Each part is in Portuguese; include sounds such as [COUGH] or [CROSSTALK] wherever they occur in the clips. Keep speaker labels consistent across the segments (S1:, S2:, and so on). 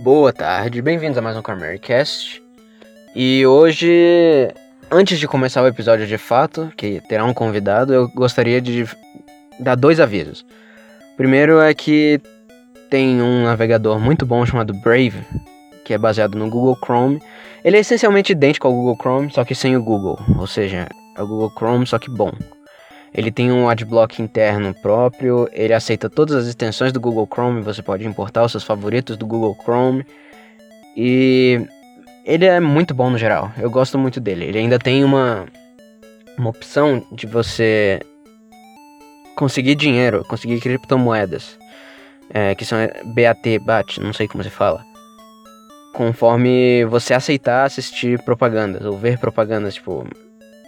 S1: Boa tarde, bem-vindos a mais um Carmercast. E hoje, antes de começar o episódio de fato, que terá um convidado, eu gostaria de dar dois avisos. Primeiro é que tem um navegador muito bom chamado Brave, que é baseado no Google Chrome. Ele é essencialmente idêntico ao Google Chrome, só que sem o Google, ou seja, é o Google Chrome, só que bom. Ele tem um adblock interno próprio, ele aceita todas as extensões do Google Chrome, você pode importar os seus favoritos do Google Chrome. E ele é muito bom no geral, eu gosto muito dele. Ele ainda tem uma, uma opção de você conseguir dinheiro, conseguir criptomoedas, é, que são BAT, BAT, não sei como se fala. Conforme você aceitar assistir propagandas, ou ver propagandas, tipo,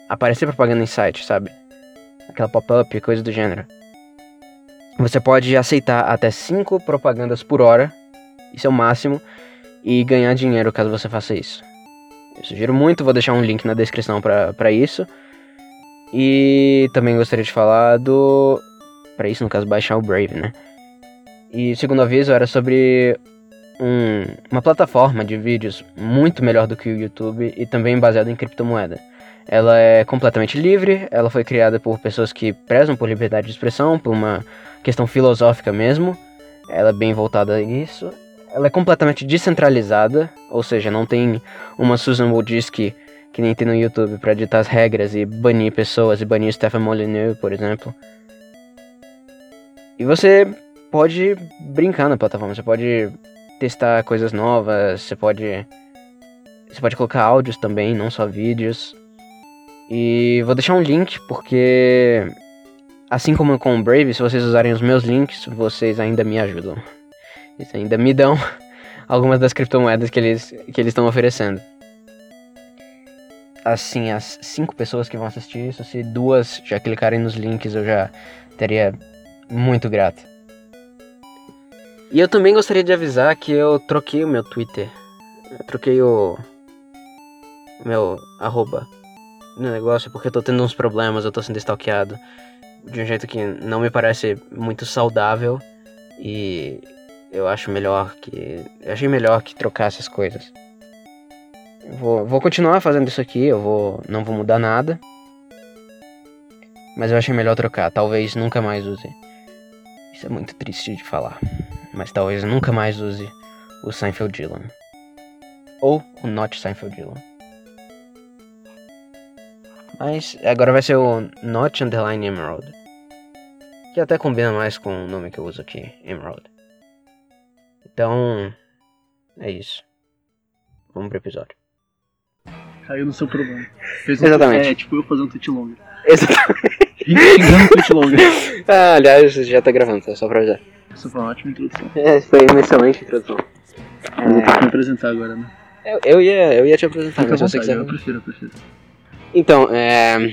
S1: aparecer propaganda em site, sabe? aquela pop-up, coisa do gênero. Você pode aceitar até 5 propagandas por hora, isso é o máximo, e ganhar dinheiro caso você faça isso. Eu sugiro muito, vou deixar um link na descrição pra, pra isso. E também gostaria de falar do. Pra isso, no caso, baixar o Brave, né? E o segundo aviso era sobre um- uma plataforma de vídeos muito melhor do que o YouTube e também baseada em criptomoeda. Ela é completamente livre, ela foi criada por pessoas que prezam por liberdade de expressão, por uma questão filosófica mesmo. Ela é bem voltada a isso. Ela é completamente descentralizada, ou seja, não tem uma Susan Wojcicki que nem tem no YouTube para ditar as regras e banir pessoas e banir Stefan Molyneux, por exemplo. E você pode brincar na plataforma, você pode testar coisas novas, você pode você pode colocar áudios também, não só vídeos. E vou deixar um link, porque assim como com o Brave, se vocês usarem os meus links, vocês ainda me ajudam. Eles ainda me dão [LAUGHS] algumas das criptomoedas que eles que eles estão oferecendo. Assim, as cinco pessoas que vão assistir isso, se duas já clicarem nos links, eu já teria muito grato. E eu também gostaria de avisar que eu troquei o meu Twitter. Eu troquei o o meu arroba no negócio porque eu tô tendo uns problemas, eu tô sendo stalkeado de um jeito que não me parece muito saudável e eu acho melhor que. Eu achei melhor que trocar essas coisas. Eu Vou, vou continuar fazendo isso aqui, eu vou. não vou mudar nada. Mas eu achei melhor trocar, talvez nunca mais use. Isso é muito triste de falar. Mas talvez nunca mais use o Seinfeld Dylan. Ou o Not Seinfeld Dylan. Mas agora vai ser o Not Underline Emerald. Que até combina mais com o nome que eu uso aqui, Emerald. Então, é isso. Vamos pro episódio. [LAUGHS]
S2: Caiu no seu problema. Fez
S1: Exatamente.
S2: É, tipo eu fazer um tweet longo.
S1: Exatamente.
S2: Gente, xingando um
S1: [LAUGHS]
S2: tweet longo.
S1: Ah, aliás, você já tá gravando, tá? Só pra avisar.
S2: Essa foi uma ótima introdução.
S1: É, isso aí, uma excelente introdução. É.
S2: Eu tenho que me apresentar agora, né?
S1: Eu, eu ia, eu ia te apresentar,
S2: Fica à
S1: mas se você
S2: vontade,
S1: quiser.
S2: eu prefiro, eu prefiro.
S1: Então, é...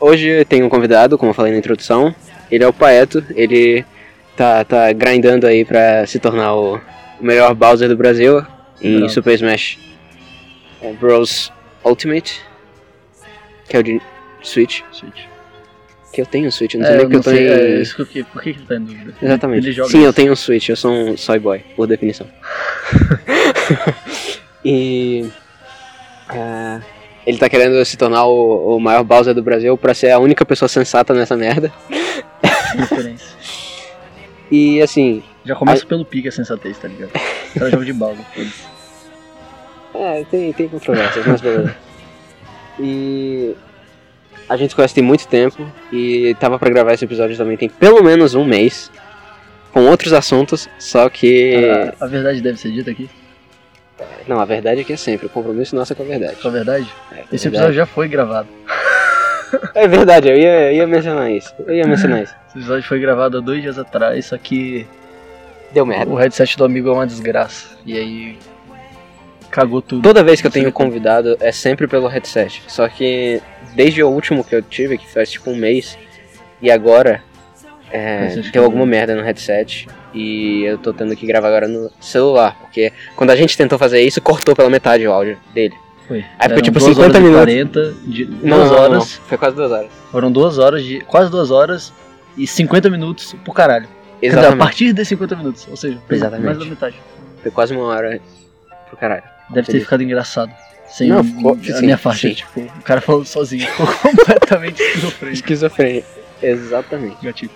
S1: hoje eu tenho um convidado, como eu falei na introdução. Ele é o Paeto, ele tá, tá grindando aí pra se tornar o melhor Bowser do Brasil em
S2: Bravo.
S1: Super Smash é, Bros. Ultimate, que é o de Switch,
S2: Gente. que
S1: que eu tenho um Switch, eu não sei nem porque eu tô
S2: sei, é,
S1: em...
S2: isso que eu fiquei. Por que que ele tá em dúvida?
S1: Exatamente.
S2: Ele joga
S1: Sim,
S2: isso.
S1: eu tenho um Switch, eu sou um soy boy, por
S2: [LAUGHS]
S1: definição. e. ah, ele tá querendo se tornar o, o maior Bowser do Brasil pra ser a única pessoa sensata nessa merda.
S2: Referência.
S1: E assim.
S2: Já começa pelo pique a sensatez, tá ligado? O cara joga de balde.
S1: [LAUGHS]
S2: foda-se.
S1: É, tem, tem controvérsias, mas beleza. E. A gente se conhece tem muito tempo e tava pra gravar esse episódio também tem pelo menos um mês. Com outros assuntos, só que.
S2: A, a verdade deve ser dita aqui.
S1: Não, a verdade é que é sempre. O compromisso nosso é com a verdade.
S2: Com a verdade,
S1: É, com a
S2: esse
S1: verdade.
S2: episódio já foi gravado.
S1: É verdade, eu ia, eu ia mencionar isso. Eu ia mencionar isso.
S2: Esse episódio foi gravado há dois dias atrás, só que
S1: Deu merda.
S2: o headset do amigo é uma desgraça. E aí. Cagou tudo.
S1: Toda vez que eu tenho convidado é sempre pelo headset. Só que desde o último que eu tive, que faz tipo um mês, e agora é,
S2: Headset
S1: deu alguma
S2: quebrou.
S1: merda no headset. E eu tô tendo que gravar agora no celular. Porque quando a gente tentou fazer isso, cortou pela metade o áudio dele.
S2: Foi.
S1: Aí ficou
S2: Eram
S1: tipo
S2: duas
S1: 50
S2: horas e
S1: minutos.
S2: 40, de duas
S1: não,
S2: horas.
S1: não. Foi quase duas horas.
S2: Foram duas horas de. quase duas horas e 50 minutos pro caralho. Quer dizer, a
S1: Exatamente.
S2: partir de 50 minutos, ou seja,
S1: Exatamente.
S2: mais da metade.
S1: Foi quase uma hora pro caralho.
S2: Deve ter
S1: Feliz.
S2: ficado engraçado. Sem
S1: Não,
S2: o-
S1: ficou-
S2: a
S1: sim,
S2: minha faixa,
S1: sim.
S2: tipo, o cara falou sozinho, ficou [LAUGHS] completamente esquizofrênico.
S1: Esquizofrenia. Exatamente.
S2: Gatilho.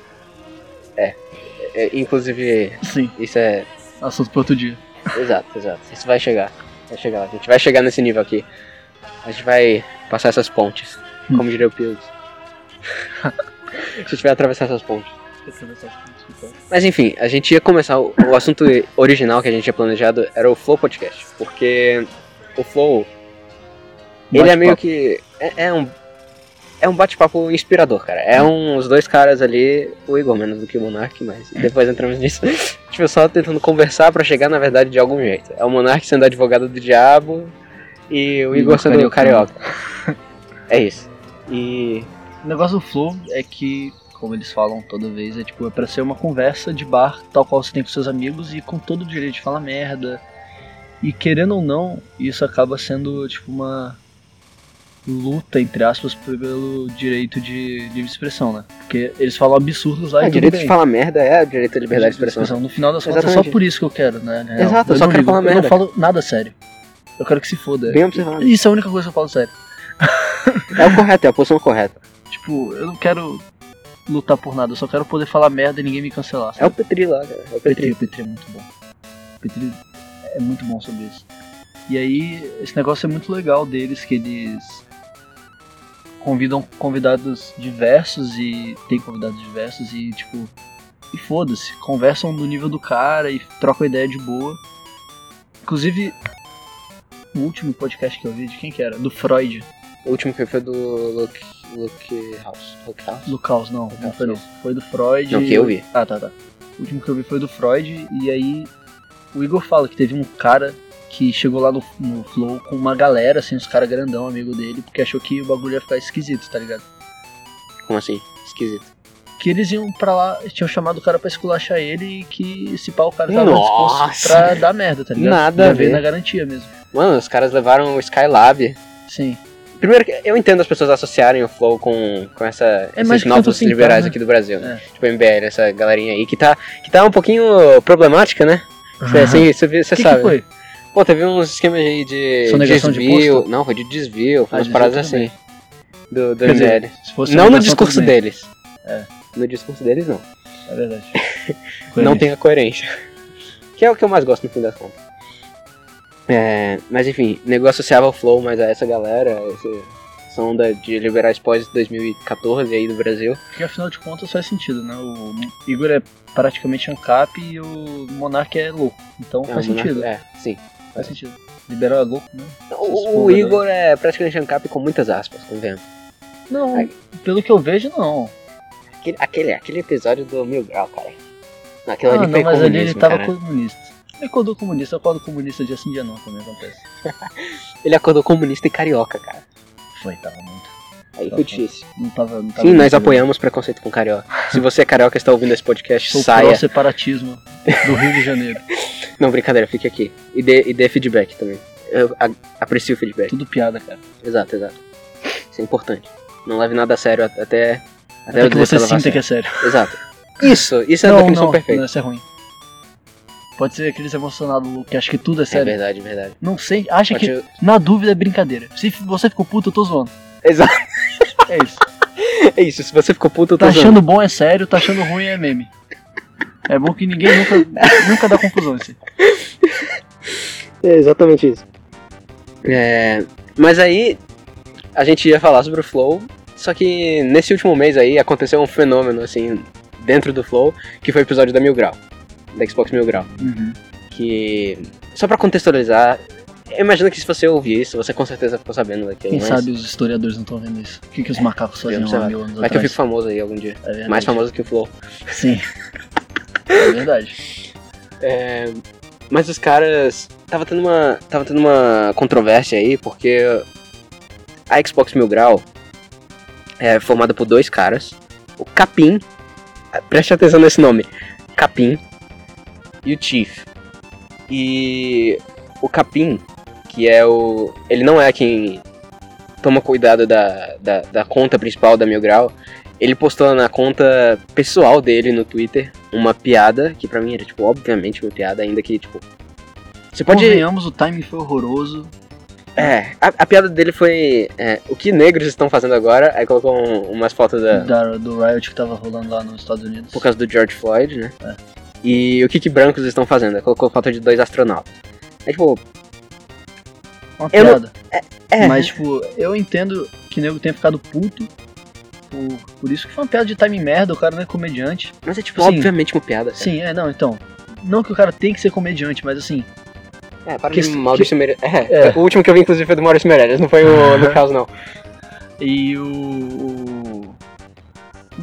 S1: É, inclusive,
S2: Sim,
S1: isso é
S2: assunto pro outro dia.
S1: Exato, exato. Isso vai chegar. Vai chegar lá. A gente vai chegar nesse nível aqui. A gente vai passar essas pontes. Como diria o Pius. [LAUGHS] a gente vai atravessar essas pontes. Mas enfim, a gente ia começar. O, o assunto original que a gente tinha planejado era o Flow Podcast. Porque o Flow. Ele é meio que. É, é um. É um bate-papo inspirador, cara. É um, os dois caras ali, o Igor menos do que o Monark, mas depois entramos nisso. [LAUGHS] tipo, só tentando conversar pra chegar, na verdade, de algum jeito. É o Monark sendo advogado do diabo e o Igor
S2: Igor
S1: sendo
S2: carioca.
S1: carioca. É isso. E.
S2: O negócio do Flow é que, como eles falam toda vez, é tipo, é pra ser uma conversa de bar, tal qual você tem com seus amigos e com todo o direito de falar merda. E querendo ou não, isso acaba sendo tipo uma luta, entre aspas, pelo direito de livre expressão, né? Porque eles falam absurdos lá
S1: É,
S2: e
S1: o
S2: tudo
S1: direito
S2: bem.
S1: de falar merda é o direito à liberdade de expressão.
S2: No final das contas, é só
S1: Exatamente.
S2: por isso que eu quero, né? na real.
S1: Exato, eu
S2: eu
S1: só
S2: não
S1: quero
S2: ligo,
S1: falar
S2: Eu
S1: merda.
S2: não falo nada sério. Eu quero que se foda.
S1: Bem observado.
S2: Isso é a única coisa que eu falo sério.
S1: É o correto, é a posição correta.
S2: Tipo, eu não quero lutar por nada, eu só quero poder falar merda e ninguém me cancelar.
S1: É o Petri lá, cara. É o Petri.
S2: Petri, o Petri é muito bom. O Petri é muito bom sobre isso. E aí, esse negócio é muito legal deles, que eles convidam convidados diversos e tem convidados diversos e tipo e foda-se, conversam no nível do cara e trocam ideia de boa. Inclusive, o último podcast que eu vi, de quem que era? Do Freud.
S1: O último que foi do Luke, Luke House. Luke House?
S2: Do Caos, não,
S1: Do
S2: não
S1: Caos,
S2: foi
S1: não.
S2: desse. Foi do Freud.
S1: Não, que eu vi.
S2: Ah, tá, tá. O último que eu vi foi do Freud, e aí o Igor fala que teve um cara que chegou lá no, no Flow com uma galera, assim, uns caras grandão, amigo dele, porque achou que o bagulho ia ficar esquisito, tá ligado?
S1: Como assim? Esquisito.
S2: Que eles iam pra lá, tinham chamado o cara pra esculachar ele e que se pá o cara tava
S1: Nossa.
S2: disposto pra dar merda, tá ligado?
S1: Nada
S2: Ia
S1: a ver.
S2: na garantia mesmo.
S1: Mano, os caras levaram o Skylab.
S2: Sim.
S1: Primeiro, que eu entendo as pessoas associarem o Flow com, com essa,
S2: mais
S1: esses
S2: que
S1: novos
S2: tanto assim,
S1: liberais
S2: tá, né?
S1: aqui do Brasil, né? Tipo MBL, essa galerinha aí, que tá, que tá um pouquinho problemática, né? Você
S2: que que
S1: sabe. né?
S2: foi?
S1: Pô, teve uns esquemas aí de
S2: Sonegação de
S1: desvio. não, foi de desvio, foi
S2: Ah,
S1: umas
S2: desvio
S1: paradas
S2: tudo
S1: assim. Do, do
S2: Quer
S1: MBL.
S2: dizer, se fosse
S1: não no
S2: obrigação,
S1: discurso
S2: tudo bem.
S1: deles.
S2: É.
S1: No discurso deles, não.
S2: É verdade.
S1: [LAUGHS] não
S2: Coerente.
S1: tem a coerência. [LAUGHS] Que é o que eu mais gosto no fim das contas. É, mas enfim, o negócio associava o Flow, mas a essa galera, esse- essa onda de liberais pós 2014 aí do Brasil.
S2: Porque afinal de contas faz sentido, né? O Igor é praticamente ANCAP e o Monark é louco. Então faz
S1: É, uma-
S2: sentido.
S1: É, sim.
S2: Faz sentido. Liberal é louco, né?
S1: O, o
S2: Esses
S1: Igor é praticamente ANCAP com muitas aspas, tá convenhamos.
S2: Não, pelo que eu vejo, não.
S1: Aquele, aquele, aquele episódio do Mil Grau, cara. Não, aquilo
S2: ah,
S1: ali
S2: não,
S1: foi
S2: mas ali ele
S1: comunismo,
S2: tava
S1: né, cara.
S2: comunista. Ele acordou comunista, eu acordo comunista dia sim dia não, também acontece.
S1: Ele acordou comunista e carioca, cara.
S2: Foi, tava muito.
S1: Aí foi
S2: Tá bom. Tá
S1: difícil.
S2: Não tava. Não tava
S1: Sim, nós
S2: muito
S1: apoiamos preconceito com carioca. Se você é carioca e está ouvindo esse podcast,
S2: bem. Sou
S1: saia.
S2: pró-separatismo do Rio de Janeiro.
S1: [LAUGHS] Não, brincadeira, fique aqui. E dê, e dê feedback também. Eu a- aprecio o feedback.
S2: Tudo piada, cara.
S1: Exato, exato. Isso é importante. Não leve nada a sério at- até. Até,
S2: Até
S1: eu
S2: que
S1: dizer
S2: você
S1: pra levar a
S2: sinta que
S1: sério.
S2: é sério. [LAUGHS]
S1: Exato. Isso, isso é a
S2: não,
S1: definição
S2: não,
S1: perfeita.
S2: não, isso é ruim. Pode ser aqueles emocionados loucos que acham que tudo é
S1: É
S2: sério.
S1: verdade, verdade.
S2: não sei, acha que
S1: Pode-
S2: Na dúvida é brincadeira. Se f- você ficou puto, eu tô zoando.
S1: Exato.
S2: É isso.
S1: É isso, se você ficou puto, eu tô
S2: Tá
S1: zoando.
S2: achando bom é sério, tá achando ruim é meme. É bom que ninguém nunca, nunca dá confusão assim.
S1: É exatamente isso. É, mas aí a gente ia falar sobre o Flow, só que nesse último mês aí aconteceu um fenômeno assim dentro do Flow, que foi o episódio da Mil Grau, da Xbox Mil Grau, que só pra contextualizar, eu imagino que se você ouvir isso, você com certeza ficou sabendo daqui. a
S2: Quem
S1: uns-
S2: sabe os historiadores não estão vendo isso. O que, que os macacos faziam
S1: É, sei lá.
S2: há mil anos
S1: Vai que eu fico
S2: atrás?
S1: famoso aí algum dia.
S2: É verdade.
S1: Mais famoso que o Flow.
S2: Sim. É verdade.
S1: [LAUGHS] É, mas os caras. Tava tendo, uma, tava tendo uma controvérsia aí, porque a Xbox Mil Grau é formada por dois caras. O Capim. ah, Preste atenção nesse nome. Capim. E o Chief. E o Capim, que é o. Ele não é quem toma cuidado da, da, da conta principal da Mil Grau. Ele postou na conta pessoal dele no Twitter uma piada, que pra mim era, tipo, obviamente uma piada, ainda que, tipo, Você pode.
S2: Convenhamos, o timing foi horroroso.
S1: É, a, a piada dele foi. é, o que negros estão fazendo agora? Aí colocou um- umas fotos da,
S2: da- do Riot que tava rolando lá nos Estados Unidos.
S1: por causa do George Floyd, né?
S2: É.
S1: E o que, que brancos estão fazendo? Aí colocou foto de dois astronautas. É tipo,
S2: Uma
S1: eu não-
S2: piada.
S1: é.
S2: Mas, tipo, eu entendo que o nego tenha ficado puto. Por, por isso que foi uma piada de timing merda, o cara não é comediante.
S1: Mas é tipo,
S2: Sim.
S1: obviamente uma piada. cara.
S2: Sim, é, não, então. Não que o cara tem que ser comediante, mas assim,
S1: É, para
S2: Que-
S1: de Maurício Meirelles. É,
S2: É.
S1: o último que eu vi, inclusive, foi do Maurício Meirelles, não foi o do Carlos, não.
S2: E o, o-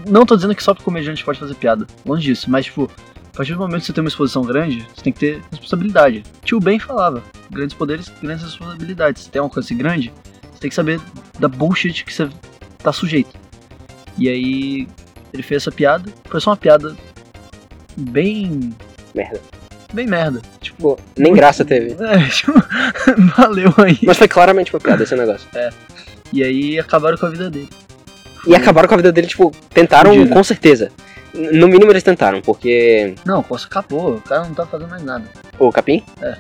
S2: Não tô dizendo que só comediante pode fazer piada. Longe disso. Mas, tipo, a partir do momento que você tem uma exposição grande, você tem que ter responsabilidade. Tio Ben falava: grandes poderes, grandes responsabilidades. Se tem um alcance grande, você tem que saber da bullshit que você tá sujeito. E aí, ele fez essa piada. Foi só uma piada bem.
S1: Merda.
S2: bem merda. Tipo.
S1: Pô, nem graça teve.
S2: [LAUGHS] É, tipo, valeu aí.
S1: Mas foi claramente uma piada esse negócio.
S2: E aí acabaram com a vida dele.
S1: E acabaram com a vida dele, tipo, tentaram
S2: Fudido.
S1: com certeza. N- No mínimo eles tentaram, porque.
S2: Não, posso acabou. O cara não tá fazendo mais nada.
S1: O Capim?
S2: É.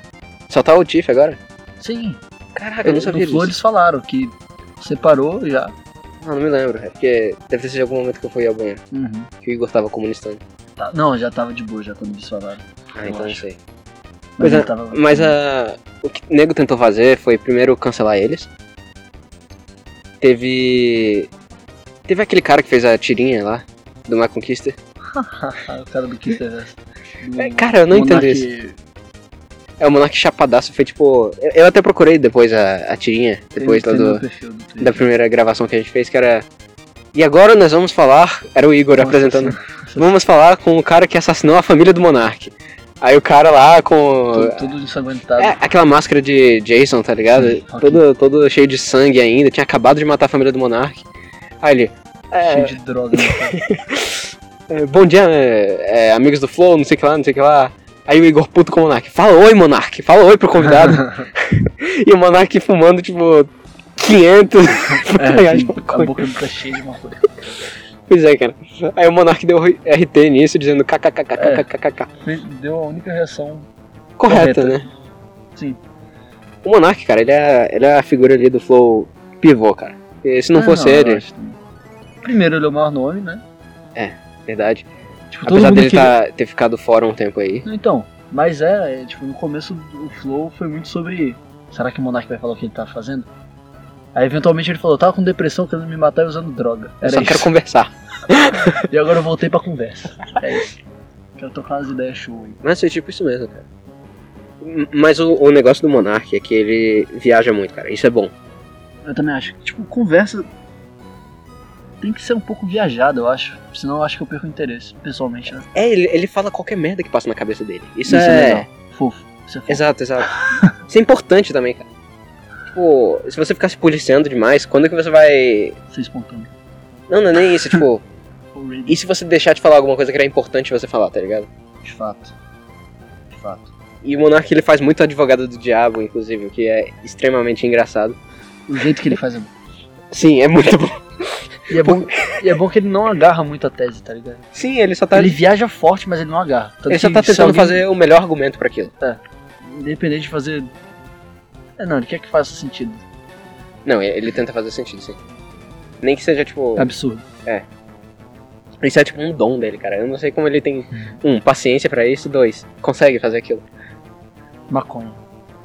S1: Só tá o Tiff agora?
S2: Sim,
S1: Caraca, É, eu não sabia
S2: no
S1: disso.
S2: Flores falaram que separou já.
S1: Não, não me lembro. É porque deve ter sido algum momento que eu fui ao banheiro. Que o Igor tava comunistando.
S2: Uhum. Tá- não, já tava de boa já quando eles falaram.
S1: Ah,
S2: Eu
S1: então não
S2: acho.
S1: sei.
S2: Mas
S1: Pois
S2: ele
S1: é,
S2: tava-
S1: Mas a, o que o Nego tentou fazer foi primeiro cancelar eles. Teve. Teve aquele cara que fez a tirinha lá do My Conquista.
S2: [LAUGHS] o cara do que interessa.
S1: É, cara, eu não entendo isso. É o Monark Chapadaço, foi tipo. Eu, eu até procurei depois a, a tirinha, depois lá do,
S2: Perfil do Twitter.
S1: da primeira gravação que a gente fez, que era. E agora nós vamos falar. Era o Igor
S2: Nossa,
S1: apresentando.
S2: assim,
S1: Vamos falar com o cara que assassinou a família do Monark. Aí o cara lá com.
S2: Tudo, tudo ensanguentado.
S1: É, aquela máscara de Jason, tá ligado?
S2: Sim, ok.
S1: todo, todo cheio de sangue ainda, tinha acabado de matar a família do Monark. Aí ele. É,
S2: Cheio de
S1: [LAUGHS]
S2: droga. né, cara?
S1: é, bom dia, é, é, amigos do Flow, não sei o que lá, não sei o que lá. Aí o Igor puto com o Monark. Fala oi, Monark. Fala oi pro
S2: [LAUGHS]
S1: convidado. e o Monark fumando, tipo,
S2: [LAUGHS]
S1: 500.
S2: é,
S1: reais
S2: assim,
S1: por
S2: a
S1: coisa.
S2: boca tá cheia de maconha.
S1: pois é, cara. Aí o Monark deu RT nisso, dizendo
S2: É.
S1: kkkkkkk.
S2: Deu a única reação.
S1: Correta,
S2: Correta.
S1: né?
S2: Sim.
S1: O Monark, cara, ele é, ele é a figura ali do Flow pivô, cara. E se não
S2: Ah,
S1: fosse
S2: eu
S1: ele,
S2: acho também. Primeiro ele é o maior nome, né?
S1: verdade.
S2: Tipo, todo
S1: Apesar
S2: mundo
S1: dele
S2: queria-
S1: tá- ter ficado fora um tempo aí.
S2: Não, Então, mas é, é, tipo, no começo o Flow foi muito sobre. Será que o Monark vai falar o que ele tá fazendo? Aí eventualmente ele falou, tava com depressão, querendo me matar e usando droga.
S1: Eu
S2: Era
S1: só
S2: isso.
S1: quero conversar.
S2: E agora eu voltei pra conversa. É isso. Quero tocar umas ideias show aí.
S1: Mas foi tipo isso mesmo, cara. M- Mas o, o negócio do Monark é que ele viaja muito, cara. Isso é bom.
S2: Eu também acho que, tipo, conversa tem que ser um pouco viajada, eu acho. Senão eu acho que eu perco o interesse, pessoalmente, né?
S1: É, ele, ele fala qualquer merda que passa na cabeça dele. Isso,
S2: é
S1: é.
S2: legal. Fofo. Isso é fofo.
S1: exato, exato. [LAUGHS] isso é importante também, cara. Tipo, se você ficar se policiando demais, quando é que você vai.
S2: Isso é espontâneo.
S1: Não, não é nem isso, é tipo.
S2: Already,
S1: E se você deixar de falar alguma coisa que era importante você falar, tá ligado?
S2: De fato. De fato.
S1: E o Monark ele faz muito advogado do diabo, inclusive, o que é extremamente engraçado.
S2: O jeito que ele faz é
S1: Sim, é muito bom.
S2: E é, bom, e é bom que ele não agarra muito a tese, tá ligado?
S1: Sim, ele só tá
S2: Ele viaja forte, mas ele não agarra. Tanto
S1: Ele só
S2: que
S1: tá
S2: se
S1: tentando
S2: alguém-
S1: fazer o melhor argumento pra aquilo.
S2: Independente de fazer. É, não, ele quer que faça sentido.
S1: Não, ele- ele tenta fazer sentido, sim. Nem que seja, tipo.
S2: Absurdo.
S1: Isso é tipo um dom dele, cara. Eu não sei como ele tem, um, paciência pra isso, dois, consegue fazer aquilo.
S2: Maconha.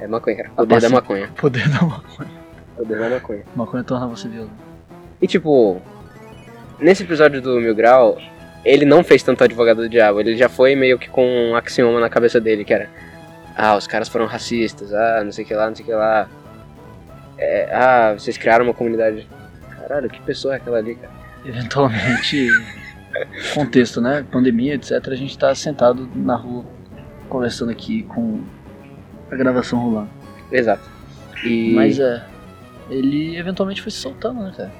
S1: É maconha, cara. O
S2: A
S1: poder da
S2: paci-
S1: maconha.
S2: Poder da maconha.
S1: O poder da maconha.
S2: Maconha torna você violento.
S1: E tipo. Nesse episódio do Mil Grau, ele não fez tanto advogado do diabo. Ele já foi meio que com um axioma na cabeça dele, que era. Ah, os caras foram racistas, ah, não sei o que lá, não sei o que lá. É, ah, vocês criaram uma comunidade. Caralho, que pessoa é aquela ali, cara? [LAUGHS]
S2: Eventualmente. contexto, né? Pandemia, etc. A gente tá sentado na rua conversando aqui com a gravação rolando.
S1: Exato. E...
S2: Mas é. Ele eventualmente foi se soltando, né, cara?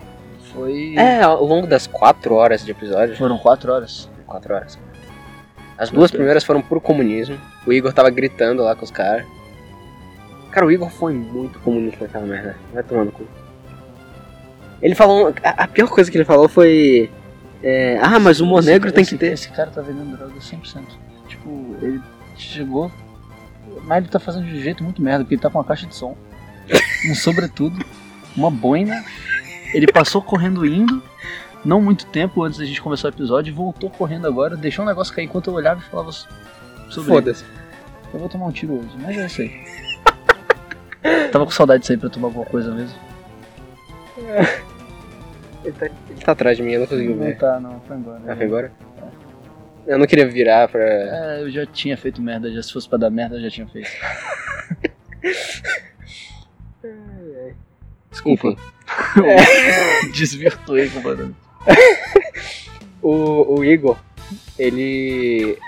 S2: Foi.
S1: É, ao longo das quatro horas de episódio.
S2: Foram quatro horas.
S1: Quatro horas. As duas primeiras foram puro comunismo. O Igor tava gritando lá com os caras. Cara, o Igor foi muito comunista naquela merda. Vai tomando cu. Ele falou. A, a pior coisa que ele falou foi. é, ah, mas o humor
S2: Esse
S1: negro
S2: ca-
S1: tem
S2: esse-
S1: que ter.
S2: Esse cara tá vendendo droga 100%. Tipo, ele chegou, Mas ele tá fazendo de um jeito muito merda, porque ele tá com uma caixa de som, um sobretudo, uma boina. Ele passou correndo indo, não muito tempo antes da gente começar o episódio, e voltou correndo agora, deixou um negócio cair enquanto eu olhava e falava sobre ele.
S1: Foda-se.
S2: Eu vou tomar um tiro hoje, mas é isso aí. Tava com saudade de sair pra tomar alguma coisa mesmo.
S1: Ele tá, ele tá atrás de mim, eu não consigo
S2: Não
S1: ver.
S2: tá, não, foi embora.
S1: Ah, foi embora? Eu não queria virar pra.
S2: É, eu já tinha feito merda, já se fosse pra dar merda, eu já tinha feito. Desculpa.
S1: Enfim.
S2: [LAUGHS] Desvirtuei completamente.
S1: O, o Igor, ele.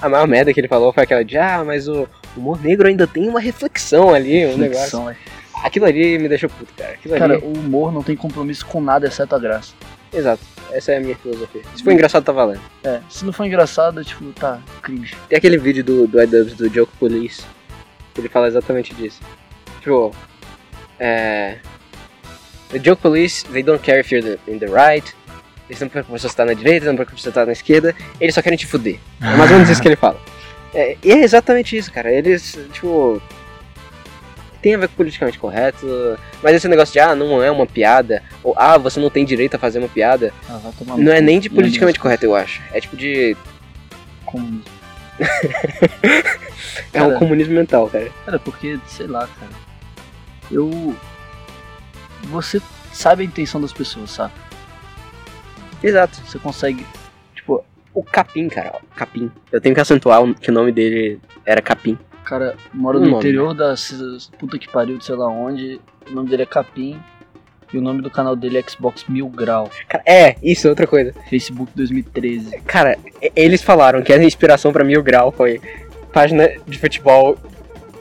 S1: a- A maior merda que ele falou foi aquela de, ah, mas o o humor negro ainda tem uma reflexão ali, um negócio.
S2: Ficção, é.
S1: Aquilo ali me deixou puto, cara. Aquilo
S2: Cara,
S1: ali.
S2: o humor não tem compromisso com nada exceto a graça.
S1: Exato. Essa é a minha filosofia. Se for engraçado, tá valendo.
S2: É, se não for engraçado, tipo, tá, cringe.
S1: Tem aquele vídeo do, do iDubbbz do Joke Police. que Ele fala exatamente disso. Tipo, é. The Joke Police, they don't care if you're the- in the right. Eles não preocupam se você tá na direita, eles não preocupam se você tá na esquerda. Eles só querem te fuder. É mais ou menos isso que ele fala. É, e é exatamente isso, cara. Eles, tipo. Tem a ver com politicamente correto. Mas esse negócio de, ah, não é uma piada. Ou, ah, você não tem direito a fazer uma piada.
S2: Ah, vai tomar
S1: Não é nem de
S2: Não é
S1: politicamente
S2: mesmo.
S1: correto, eu acho. É tipo de.
S2: com...
S1: É um
S2: Cara.
S1: comunismo mental, cara.
S2: Cara, porque, sei lá, cara. Eu. Você sabe a intenção das pessoas, sabe?
S1: Exato.
S2: Você consegue.
S1: Tipo, o Capim, cara. ó, Capim. Eu tenho que acentuar o- que o nome dele era Capim.
S2: Cara, mora
S1: Um
S2: no
S1: nome.
S2: interior da cis- puta que pariu, de sei lá onde. O nome dele é Capim. E o nome do canal dele é Xbox Mil Grau.
S1: Cara, é, isso, outra coisa.
S2: Facebook 2013.
S1: Cara, e- eles falaram que a inspiração pra Mil Grau foi página de futebol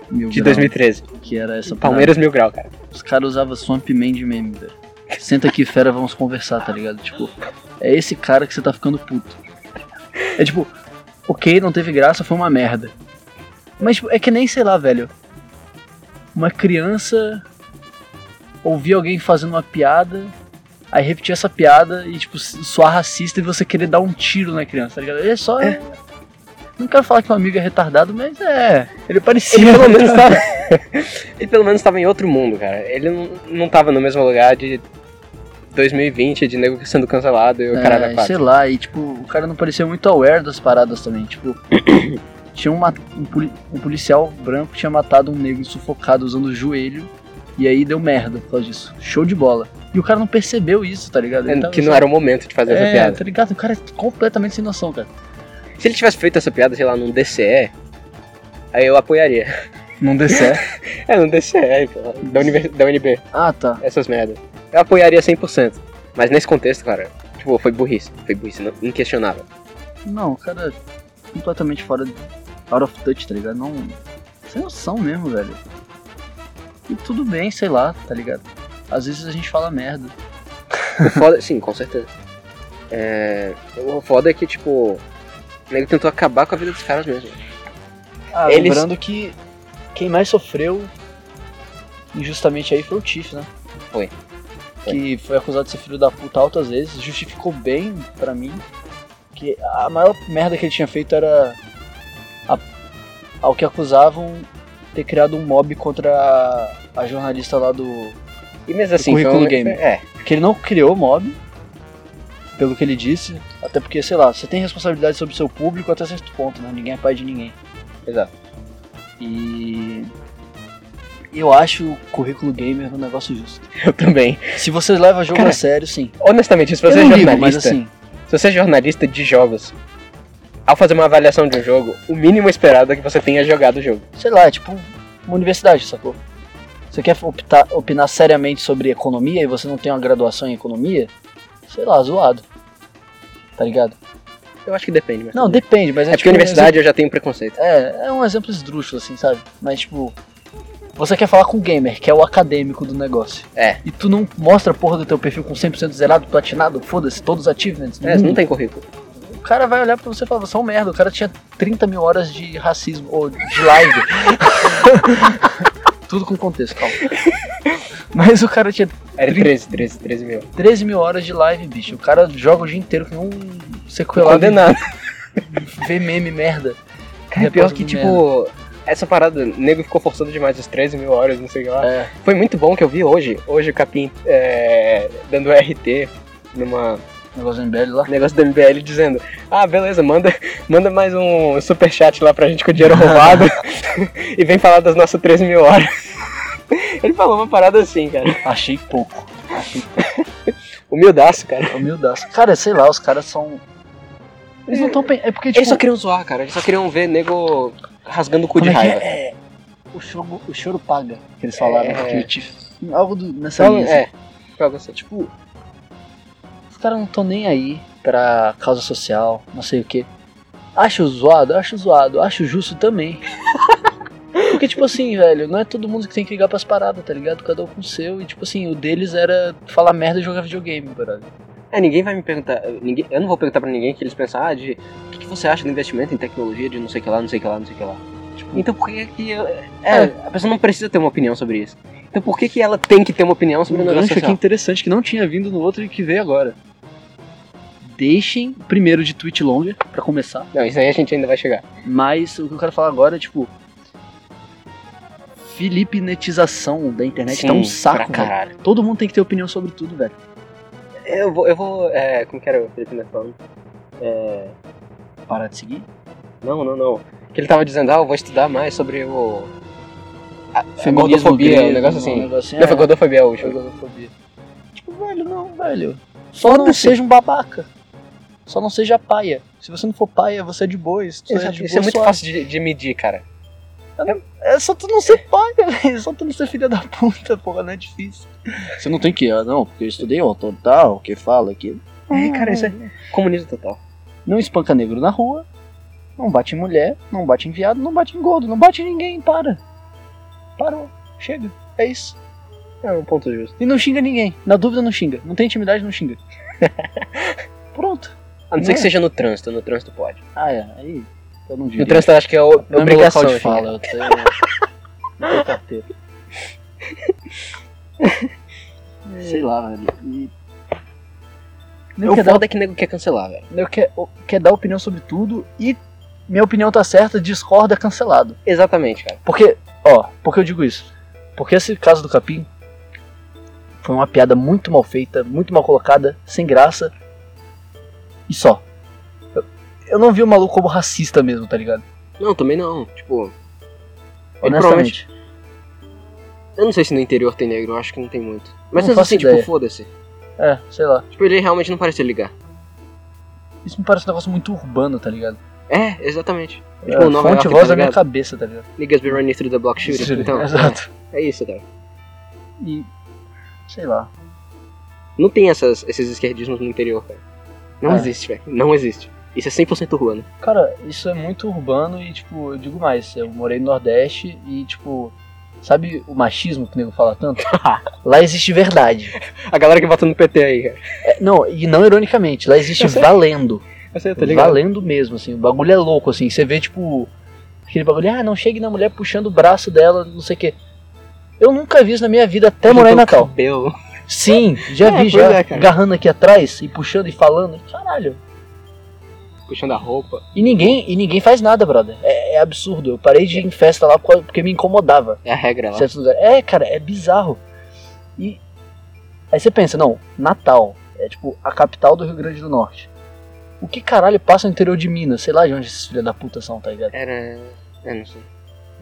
S2: Mil
S1: de
S2: Grau.
S1: 2013.
S2: Que era essa parada.
S1: Palmeiras Mil Grau, cara.
S2: Os caras usavam Swamp Man de meme, velho. Senta aqui, fera, vamos conversar, tá ligado? Tipo, é esse cara que você tá ficando puto. É tipo, ok, não teve graça, foi uma merda. Mas tipo, é que nem, sei lá, velho. Uma criança ouvir alguém fazendo uma piada, aí repetir essa piada e, tipo, soar racista e você querer dar um tiro na criança, tá ligado? É só. Não quero falar que um amigo é retardado, mas é. Ele parecia.
S1: Ele pelo [LAUGHS] menos tava. ele pelo menos tava em outro mundo, cara. Ele não, não tava no mesmo lugar de 2020, de nego sendo cancelado e o cara da
S2: É,
S1: quatro.
S2: sei lá, e tipo, o cara não parecia muito aware das paradas também,
S1: [COUGHS]
S2: tipo. tinha uma- um, poli- um policial branco que tinha matado um negro sufocado usando o joelho. E aí deu merda por causa disso. Show de bola. E o cara não percebeu isso, tá ligado?
S1: É, Que não era o momento de fazer essa
S2: é,
S1: piada.
S2: tá ligado? O cara é completamente sem noção, cara.
S1: Se ele tivesse feito essa piada, sei lá, num DCE, aí eu apoiaria.
S2: Não deu certo.
S1: É, num DCE, pô, da, univer- da UNB.
S2: [LAUGHS] ah, tá.
S1: essas merdas. Eu apoiaria 100%. Mas nesse contexto, cara, tipo, foi burrice. Foi burrice, não- inquestionável.
S2: Não, o cara é completamente fora. de- Out of touch, tá ligado? Não. Sem noção mesmo, velho. E tudo bem, sei lá, tá ligado? Às vezes a gente fala merda.
S1: [LAUGHS] O foda, sim, com certeza. É, o foda é que, tipo, o nego tentou acabar com a vida dos caras mesmo.
S2: Ah,
S1: Eles-
S2: lembrando que quem mais sofreu injustamente aí foi o Tiff, né?
S1: Foi. Foi.
S2: Que foi acusado de ser filho da puta altas vezes, justificou bem pra mim que a maior merda que ele tinha feito era a- ao que acusavam ter criado um mob contra a, a jornalista lá do.
S1: E mesmo assim,
S2: Currículo
S1: foi um-
S2: Gamer.
S1: É,
S2: Que ele não criou o mob, pelo que ele disse, até porque, sei lá, você tem responsabilidade sobre o seu público até certo ponto, né? Ninguém é pai de ninguém.
S1: exato.
S2: E eu acho o currículo gamer um negócio justo.
S1: Eu também.
S2: Se você leva jogo
S1: Cara,
S2: a sério, sim.
S1: Honestamente, se você
S2: eu
S1: é
S2: não
S1: jornalista,
S2: ligo, mas assim,
S1: se você é jornalista de jogos, ao fazer uma avaliação de um jogo, o mínimo esperado é que você tenha jogado o jogo.
S2: sei lá, é tipo uma universidade, sacou? Você quer optar- opinar seriamente sobre economia e você não tem uma graduação em economia? Sei lá, zoado. Tá ligado?
S1: Eu acho que depende, mas...
S2: Não, depende, mas
S1: é
S2: é,
S1: porque
S2: tipo,
S1: a
S2: um
S1: universidade eu já tenho preconceito.
S2: É, é um exemplo esdrúxulo, assim, sabe? Mas, tipo, você quer falar com o gamer, que é o acadêmico do negócio.
S1: É.
S2: E tu não mostra a porra do teu perfil com 100% zerado, platinado, foda-se, todos os achievements.
S1: É,
S2: mundo.
S1: não tem currículo.
S2: O cara vai olhar pra você e falar, você é um merda, o cara tinha 30 mil horas de racismo, ou de
S1: [LAUGHS]
S2: live. Tudo com contexto, calma. Mas o cara tinha
S1: Era
S2: Trin-
S1: 13, 13, 13 mil.
S2: 13 mil horas de live, bicho. O cara joga o dia inteiro com um sequelado,
S1: Condenado.
S2: vê meme merda.
S1: [LAUGHS] Cara,
S2: Repórter
S1: pior que,
S2: do
S1: tipo, essa parada, o nego ficou forçando demais as 13 mil horas, não sei o que lá.
S2: É,
S1: Foi muito bom que eu vi hoje. Hoje o Capim é, dando RT numa um
S2: negócio do MBL lá.
S1: negócio do MBL dizendo: Ah, beleza, manda, [LAUGHS] manda mais um superchat lá pra gente com o [LAUGHS] dinheiro roubado e vem falar das nossas 13 mil horas. [LAUGHS] Ele falou uma parada assim, cara.
S2: Achei pouco.
S1: Humildaço, cara.
S2: Humildaço. Cara, sei lá, os caras são. Eles não estão. É porque, tipo.
S1: Eles só queriam zoar, cara. Eles só queriam ver nego rasgando o cu
S2: como
S1: de
S2: é que
S1: raiva.
S2: é? É, O choro, o choro paga, que eles falaram.
S1: É.
S2: Que eu tive- algo do- nessa
S1: Então,
S2: linha, assim.
S1: é. Joga assim.
S2: Tipo,
S1: é.
S2: os caras não estão nem aí pra causa social, não sei o que. Acho zoado, acho zoado, acho
S1: [LAUGHS]
S2: justo também. Porque, tipo assim, velho, não é todo mundo que tem que ligar pras paradas, tá ligado? Cada um com o seu. E, tipo assim, o deles era falar merda e jogar videogame, brother.
S1: É, ninguém vai me perguntar. Ninguém, eu não vou perguntar pra ninguém que eles pensam, ah, de o que, que você acha do investimento em tecnologia de não sei o que lá, não sei o que lá, não sei o que lá.
S2: Tipo,
S1: Então por que que. eu- É,
S2: Ah.
S1: a pessoa não precisa ter uma opinião sobre isso. Então por que que ela tem que ter uma opinião sobre um
S2: um
S1: negócio
S2: gancho aqui
S1: social?
S2: interessante que não tinha vindo no outro e que veio agora. Deixem primeiro de tweet longa, pra começar.
S1: Não, isso aí a gente ainda vai chegar.
S2: Mas o que eu quero falar agora é tipo. Filipinetização da internet tá um saco,
S1: pra
S2: cara.
S1: caralho.
S2: Todo mundo tem que ter opinião sobre tudo, velho.
S1: Eu vou. Eu vou é, como que era o Felipe Neto falando? É,
S2: Parar de seguir?
S1: não, não, não. Que ele tava dizendo, ah, eu vou estudar mais sobre o. A, a
S2: Feminismo
S1: gordofobia,
S2: grego,
S1: um negócio assim.
S2: Um negócio assim
S1: Não, foi
S2: é,
S1: gordofobia a
S2: foi
S1: última.
S2: gordofobia. Tipo, velho, não, velho. Só não seja um babaca. Só não seja paia. Se você não for paia, você é de boa. Se tu é de
S1: Exato,
S2: boa,
S1: Isso é muito
S2: suave.
S1: fácil de, de medir, cara.
S2: É só tu não ser paia, [LAUGHS] velho. Só tu não ser filha da puta, porra, não é difícil. Você não tem que, ah, não, porque eu estudei ontem, tal, que fala aqui.
S1: É, cara, isso é comunismo total.
S2: não espanca negro na rua, não bate em mulher, não bate em viado, não bate em gordo, não bate em ninguém, para. Parou, chega, é isso.
S1: É um ponto justo.
S2: E não xinga ninguém, na dúvida não xinga, não tem intimidade, não xinga. [LAUGHS] Pronto.
S1: A não ser
S2: Não
S1: que
S2: é?
S1: seja no trânsito, no trânsito pode.
S2: Ah, é, aí eu não digo.
S1: No trânsito eu acho que é o-
S2: não é meu
S1: obrigação.
S2: local de
S1: assim,
S2: fala, eu tenho... [LAUGHS] não tenho carteira. Sei lá, velho. E...
S1: cara.
S2: Não
S1: O
S2: quer dar
S1: foda é que nego quer cancelar, velho.
S2: eu quer, o- quer dar opinião sobre tudo e minha opinião tá certa, discorda, cancelado.
S1: Exatamente, cara.
S2: Porque, ó, por que eu digo isso? Porque esse caso do Capim foi uma piada muito mal feita, muito mal colocada, sem graça e só. Eu, eu não vi o maluco como racista mesmo, tá ligado?
S1: Não, também não. Tipo. ele provavelmente-
S2: Honestamente.
S1: Eu não sei se no interior tem negro, eu acho que não tem muito. Mas
S2: Não
S1: mesmo
S2: faço
S1: assim, tipo,
S2: ideia.
S1: foda-se.
S2: É, sei lá.
S1: Tipo, ele realmente não parecia ligar.
S2: Isso me parece um negócio muito urbano, tá ligado?
S1: É, exatamente.
S2: É,
S1: Tipo, Nova
S2: fonte
S1: York,
S2: voz
S1: tá
S2: da minha
S1: ligado?
S2: cabeça, tá ligado?
S1: Niggas be running through the
S2: [LAUGHS]
S1: block shooting. Então, [LAUGHS]
S2: Exato.
S1: é isso, cara.
S2: E. Sei lá.
S1: Não tem essas, esses esquerdismos no interior, cara. Não
S2: É.
S1: existe, velho. Não existe. Isso é 100% urbano.
S2: Cara, isso é muito urbano e, tipo, eu digo mais, eu morei no Nordeste e, tipo, sabe o machismo que o nego fala tanto?
S1: [LAUGHS]
S2: lá existe verdade.
S1: A galera que vota no PT aí, cara.
S2: É, não, e não ironicamente,
S1: [LAUGHS]
S2: lá existe
S1: Eu sei.
S2: valendo.
S1: Eu sei, eu tô Tá ligado.
S2: Valendo mesmo, assim, o bagulho é louco, assim, você vê, tipo, aquele bagulho, ah, não chegue na mulher puxando o braço dela, não sei o quê. Eu nunca vi isso na minha vida até morar em Natal.
S1: Cabelo.
S2: Sim, já
S1: É,
S2: vi,
S1: pois
S2: já
S1: é, cara.
S2: agarrando aqui atrás e puxando e falando, caralho.
S1: Puxando a roupa.
S2: E ninguém, e ninguém faz nada, brother. É, é absurdo. Eu parei de ir em festa lá por causa- porque me incomodava.
S1: É a regra lá.
S2: Certos lugares. É, cara, é bizarro. E aí você pensa, não, Natal é tipo a capital do Rio Grande do Norte. O que caralho passa no interior de Minas? Sei lá de onde esses filha da puta são, tá ligado?
S1: Era. É, não sei.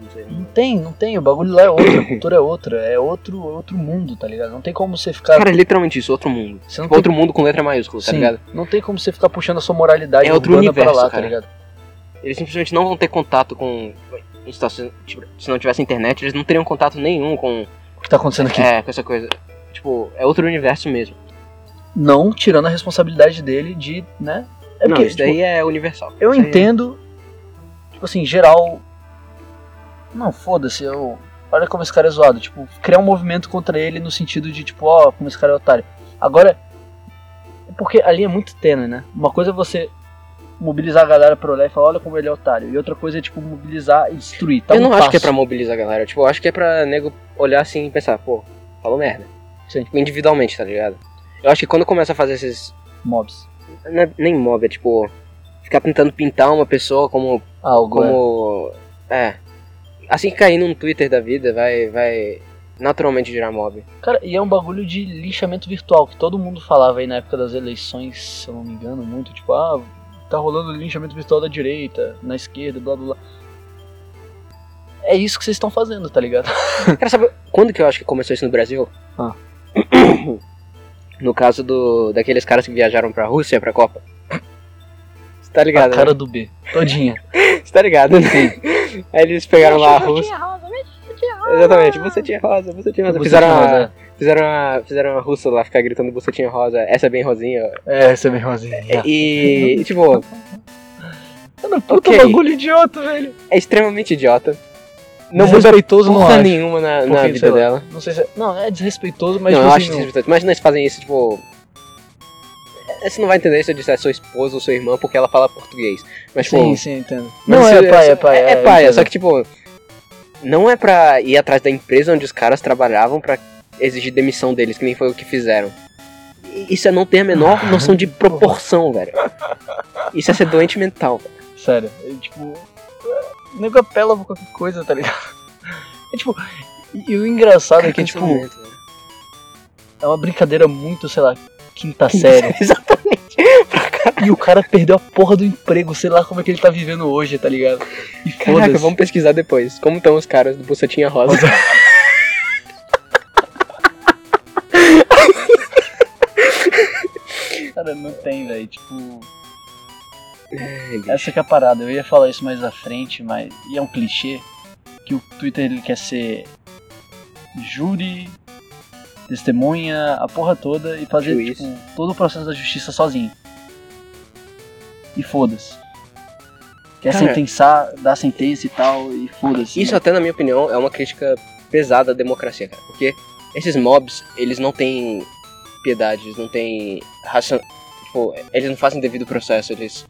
S1: Não sei.
S2: Não tem, não tem. O bagulho lá é outro, a cultura é outra, é outro, outro mundo, tá ligado? Não tem como você ficar.
S1: Cara, é literalmente isso, outro mundo.
S2: você não tem
S1: Outro mundo com letra maiúscula, tá
S2: Sim.
S1: ligado?
S2: Não tem como você ficar puxando a sua moralidade
S1: É outro
S2: urbana
S1: universo,
S2: pra lá,
S1: cara.
S2: tá ligado?
S1: Eles simplesmente não vão ter contato com. Se se não tivesse internet, eles não teriam contato nenhum com,
S2: O que tá acontecendo aqui?
S1: é, com essa coisa. Tipo, é outro universo mesmo.
S2: Não tirando a responsabilidade dele de, né? É
S1: não,
S2: porque,
S1: isso
S2: tipo,
S1: daí é universal.
S2: Eu
S1: Isso aí-
S2: entendo, tipo assim, geral. Não, foda-se, eu. Olha como esse cara é zoado. Tipo, criar um movimento contra ele no sentido de, tipo, ó, como esse cara é otário. Agora, é porque a linha é muito tênue, né? Uma coisa é você mobilizar a galera pra olhar e falar, olha como ele é otário. E outra coisa é, tipo, mobilizar e destruir. Tá
S1: eu
S2: um
S1: não acho
S2: passo.
S1: que é pra mobilizar a galera. Tipo, eu acho que é pra nego olhar assim e pensar, pô, falou merda.
S2: Sim.
S1: Tipo, individualmente, tá ligado? Eu acho que quando começa a fazer esses.
S2: mobs.
S1: não é Nem mob, é
S2: Ah,
S1: tipo. Ficar tentando pintar uma pessoa como
S2: Algo. é.
S1: como. É. Assim que cair num Twitter da vida, vai, vai naturalmente virar mob.
S2: Cara, e é um bagulho de lixamento virtual que todo mundo falava aí na época das eleições, se eu não me engano, muito. Tipo, ah, tá rolando linchamento virtual da direita, na esquerda, blá blá blá. É isso que vocês estão fazendo, tá ligado?
S1: Cara, sabe quando que eu acho que começou isso no Brasil?
S2: Ah.
S1: [COUGHS] No caso do daqueles caras que viajaram pra Rússia, pra Copa. Você tá
S2: A
S1: ligado, né?
S2: cara do B,
S1: [LAUGHS]
S2: todinha.
S1: Você tá ligado,
S2: [LAUGHS]
S1: né? Aí eles pegaram lá a
S3: Eu
S1: Rússia.
S3: tinha rosa, eu
S1: Exatamente, bucetinha rosa, bucetinha rosa. Fizeram uma, fizeram uma, fizeram uma russa lá ficar gritando bucetinha rosa, essa é bem rosinha.
S2: É, essa é bem rosinha.
S1: E, tipo,
S2: Mano, puta
S1: Ok.
S2: bagulho idiota, velho.
S1: é extremamente idiota. Não
S2: Não
S1: muda
S2: desrespeitoso não
S1: porra
S2: acho.
S1: nenhuma na, na
S2: Porque,
S1: vida
S2: sei lá,
S1: dela.
S2: Não sei se é... Não, é desrespeitoso, mas
S1: não, eu
S2: tipo
S1: acho
S2: assim, não-
S1: desrespeitoso. Imagina eles fazem isso, tipo. é, Você não vai entender se eu disser sua esposa ou sua irmã porque ela fala português. Mas, tipo,
S2: Sim, sim, entendo.
S1: Mas
S2: não,
S1: isso-
S2: é paia,
S1: isso-
S2: é paia.
S1: É, é paia,
S2: entendo.
S1: só que tipo. Não é pra ir atrás da empresa onde os caras trabalhavam pra exigir demissão deles, que nem foi o que fizeram. I- Isso é não ter a menor
S2: Ah,
S1: noção de proporção, velho. Isso é ser doente mental. velho.
S2: Sério, é, tipo. é, Nego apela pra qualquer coisa, tá ligado? É tipo. E e o engraçado é que, tipo,
S1: Cancelamento, velho.
S2: é uma brincadeira muito, sei lá, quinta
S1: [LAUGHS]
S2: série.
S1: Exatamente.
S2: e o cara perdeu a porra do emprego, sei lá como é que ele tá vivendo hoje, tá ligado? E
S1: Caraca,
S2: foda-se.
S1: vamos pesquisar depois. Como estão os caras do Bucetinha Rosa? [LAUGHS]
S2: Cara, não tem, velho. Tipo,
S1: Ai, bicho.
S2: essa que é a parada. Eu ia falar isso mais à frente, mas. E é um clichê que o Twitter ele quer ser júri, testemunha, a porra toda e fazer
S1: Juiz.
S2: tipo, todo o processo da justiça sozinho. E foda-se. Quer
S1: Cara.
S2: sentençar, dar sentença e tal, e foda-se. né?
S1: Isso até na minha opinião é uma crítica pesada à democracia, cara. Porque esses mobs, eles não têm piedade, eles não têm raça, tipo, eles não fazem devido processo, eles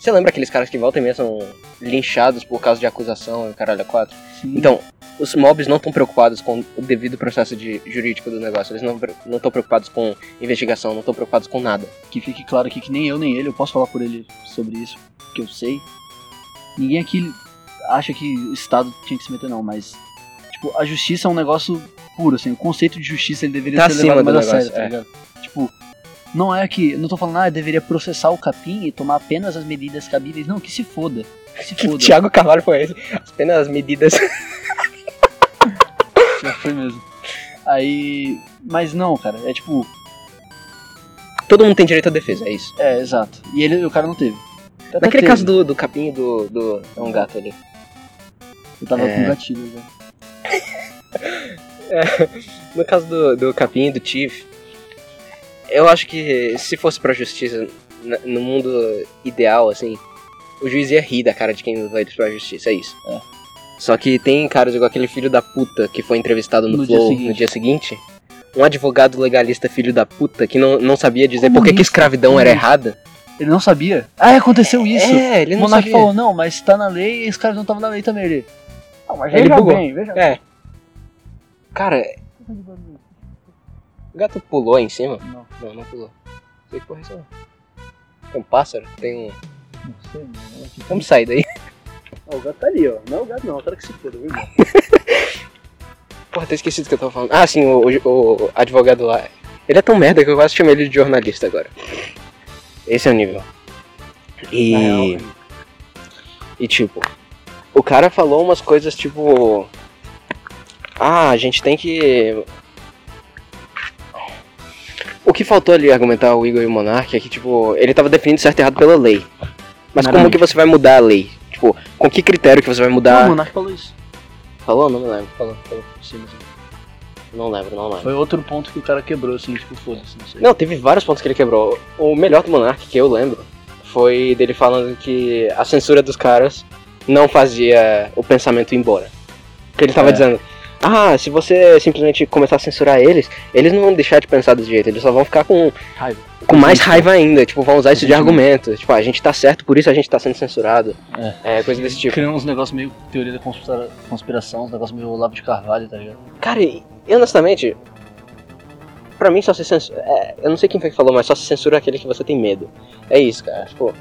S1: Você lembra aqueles caras que voltam e meia são linchados por causa de acusação e o caralho a quatro?
S2: Sim.
S1: Então, os mobs não estão preocupados com o devido processo de, jurídico do negócio, eles não não estão preocupados com investigação, não estão preocupados com [LAUGHS] nada.
S2: que fique claro aqui que nem eu nem ele, eu posso falar por ele sobre isso, que eu sei. Ninguém aqui acha que o Estado tinha que se meter não, mas tipo, a justiça é um negócio puro, assim, o conceito de justiça ele deveria
S1: Tá
S2: ser
S1: acima
S2: levado
S1: do
S2: mais a
S1: negócio, é.
S2: sério, tá ligado? Tipo, não é que, eu não tô falando, ah, deveria processar o capim e tomar apenas as medidas cabíveis, não, que se foda,
S1: [LAUGHS]
S2: que se foda.
S1: Tiago Carvalho foi esse. Apenas as medidas.
S2: Já foi mesmo. Aí, mas não, cara, é tipo,
S1: Todo mundo tem direito à defesa, é isso.
S2: é, exato. E ele, o cara não teve. Até
S1: Naquele
S2: teve.
S1: caso do, do capim e do, do. É um gato ali.
S2: Eu tava
S1: É.
S2: com gatilho já.
S1: No caso do, do Capim e do Tiff, eu acho que se fosse pra justiça, na- no mundo ideal, assim, o juiz ia rir da cara de quem vai pra justiça, é isso.
S2: É.
S1: Só que tem caras igual aquele filho da puta que foi entrevistado no,
S2: No dia
S1: Flow
S2: seguinte.
S1: no dia seguinte. Um advogado legalista filho da puta que não, não sabia dizer por que que
S2: Comunista,
S1: escravidão era errada.
S2: Ele não sabia? Ah, aconteceu isso!
S1: É, ele
S2: O
S1: não
S2: Monark
S1: sabia.
S2: falou, não, mas tá na lei e esse cara não tava na lei também. Ele, ah, mas
S1: Ele
S2: veja
S1: bugou.
S2: bem, veja bem.
S1: É. Cara, o gato pulou em cima.
S2: Não,
S1: Não, não pulou. Sei que porra é isso não. Tem um pássaro? Tem um.
S2: não sei, mano.
S1: Vamos sair daí. [LAUGHS]
S2: Ó, o gato tá ali, ó. Não é o gato não, o cara que se foda, viu?
S1: Porra, até esqueci do que eu tava falando. Ah, sim, o, o- o advogado lá. Ele é tão merda que eu quase chamei ele de jornalista agora. Esse é o nível.
S2: Na
S1: E. tá-
S2: real, né?
S1: E tipo. O cara falou umas coisas tipo. Ah, a gente tem que. O que faltou ali argumentar o Igor e o Monark é que, tipo, ele tava definindo certo e errado pela lei. Mas como
S2: Maravilha.
S1: que você vai mudar a lei? Tipo, com que critério que você vai mudar?
S2: Não, o Monark falou isso.
S1: Falou? Não me lembro. Falou, falou.
S2: Sim, mas
S1: Não lembro, não lembro.
S2: assim. foi outro ponto que o cara quebrou, assim, tipo, foda-se, não sei.
S1: Não, teve vários pontos que ele quebrou. O melhor do Monark, que eu lembro, foi dele falando que a censura dos caras não fazia o pensamento ir embora. Que ele tava
S2: É.
S1: dizendo, ah, se você simplesmente começar a censurar eles, eles não vão deixar de pensar desse jeito, eles só vão ficar com,
S2: Raiva. Uhum.
S1: com mais raiva ainda, tipo, vão usar isso de
S2: Entendi.
S1: argumento. Tipo, ah, a gente tá certo, por isso a gente tá sendo censurado. É, coisa desse tipo.
S2: Criou uns negócios meio teoria da conspira- conspiração, uns negócios meio Olavo de Carvalho, tá ligado?
S1: Cara, e e honestamente, pra mim só se censura. eu não sei quem foi que falou, mas só se censura aquele que você tem medo. É isso, cara. Tipo,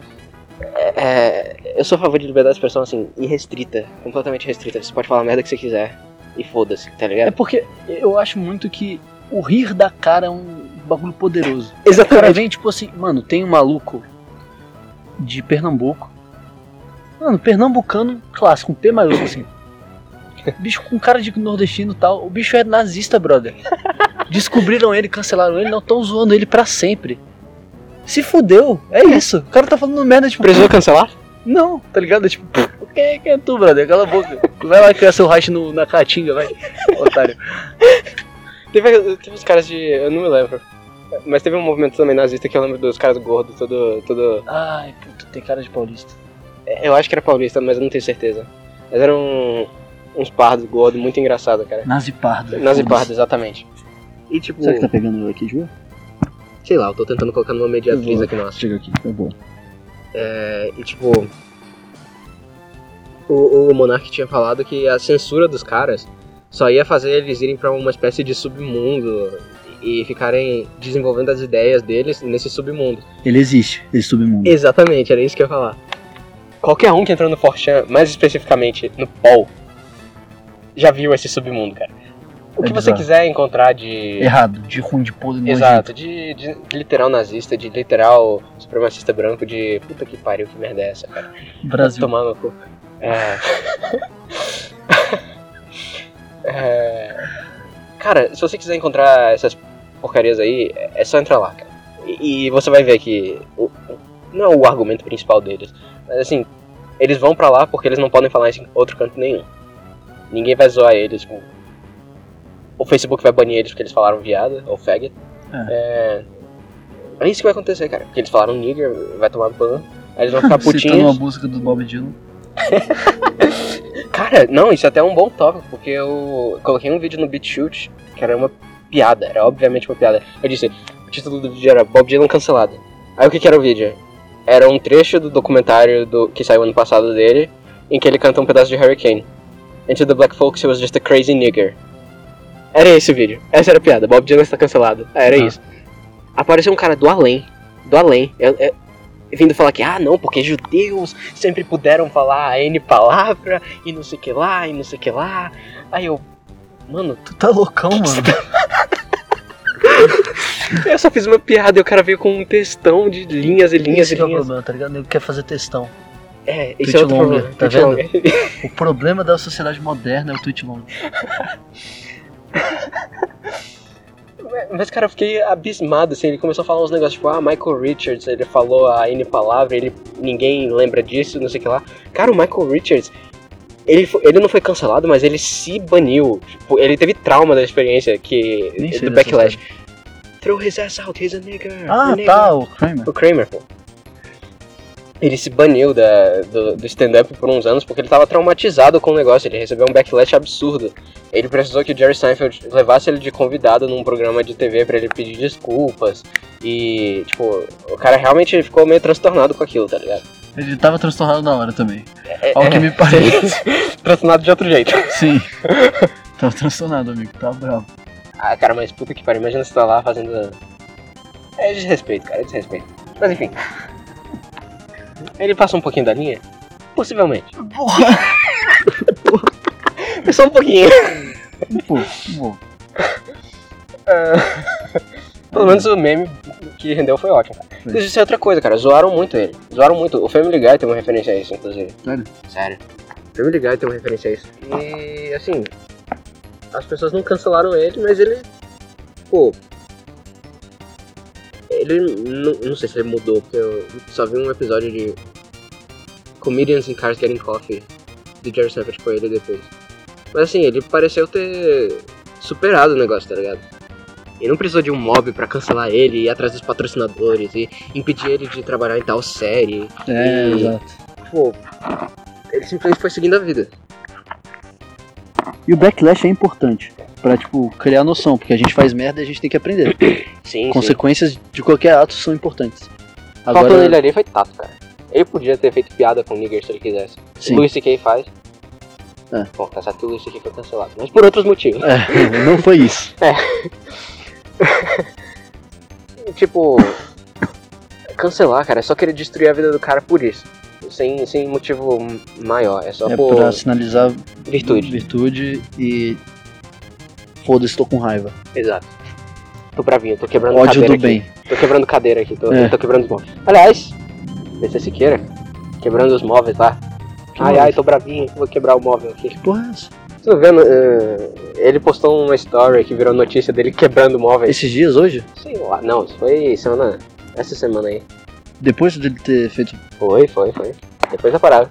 S1: é, É, eu sou a favor de liberdade de expressão, assim, irrestrita. Completamente restrita. Você pode falar a merda que você quiser. E foda-se, tá
S2: É
S1: ligado?
S2: porque eu acho muito que o rir da cara é um bagulho poderoso. O cara
S1: Exatamente.
S2: vem, tipo assim, mano, tem um maluco de Pernambuco. Mano, pernambucano clássico, um P maiúsculo assim. [COUGHS] Bicho com cara de nordestino e tal. O bicho é nazista, brother. Descobriram ele, cancelaram ele, não estão zoando ele pra sempre. Se fudeu, é isso. O cara tá falando merda,
S1: [LAUGHS]
S2: tipo,
S1: Precisou cancelar?
S2: não, tá ligado? É Tipo, "Pff, quem, quem é tu, brother? Cala a boca. Vai lá criar seu racha no- na caatinga, vai, otário.
S1: Teve, teve os caras de. Eu não me lembro. Mas teve um movimento também nazista que eu lembro dos caras gordos, todo. todo
S2: Ai, puta, tem cara de paulista.
S1: eu acho que era paulista, mas eu não tenho certeza. Mas eram uns pardos gordos, muito engraçado, cara.
S2: Nazi pardo. tá
S1: Nazi pardo, exatamente. E tipo.
S2: pegando eu aqui, Ju?
S1: Sei lá, eu tô tentando colocar numa mediatriz
S2: Uhum.
S1: aqui nossa.
S2: Chega aqui, tá bom.
S1: É, e tipo. O, o Monark tinha falado que a censura dos caras só ia fazer eles irem pra uma espécie de submundo e ficarem desenvolvendo as ideias deles nesse submundo.
S2: Ele existe, esse submundo.
S1: Exatamente, era isso que eu ia falar. Qualquer um que entrou no Forchan, mais especificamente no Paul, já viu esse submundo, cara. O
S2: É
S1: que você
S2: bizarro.
S1: quiser encontrar de.
S2: Errado, de ruim, de podre, nojento.
S1: Exato, de, de literal nazista, de literal supremacista branco, de puta que pariu, que merda é essa, cara.
S2: [LAUGHS] Brasil.
S1: Tomar no cu. É... [LAUGHS] É, Cara, se você quiser encontrar essas porcarias aí, é- é só entrar lá, cara. E, e você vai ver que. o- o- não é o argumento principal deles, mas assim, eles vão pra lá porque eles não podem falar isso em outro canto nenhum. Ninguém vai zoar eles. Tipo, o Facebook vai banir eles porque eles falaram viada ou faggot. É. é isso que vai acontecer, cara. Porque eles falaram nigger, vai tomar ban. Aí eles vão
S2: [LAUGHS]
S1: ficar
S2: Citando uma
S1: putinhos.
S2: tá música do Bob Dylan.
S1: Cara, não, isso é até um bom tópico, porque eu coloquei um vídeo no BitChute, que era uma piada, era obviamente uma piada. Eu disse, o título do vídeo era Bob Dylan cancelado. Aí o que que era o vídeo? Era um trecho do documentário do que saiu ano passado dele, em que ele canta um pedaço de Hurricane. And to the black folks he was just a crazy nigger. Era esse o vídeo. Essa era a piada, Bob Dylan está cancelado. Ah, era
S2: Ah.
S1: isso. Apareceu um cara do além, do além. Eu- eu- vindo falar que, ah, não, porque judeus sempre puderam falar a N palavra e não sei o que lá, e não sei o que lá. Aí eu, mano,
S2: Tu tá loucão, mano.
S1: eu só fiz uma piada e o cara veio com um textão de linhas e linhas
S2: Esse
S1: e
S2: que é o
S1: linhas.
S2: problema, tá ligado? Ele quer fazer textão.
S1: É,
S2: Tweet
S1: esse é outro
S2: longa,
S1: problema.
S2: tá
S1: Tweet
S2: vendo?
S1: longa.
S2: O problema da sociedade moderna é o tweet longo.
S1: É, Mas, cara, eu fiquei abismado, assim, ele começou a falar uns negócios tipo, ah, Michael Richards, ele falou a N palavra, ele, ninguém lembra disso, não sei o que lá. Cara, o Michael Richards, ele, fo- ele não foi cancelado, mas ele se baniu. Tipo, ele teve trauma da experiência que,
S2: Nem sei
S1: do
S2: dessa
S1: backlash. Throw his ass out, he's a nigger.
S2: é Ah,
S1: a nigger.
S2: tá, o Kramer.
S1: O Kramer, pô. Ele se baniu da, do, do stand-up por uns anos porque ele tava traumatizado com o negócio. Ele recebeu um backlash absurdo. Ele precisou que o Jerry Seinfeld levasse ele de convidado num programa de TV pra ele pedir desculpas. E, tipo, o cara realmente ficou meio transtornado com aquilo, tá ligado?
S2: Ele tava transtornado na hora também. Ao que me parece.
S1: transtornado de outro jeito. [LAUGHS]
S2: Sim. Tava transtornado, amigo. Tava bravo.
S1: Ah, cara, mas puta que pariu. Imagina você tá lá fazendo. É desrespeito, cara, é desrespeito. Mas enfim. Ele passou um pouquinho da linha? Possivelmente.
S2: Porra.
S1: Só um pouquinho.
S2: Pô, pô.
S1: Pelo menos o meme que rendeu foi ótimo. Cara.
S2: Foi.
S1: Mas Isso é outra coisa, cara. Zoaram muito ele. Zoaram muito. O Family Guy tem uma referência a isso, inclusive.
S2: Sério?
S1: Sério. O Family Guy tem uma referência a isso. E, assim, as pessoas não cancelaram ele, mas ele, pô... Ele, não, não sei se ele mudou, porque eu só vi um episódio de Comedians in Cars Getting Coffee, do Jerry Seinfeld com ele depois. Mas assim, ele pareceu ter superado o negócio, tá ligado? Ele não precisou de um mob pra cancelar ele, ir atrás dos patrocinadores e impedir ele de trabalhar em tal série.
S2: É,
S1: E-
S2: exato.
S1: Pô, ele simplesmente foi seguindo a vida.
S2: E o backlash é importante pra, tipo, criar noção, porque a gente faz merda e a gente tem que aprender.
S1: Sim,
S2: Consequências de qualquer ato são importantes.
S1: Faltou ele
S2: Agora,
S1: ali foi Tato, cara. Ele podia ter feito piada com o Nigger se ele quisesse.
S2: sim.
S1: Luis C.K. faz.
S2: É.
S1: Bom, tá certo que o Luis C.K. foi cancelado, mas por outros motivos.
S2: É, [LAUGHS] não foi isso.
S1: é Tipo, cancelar, cara, é só querer destruir a vida do cara por isso. sem, sem motivo maior, é só
S2: É
S1: por
S2: pra sinalizar
S1: virtude.
S2: virtude e. Foda-se, tô com raiva.
S1: Exato. Tô bravinho, tô quebrando
S2: Ódio
S1: cadeira
S2: do
S1: Tá aqui.
S2: bem.
S1: Tô quebrando cadeira aqui, tô,
S2: É.
S1: tô quebrando os móveis. Aliás, PC Siqueira, quebrando os móveis lá.
S2: Que
S1: Ai,
S2: móvel?
S1: ai, tô bravinho, vou quebrar o móvel aqui.
S2: Que porra é essa?
S1: Tô vendo, eh, ele postou uma story que virou notícia dele quebrando móveis.
S2: Esses dias, hoje?
S1: Sei lá, não, isso foi semana, essa semana aí.
S2: Depois dele ter feito.
S1: Foi, foi, foi. Depois da parada.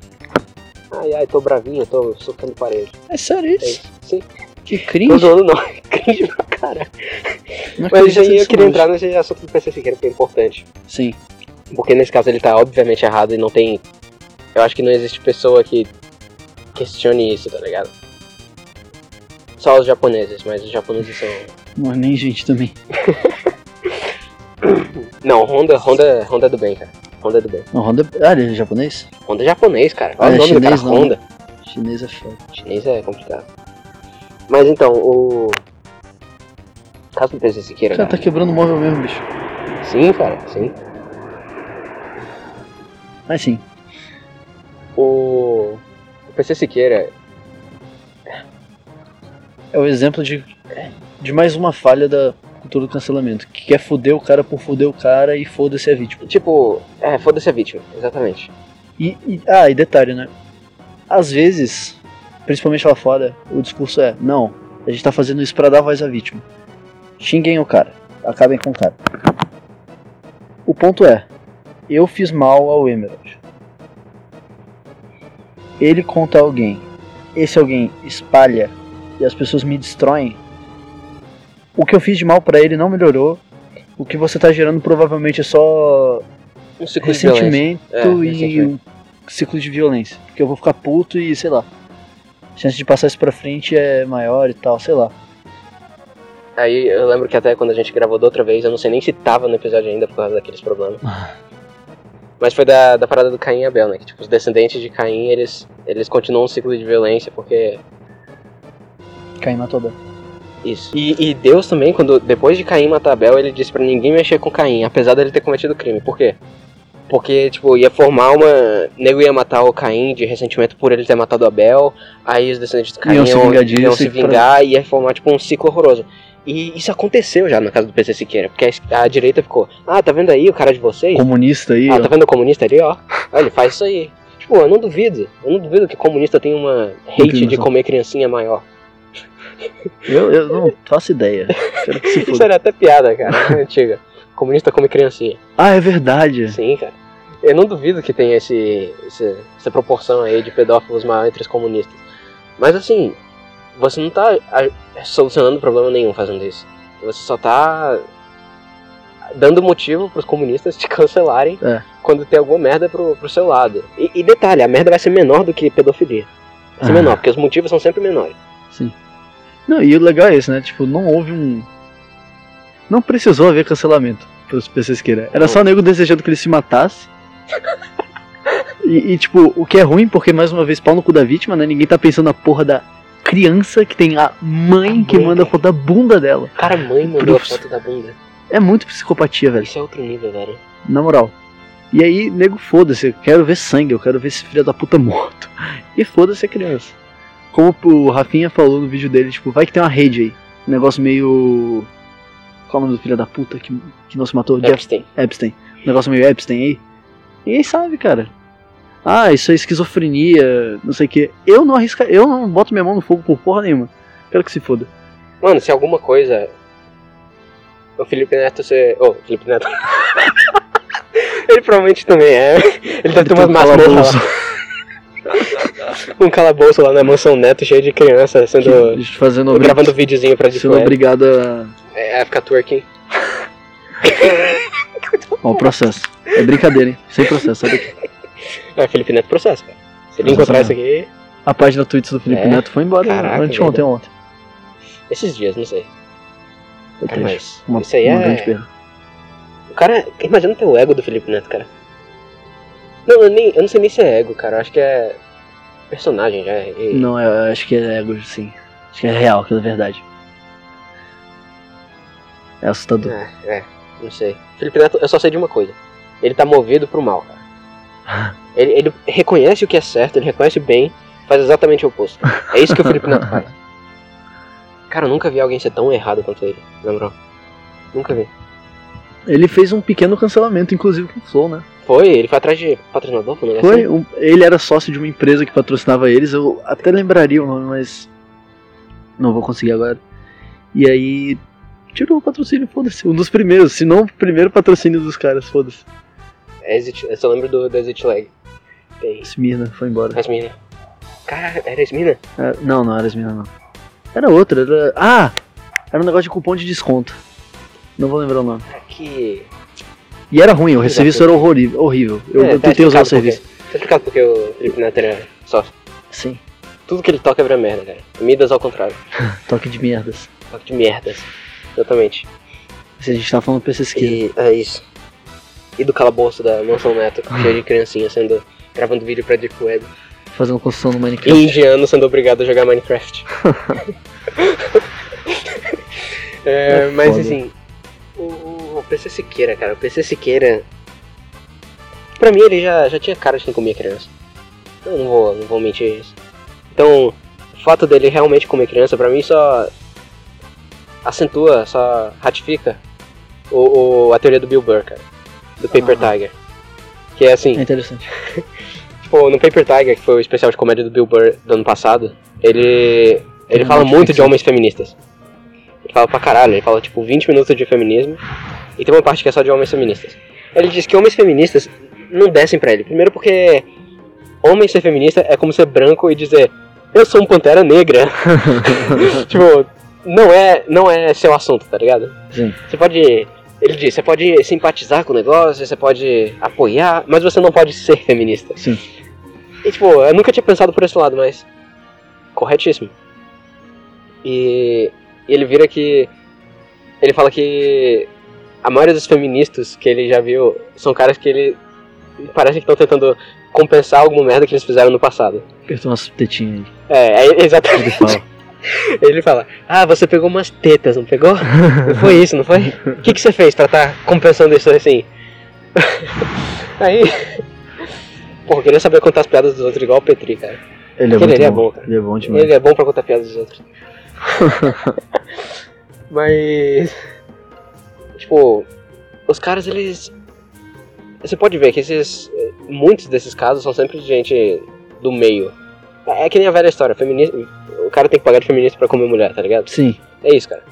S1: Ai, ai, tô bravinho, tô socando parede.
S2: É sério
S1: É
S2: isso?
S1: isso. Sim,
S2: Que
S1: tô
S2: cringe.
S1: zoando
S2: [LAUGHS]
S1: não, é cringe pra caralho.
S2: Não
S1: Mas
S2: acredito
S1: aí eu
S2: nisso
S1: queria
S2: hoje.
S1: entrar nesse assunto do PC Siqueira, que é importante.
S2: Sim.
S1: Porque nesse caso ele tá obviamente errado e não tem. Eu acho que não existe pessoa que questione isso, tá ligado? Só os japoneses, mas os japoneses são.
S2: Mas é nem gente também.
S1: Não, Honda, Honda, Honda é do bem, cara. Honda é do bem.
S2: Não, Honda. Ah, ele é japonês?
S1: Honda é japonês, cara. Olha
S2: É,
S1: o nome
S2: chinês
S1: do cara,
S2: não.
S1: Honda.
S2: Chinês é foda.
S1: Chinês é complicado. Mas então, o. Caso do PC Siqueira,
S2: O cara
S1: cara.
S2: tá quebrando o móvel mesmo, bicho.
S1: Sim, cara, sim.
S2: Mas sim.
S1: O. O PC Siqueira,
S2: É o exemplo de, de mais uma falha da cultura do cancelamento. Que quer foder o cara por foder o cara e foda-se a vítima.
S1: tipo. É, foda-se a vítima, exatamente.
S2: E, e- ah, e detalhe, né? Às vezes, principalmente lá fora, o discurso é: não, a gente tá fazendo isso pra dar voz à vítima. Xinguem o cara, acabem com o cara. O ponto é: eu fiz mal ao Emerald. Ele conta a alguém, esse alguém espalha e as pessoas me destroem. O que eu fiz de mal pra ele não melhorou. O que você tá gerando provavelmente é só
S1: Um ciclo de violência.
S2: ressentimento
S1: É,
S2: e um
S1: ressentimento.
S2: ciclo de violência. Porque eu vou ficar puto e sei lá. A chance de passar isso pra frente é maior e tal, sei lá.
S1: Aí eu lembro que até quando a gente gravou da outra vez, eu não sei nem se tava no episódio ainda por causa daqueles problemas. Mas foi da, da parada do Caim e Abel, né? Que tipo, os descendentes de Caim, eles, eles continuam um ciclo de violência porque.
S2: Cair na toda.
S1: Isso. E, e Deus também, quando depois de Caim matar Abel, ele disse pra ninguém mexer com Caim, apesar dele ter cometido crime. Por quê? Porque, tipo, ia formar uma. Nego ia matar o Caim de ressentimento por ele ter matado Abel. Aí os descendentes do Caim
S2: Iam se
S1: iam,
S2: vingar disso
S1: iam se
S2: e pra-
S1: vingar e ia formar, tipo, um ciclo horroroso. E isso aconteceu já na casa do PC Siqueira, porque a es- a, direita ficou, ah, tá vendo aí o cara de vocês?
S2: Comunista aí,
S1: ah,
S2: ó.
S1: tá vendo o comunista ali, ó? Olha, ele faz isso aí. Tipo, eu não duvido. Eu não duvido que comunista tenha uma hate de
S2: Inclinação.
S1: comer criancinha maior.
S2: Eu, eu não faço ideia. Quero que se
S1: [LAUGHS] Isso
S2: foda.
S1: era até piada,
S2: [LAUGHS]
S1: cara. é Antiga. Comunista come criancinha.
S2: Ah, é verdade.
S1: Sim, cara. Eu não duvido que tenha esse, esse- essa proporção aí de pedófilos maior entre os comunistas. Mas assim, você não tá a- solucionando problema nenhum fazendo isso. Você só tá dando motivo pros comunistas te [LAUGHS] cancelarem
S2: É.
S1: quando tem alguma merda pro, pro seu lado. E, e detalhe, a merda vai ser menor do que pedofilia. Vai ser
S2: Ah.
S1: menor, porque os motivos são sempre menores.
S2: Sim. Não, e o legal é isso, né? Tipo, não houve um. Não precisou haver cancelamento pelos PCs queira. Era só o nego desejando que ele se matasse. E, e, tipo, o que é ruim, porque mais uma vez, pau no cu da vítima, né? Ninguém tá pensando na porra da criança que tem a mãe que
S1: Mãe.
S2: manda a foto da bunda dela.
S1: Cara, a mãe mandou a
S2: Putz.
S1: foto da bunda.
S2: É muito psicopatia, velho.
S1: Isso é outro nível, velho.
S2: Na moral. E aí, nego, foda-se, eu quero ver sangue, eu quero ver esse filho da puta [LAUGHS] morto. E foda-se a criança. Como o Rafinha falou no vídeo dele, tipo, vai que tem uma rede aí. Um negócio meio. Qual é o nome do filho da puta que, que não se matou? Jeff
S1: Epstein.
S2: Epstein. Um negócio meio Epstein aí. Ninguém sabe, cara. Ah, isso é esquizofrenia, não sei o que. Eu não arrisco, eu não boto minha mão no fogo por porra nenhuma. Quero que se foda.
S1: Mano, se alguma coisa. O Felipe Neto ser. Ô, Felipe Neto. [LAUGHS] ele provavelmente também é. Ele deve ter
S2: tá
S1: umas masmorras lá. Um calabouço lá na mansão Neto, cheio de criança, sendo.
S2: Que- Fazendo obri-
S1: gravando videozinho pra
S2: sendo
S1: difuir.
S2: obrigado a
S1: É, é ficar twerking.
S2: Ó, o processo. É brincadeira, hein? Sem processo, sabe?
S1: É, Felipe Neto processo, cara. Se ele
S2: Processa
S1: encontrar isso
S2: mesmo.
S1: aqui.
S2: A página do Twitter do Felipe
S1: É?
S2: Neto foi embora
S1: Caraca,
S2: anteontem, ontem.
S1: Esses dias, não sei.
S2: Foi
S1: Cara,
S2: triste.
S1: mas.
S2: Uma,
S1: isso aí
S2: uma grande
S1: é.
S2: perda.
S1: O cara. Imagina ter o ego do Felipe Neto, cara. Não, eu, nem, eu não sei nem se é ego, cara. Eu acho que é. Personagem já. E...
S2: Não, eu acho que é ego, sim. Acho que é real, que é verdade. É assustador. [LAUGHS]
S1: É, é, não sei. Felipe Neto, eu só sei de uma coisa. Ele tá movido pro mal, cara. Ele, ele reconhece o que é certo, ele reconhece o bem, faz exatamente o oposto. É isso que o Felipe Neto
S2: [LAUGHS]
S1: faz. Cara, eu nunca vi alguém ser tão errado quanto ele, na moral. Nunca vi.
S2: Ele fez um pequeno cancelamento, inclusive, com o Flow, né?
S1: Foi, ele foi atrás de patrocinador, foi um negócio
S2: Foi, um- ele era sócio de uma empresa que patrocinava eles, eu até lembraria o nome, mas não vou conseguir agora. E aí tirou o patrocínio, foda-se, um dos primeiros, se não o primeiro patrocínio dos caras, foda-se.
S1: assim? Exit, eu só lembro do, do Exit Lag. Tem
S2: Esmirna foi embora.
S1: Asmina. Cara, era Asmina?
S2: Ah, não, não era Esmirna, não. Era outra, era... Ah! Era um negócio de cupom de desconto. Não vou lembrar o nome.
S1: Ah, que...
S2: E era ruim, o
S1: Filho da
S2: serviço
S1: puta.
S2: era horrível. horrível. Eu,
S1: É,
S2: eu
S1: tá
S2: tentei usar o
S1: explicado por quê.
S2: serviço.
S1: Tá explicado porque o Felipe Neto era sócio.
S2: Sim,
S1: Tudo que ele toca vira merda, cara. Midas ao contrário.
S2: toque de merdas.
S1: Toque de merdas. Exatamente.
S2: Se a gente tá falando do PC Esquerda.
S1: E é isso. E do calabouço da Mansão Neto, cheio de criancinha sendo. gravando vídeo pra Deep Web.
S2: Fazendo construção no
S1: E
S2: Minecraft.
S1: indiano sendo obrigado a jogar
S2: [LAUGHS]
S1: Minecraft. É,
S2: É
S1: mas
S2: foda.
S1: assim. O, o- o PC Siqueira, cara. O PC Siqueira. Pra mim ele já, já tinha cara de quem comia criança. Eu não vou, não vou mentir isso. Então, o fato dele realmente comer criança, pra mim só. acentua, só ratifica o, o- a teoria do Bill Burr, cara. Do Paper
S2: Aham.
S1: Tiger. Que é assim.
S2: É interessante. [LAUGHS]
S1: Tipo, no Paper Tiger, que foi o especial de comédia do Bill Burr do ano passado, ele. Ele
S2: um
S1: fala
S2: monte de
S1: muito de
S2: ficção.
S1: homens feministas. Ele fala pra caralho, ele fala tipo 20 minutos de feminismo e tem uma parte que é só de homens feministas. Ele diz que homens feministas não descem pra ele. Primeiro porque homem ser feminista é como ser branco e dizer eu sou um pantera negra. [LAUGHS] tipo, não é, não é seu assunto, tá ligado?
S2: Sim.
S1: Você pode. Ele diz, você pode simpatizar com o negócio, você pode apoiar, mas você não pode ser feminista.
S2: Sim.
S1: E tipo, eu nunca tinha pensado por esse lado, mas. Corretíssimo. E ele vira que. Ele fala que a maioria dos feministas que ele já viu são caras que ele. Parece que estão tentando compensar alguma merda que eles fizeram no passado.
S2: Apertou umas tetinhas aí.
S1: É, é
S2: Ele
S1: exatamente. [LAUGHS]
S2: fala.
S1: Ele fala, ah, você pegou umas tetas, não pegou? Não foi isso, não foi? O que, que você fez pra estar compensando isso assim? [LAUGHS] Aí. [LAUGHS] Porra, eu queria saber contar as piadas dos outros igual o Petri, cara.
S2: Ele
S1: Aquele
S2: é muito
S1: ali é
S2: bom.
S1: bom, cara.
S2: Ele é bom demais.
S1: Ele é bom pra contar piadas dos outros. Mas. Tipo, os caras, eles. Você pode ver que esses. Muitos desses casos são sempre de gente do meio. É que nem a velha história, feminista. O cara tem que pagar de feminista pra comer mulher, tá ligado?
S2: Sim,
S1: É isso, cara.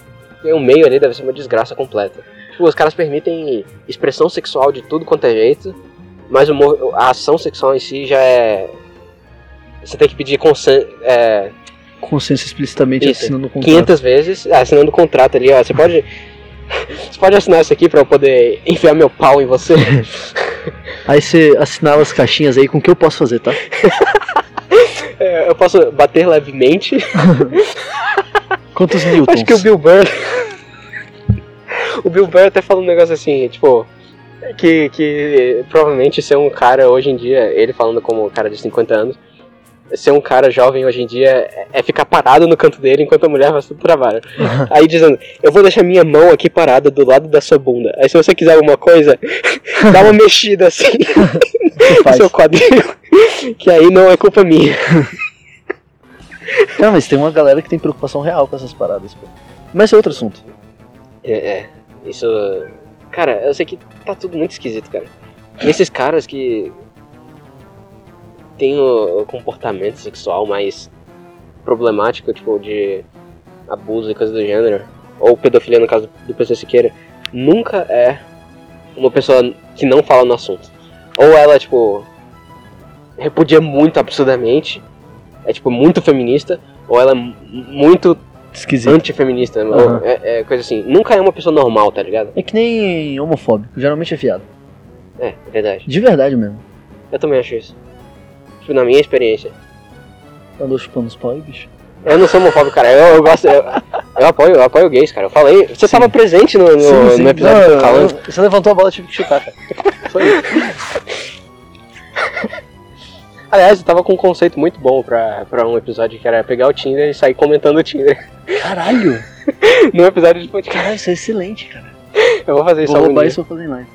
S1: E o meio ali deve ser uma desgraça completa. Tipo, os caras permitem expressão sexual de tudo quanto é jeito, mas o mo- a ação sexual em si já é. Você tem que pedir consen é,
S2: consenso explicitamente
S1: Isso.
S2: assinando o contrato.
S1: 500 vezes, assinando o contrato ali, ó. Você pode. [LAUGHS] Você pode assinar isso aqui pra eu poder enfiar meu pau em você?
S2: Aí você assinava as caixinhas aí com o que eu posso fazer, tá?
S1: É, eu posso bater levemente?
S2: Quantos
S1: [LAUGHS]
S2: newtons?
S1: Acho que o Bill Burr. [LAUGHS] o Bill Burr até fala um negócio assim, tipo. Que, que provavelmente ser um cara hoje em dia, ele falando como um cara de 50 anos, ser um cara jovem hoje em dia é- é ficar parado no canto dele enquanto a mulher faz todo o
S2: [LAUGHS]
S1: trabalho. Aí dizendo, eu vou deixar minha mão aqui parada do lado da sua bunda. Aí se você quiser alguma coisa, [LAUGHS] dá uma mexida assim
S2: [LAUGHS] que
S1: no
S2: faz.
S1: seu quadril, [LAUGHS] que aí não é culpa minha.
S2: Cara, mas tem uma galera que tem preocupação real com essas paradas, pô. Mas é outro assunto.
S1: É, é. Isso. Cara, eu sei que tá tudo muito esquisito, cara. E esses caras que. têm o, o comportamento sexual mais problemático, tipo, de abuso e coisa do gênero, ou pedofilia no caso do PC Siqueira, nunca é uma pessoa que não fala no assunto. Ou ela, tipo. repudia muito absurdamente, é, tipo, muito feminista, ou ela é mu- muito
S2: Esquisito.
S1: antifeminista,
S2: Aham.
S1: ou- é, é coisa assim. Nunca é uma pessoa normal, tá ligado?
S2: É que nem homofóbico, geralmente é fiado.
S1: É, é verdade.
S2: De verdade mesmo.
S1: Eu também acho isso. Tipo, na minha experiência.
S2: Andou chupando os pau aí, bicho.
S1: Eu não sou homofóbico, cara. Eu, eu gosto. Eu, eu apoio, eu apoio gays, cara. Eu falei. Você
S2: Sim.
S1: tava presente no, no, no episódio
S2: Não,
S1: do Calan.
S2: eu- Você levantou a bola, eu tive que chutar, cara. Foi isso.
S1: Aliás, eu tava com um conceito muito bom pra, pra um episódio que era pegar o Tinder e sair comentando o Tinder. [LAUGHS]
S2: Caralho!
S1: Num episódio de podcast.
S2: Caralho, isso é excelente, cara.
S1: Eu vou fazer isso
S2: Vou
S1: algum
S2: roubar
S1: dia.
S2: isso pra fazer em live.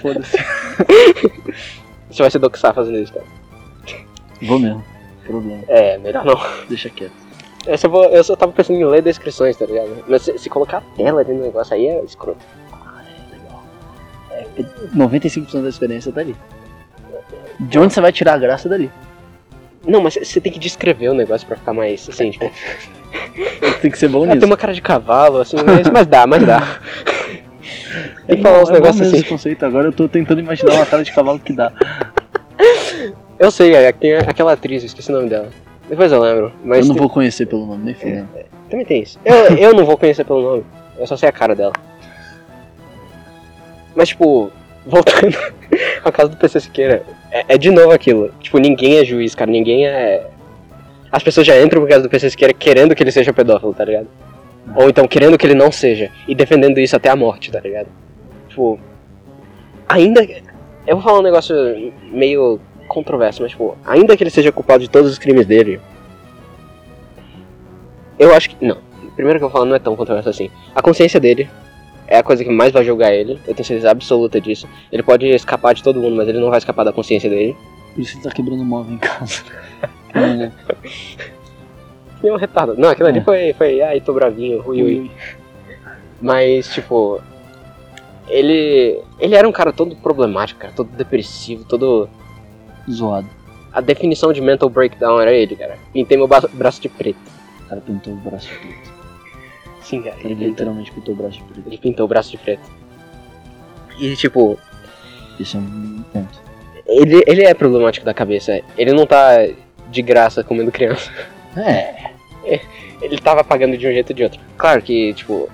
S2: Foda-se.
S1: Você vai se doxar fazendo isso, cara.
S2: Vou mesmo. Problema.
S1: É, melhor não.
S2: Deixa quieto.
S1: Eu só, vou, eu só tava pensando em ler descrições, tá ligado? Mas se, se colocar a tela dentro do negócio aí é escroto.
S2: 95% da experiência tá ali. De onde você vai tirar a graça dali?
S1: Não, mas você tem que descrever o negócio pra ficar mais, assim,
S2: É
S1: tipo...
S2: Tem que ser bom
S1: Ah,
S2: nisso.
S1: tem uma cara de cavalo, assim, mas, mas dá, mas dá.
S2: [LAUGHS]
S1: Tem que falar uns
S2: é bom
S1: negócios assim.
S2: mesmo esse conceito. Agora eu tô tentando imaginar uma cara de cavalo que dá.
S1: Eu sei, é, tem aquela atriz, eu esqueci o nome dela. Depois eu lembro, mas
S2: eu não
S1: tem-
S2: vou conhecer pelo nome, nem fudendo.
S1: também tem isso. Eu, eu não vou conhecer pelo nome, eu só sei a cara dela. Mas, tipo, voltando [LAUGHS] à casa do PC Siqueira, é, é de novo aquilo. Tipo, ninguém é juiz, cara, ninguém é... As pessoas já entram por causa do PC Siqueira querendo que ele seja pedófilo, tá ligado? Ou então querendo que ele não seja, e defendendo isso até a morte, tá ligado? Tipo, ainda... Eu vou falar um negócio meio controverso, mas, tipo, ainda que ele seja culpado de todos os crimes dele, eu acho que. Não. Primeiro que eu vou falar não é tão controverso assim. A consciência dele é a coisa que mais vai julgar ele. Eu tenho certeza absoluta disso. Ele pode escapar de todo mundo, mas ele não vai escapar da consciência dele.
S2: Por isso ele tá quebrando móvel em casa.
S1: [LAUGHS]
S2: Olha,
S1: E é um retardo. Não, aquilo ali
S2: É.
S1: foi, foi. Ai, tô bravinho, ui ui. Mas, tipo. Ele. Ele era um cara todo problemático, cara. Todo depressivo, todo.
S2: Zoado.
S1: A definição de mental breakdown era ele, cara. Pintei meu ba- braço de preto.
S2: O cara pintou o braço de preto.
S1: Sim, cara.
S2: Ele
S1: Ele,
S2: literalmente pintou o braço de preto.
S1: ele pintou o braço de preto. E, tipo,
S2: Esse é um ponto.
S1: Ele, ele é problemático da cabeça. Ele não tá de graça comendo criança. [LAUGHS]
S2: É.
S1: Ele tava pagando de um jeito ou de outro. Claro que, tipo,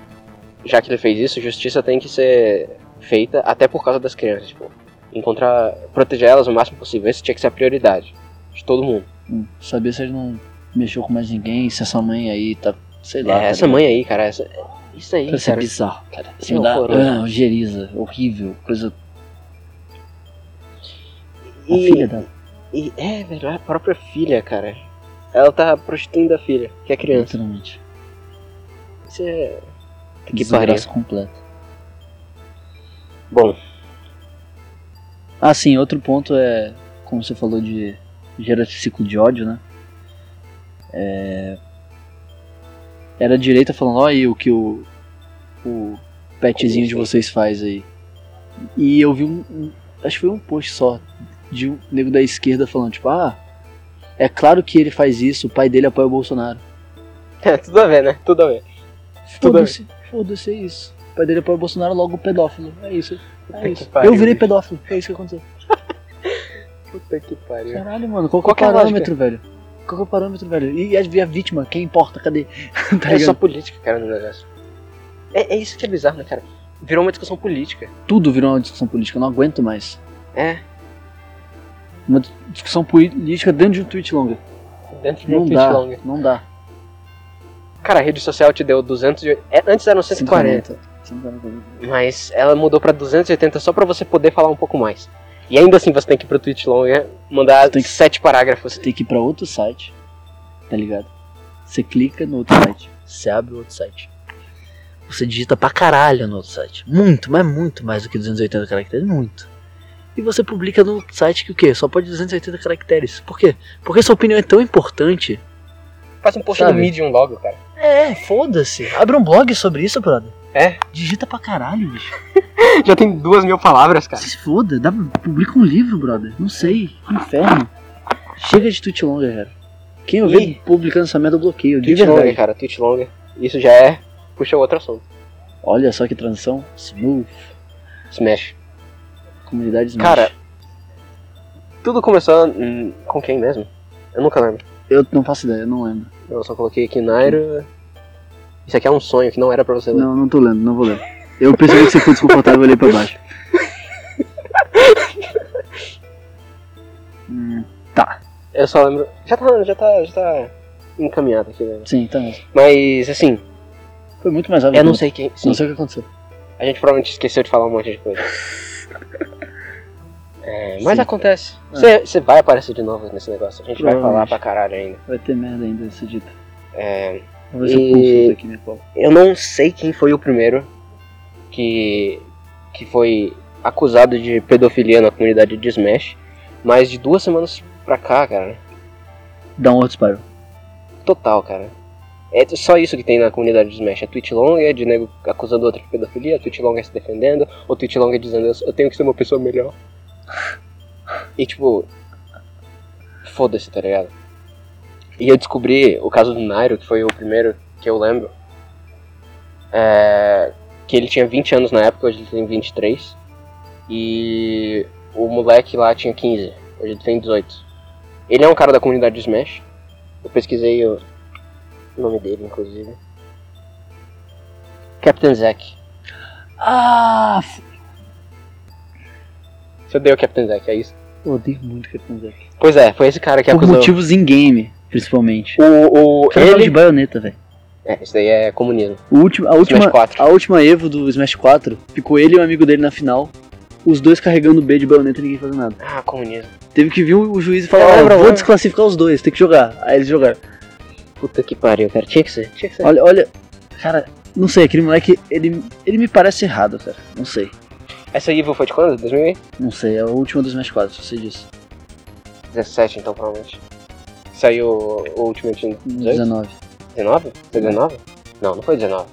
S1: já que ele fez isso, justiça tem que ser feita até por causa das crianças. Tipo, encontrar, proteger elas o máximo possível. Essa tinha que ser a prioridade de todo mundo.
S2: Hum, Saber se ele não mexeu com mais ninguém, se essa mãe aí tá. Sei lá.
S1: É, essa mãe aí, cara, essa, isso aí,
S2: Isso é
S1: cara.
S2: bizarro, cara. Isso
S1: É
S2: me dá
S1: horroroso.
S2: ah, geriza, horrível, coisa. A
S1: E-
S2: filha dela,
S1: e- é, velho, é a própria filha, cara. Ela tá prostituindo a filha, que é criança.
S2: literalmente.
S1: Isso é. Puta Que pariu.
S2: Desgraça completa.
S1: Bom, [LAUGHS]
S2: Ah, sim, outro ponto é, como você falou de gera ciclo de ódio, né? É... Era a direita falando, olha aí o que o, o petzinho de vocês faz aí. E eu vi um, um- acho que foi um post só, de um nego da esquerda falando, tipo, ah, é claro que ele faz isso, o pai dele apoia o Bolsonaro.
S1: é, tudo a ver, né? Tudo a ver. Tudo bem.
S2: Foda-se, foda-se, é isso. O pai dele apoia o Bolsonaro, logo o pedófilo, é isso.
S1: Puta
S2: É
S1: que
S2: isso.
S1: pariu,
S2: Eu virei
S1: bicho.
S2: pedófilo, é isso que aconteceu.
S1: Puta que pariu.
S2: Caralho, mano, qual,
S1: Qual
S2: que é o
S1: que é a
S2: parâmetro, velho? Qual que é o parâmetro, velho? E a, e a vítima, quem importa? Cadê? [LAUGHS] Tá
S1: é só
S2: ligado?
S1: política, cara, no negócio. É, é isso que é bizarro, né, cara? Virou uma discussão política.
S2: Tudo virou uma discussão política, eu não aguento mais.
S1: É,
S2: Uma dis- discussão política dentro de um tweet longa.
S1: dentro de um
S2: Não
S1: tweet
S2: dá,
S1: longa.
S2: não dá.
S1: Cara, a rede social te deu 200 e... é, Antes eram 140,
S2: 140.
S1: mas ela mudou pra 280 só pra você poder falar um pouco mais. E ainda assim você tem que ir pro tweet longa, mandar
S2: Você tem que-
S1: sete parágrafos.
S2: Você tem que ir pra outro site, tá ligado? Você clica no outro site, você abre o outro site. Você digita pra caralho no outro site. Muito, mas muito mais do que 280 caracteres, muito. E você publica no site que o quê? Só pode 280 caracteres. Por quê? Porque sua opinião é tão importante
S1: Faz um post no
S2: Sabe?
S1: Medium logo,
S2: [LAUGHS]
S1: cara.
S2: É, foda-se. Abre um blog sobre isso, brother.
S1: É?
S2: Digita pra caralho, bicho.
S1: Já tem duas mil palavras, cara.
S2: Se foda, dá, publica um livro, brother. Não sei. Que inferno. Chega de tweet longa, cara. Quem eu
S1: Ih.
S2: vejo publicando essa merda, eu bloqueio. De
S1: Tweet longa,
S2: verdade.
S1: cara, tweet longa. Isso já é... Puxa outro assunto.
S2: Olha só que transição. Smooth.
S1: Smash.
S2: Comunidades
S1: Cara, tudo começou hum, com quem mesmo? Eu nunca lembro.
S2: Eu não faço ideia, eu não lembro.
S1: Eu só coloquei aqui Nairo. Isso aqui é um sonho que não era pra você né? ler.
S2: Não, não tô lendo, não vou ler. Eu percebi que você ficou desconfortável e olhei
S1: [LAUGHS]
S2: pra baixo. Hum,
S1: Eu só lembro. Já tá, já tá, já tá encaminhado aqui, né?
S2: sim, tá mesmo.
S1: Mas assim,
S2: Foi muito mais rápido.
S1: eu não
S2: que
S1: sei quem.
S2: eu-
S1: Sim,
S2: Não sei o que aconteceu.
S1: a gente provavelmente esqueceu de falar um monte de
S2: [LAUGHS]
S1: coisa. É, mas
S2: Sim.
S1: acontece. Você você vai aparecer de novo nesse negócio. A gente vai falar
S2: Provavelmente.
S1: pra caralho ainda.
S2: Vai ter merda ainda esse dito.
S1: É,
S2: Vou ver se eu
S1: E-
S2: consulto aqui né, minha pau.
S1: eu não sei quem foi o primeiro que que foi acusado de pedofilia na comunidade de Smash. Mas de duas semanas pra cá, cara,
S2: Downward um Spiral.
S1: total, cara. É só isso que tem na comunidade de Smash. É tweet longa de nego acusando outro de pedofilia, tweet longa se defendendo, ou tweet longa dizendo "Eu- eu tenho que ser uma pessoa melhor. E tipo. Foda-se, tá ligado? E eu descobri o caso do Nairo, que foi o primeiro que eu lembro. É, que ele tinha 20 anos na época, hoje ele tem 23. E o moleque lá tinha 15, hoje ele tem 18. Ele é um cara da comunidade de Smash. Eu pesquisei o nome dele, inclusive. Captain Zack.
S2: Ah,
S1: Você deu Captain Zack, é isso?
S2: eu odeio muito Captain Zack.
S1: Pois é, foi esse cara que
S2: Por
S1: acusou.
S2: motivos em game, principalmente.
S1: O, o,
S2: Você não fala de
S1: ele...
S2: baioneta, velho.
S1: É, isso daí é comunismo.
S2: O último, a última,
S1: Smash 4.
S2: a última Evo do Smash 4, ficou ele e um amigo dele na final, os dois carregando o B de baioneta e ninguém fazendo nada.
S1: Ah, comunismo.
S2: Teve que vir o juiz e falar,
S1: Eu
S2: ó,
S1: lembro, eu
S2: vou
S1: lembro.
S2: desclassificar os dois, tem que jogar. Aí eles jogaram.
S1: Puta que pariu, cara. Tinha que ser. Tinha que ser.
S2: Olha, olha, cara, não sei, aquele moleque, ele, ele me parece errado, cara. Não sei,
S1: Essa Evil foi de quando? 2017,
S2: não sei, é a última do Smash 4, só sei disso.
S1: então, provavelmente. Saiu o o Ultimate em 18?
S2: 19.
S1: 19? Foi 19? Não, não foi 19.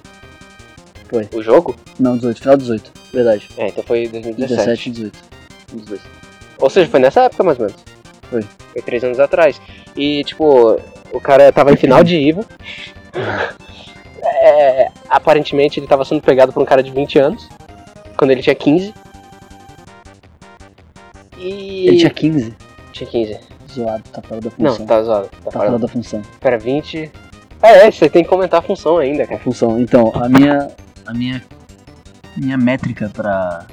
S2: Foi.
S1: O jogo?
S2: Não, 18, final 18, verdade.
S1: É, então foi 2017.
S2: 17 e 18. Um dos dois.
S1: Ou seja, foi nessa época mais ou menos.
S2: Foi.
S1: Foi três anos atrás. E, tipo, o cara tava em final de IVA. É, aparentemente ele tava sendo pegado por um cara de 20 anos. Quando ele tinha 15. E.
S2: Ele tinha 15,
S1: tinha 15.
S2: zoado, tá fora da função.
S1: Não, tá zoado. Tá,
S2: tá
S1: fora.
S2: fora da função.
S1: Pera, 20. Ah, é, você tem que comentar a função ainda,
S2: a
S1: cara.
S2: função. Então, a minha a minha minha métrica pra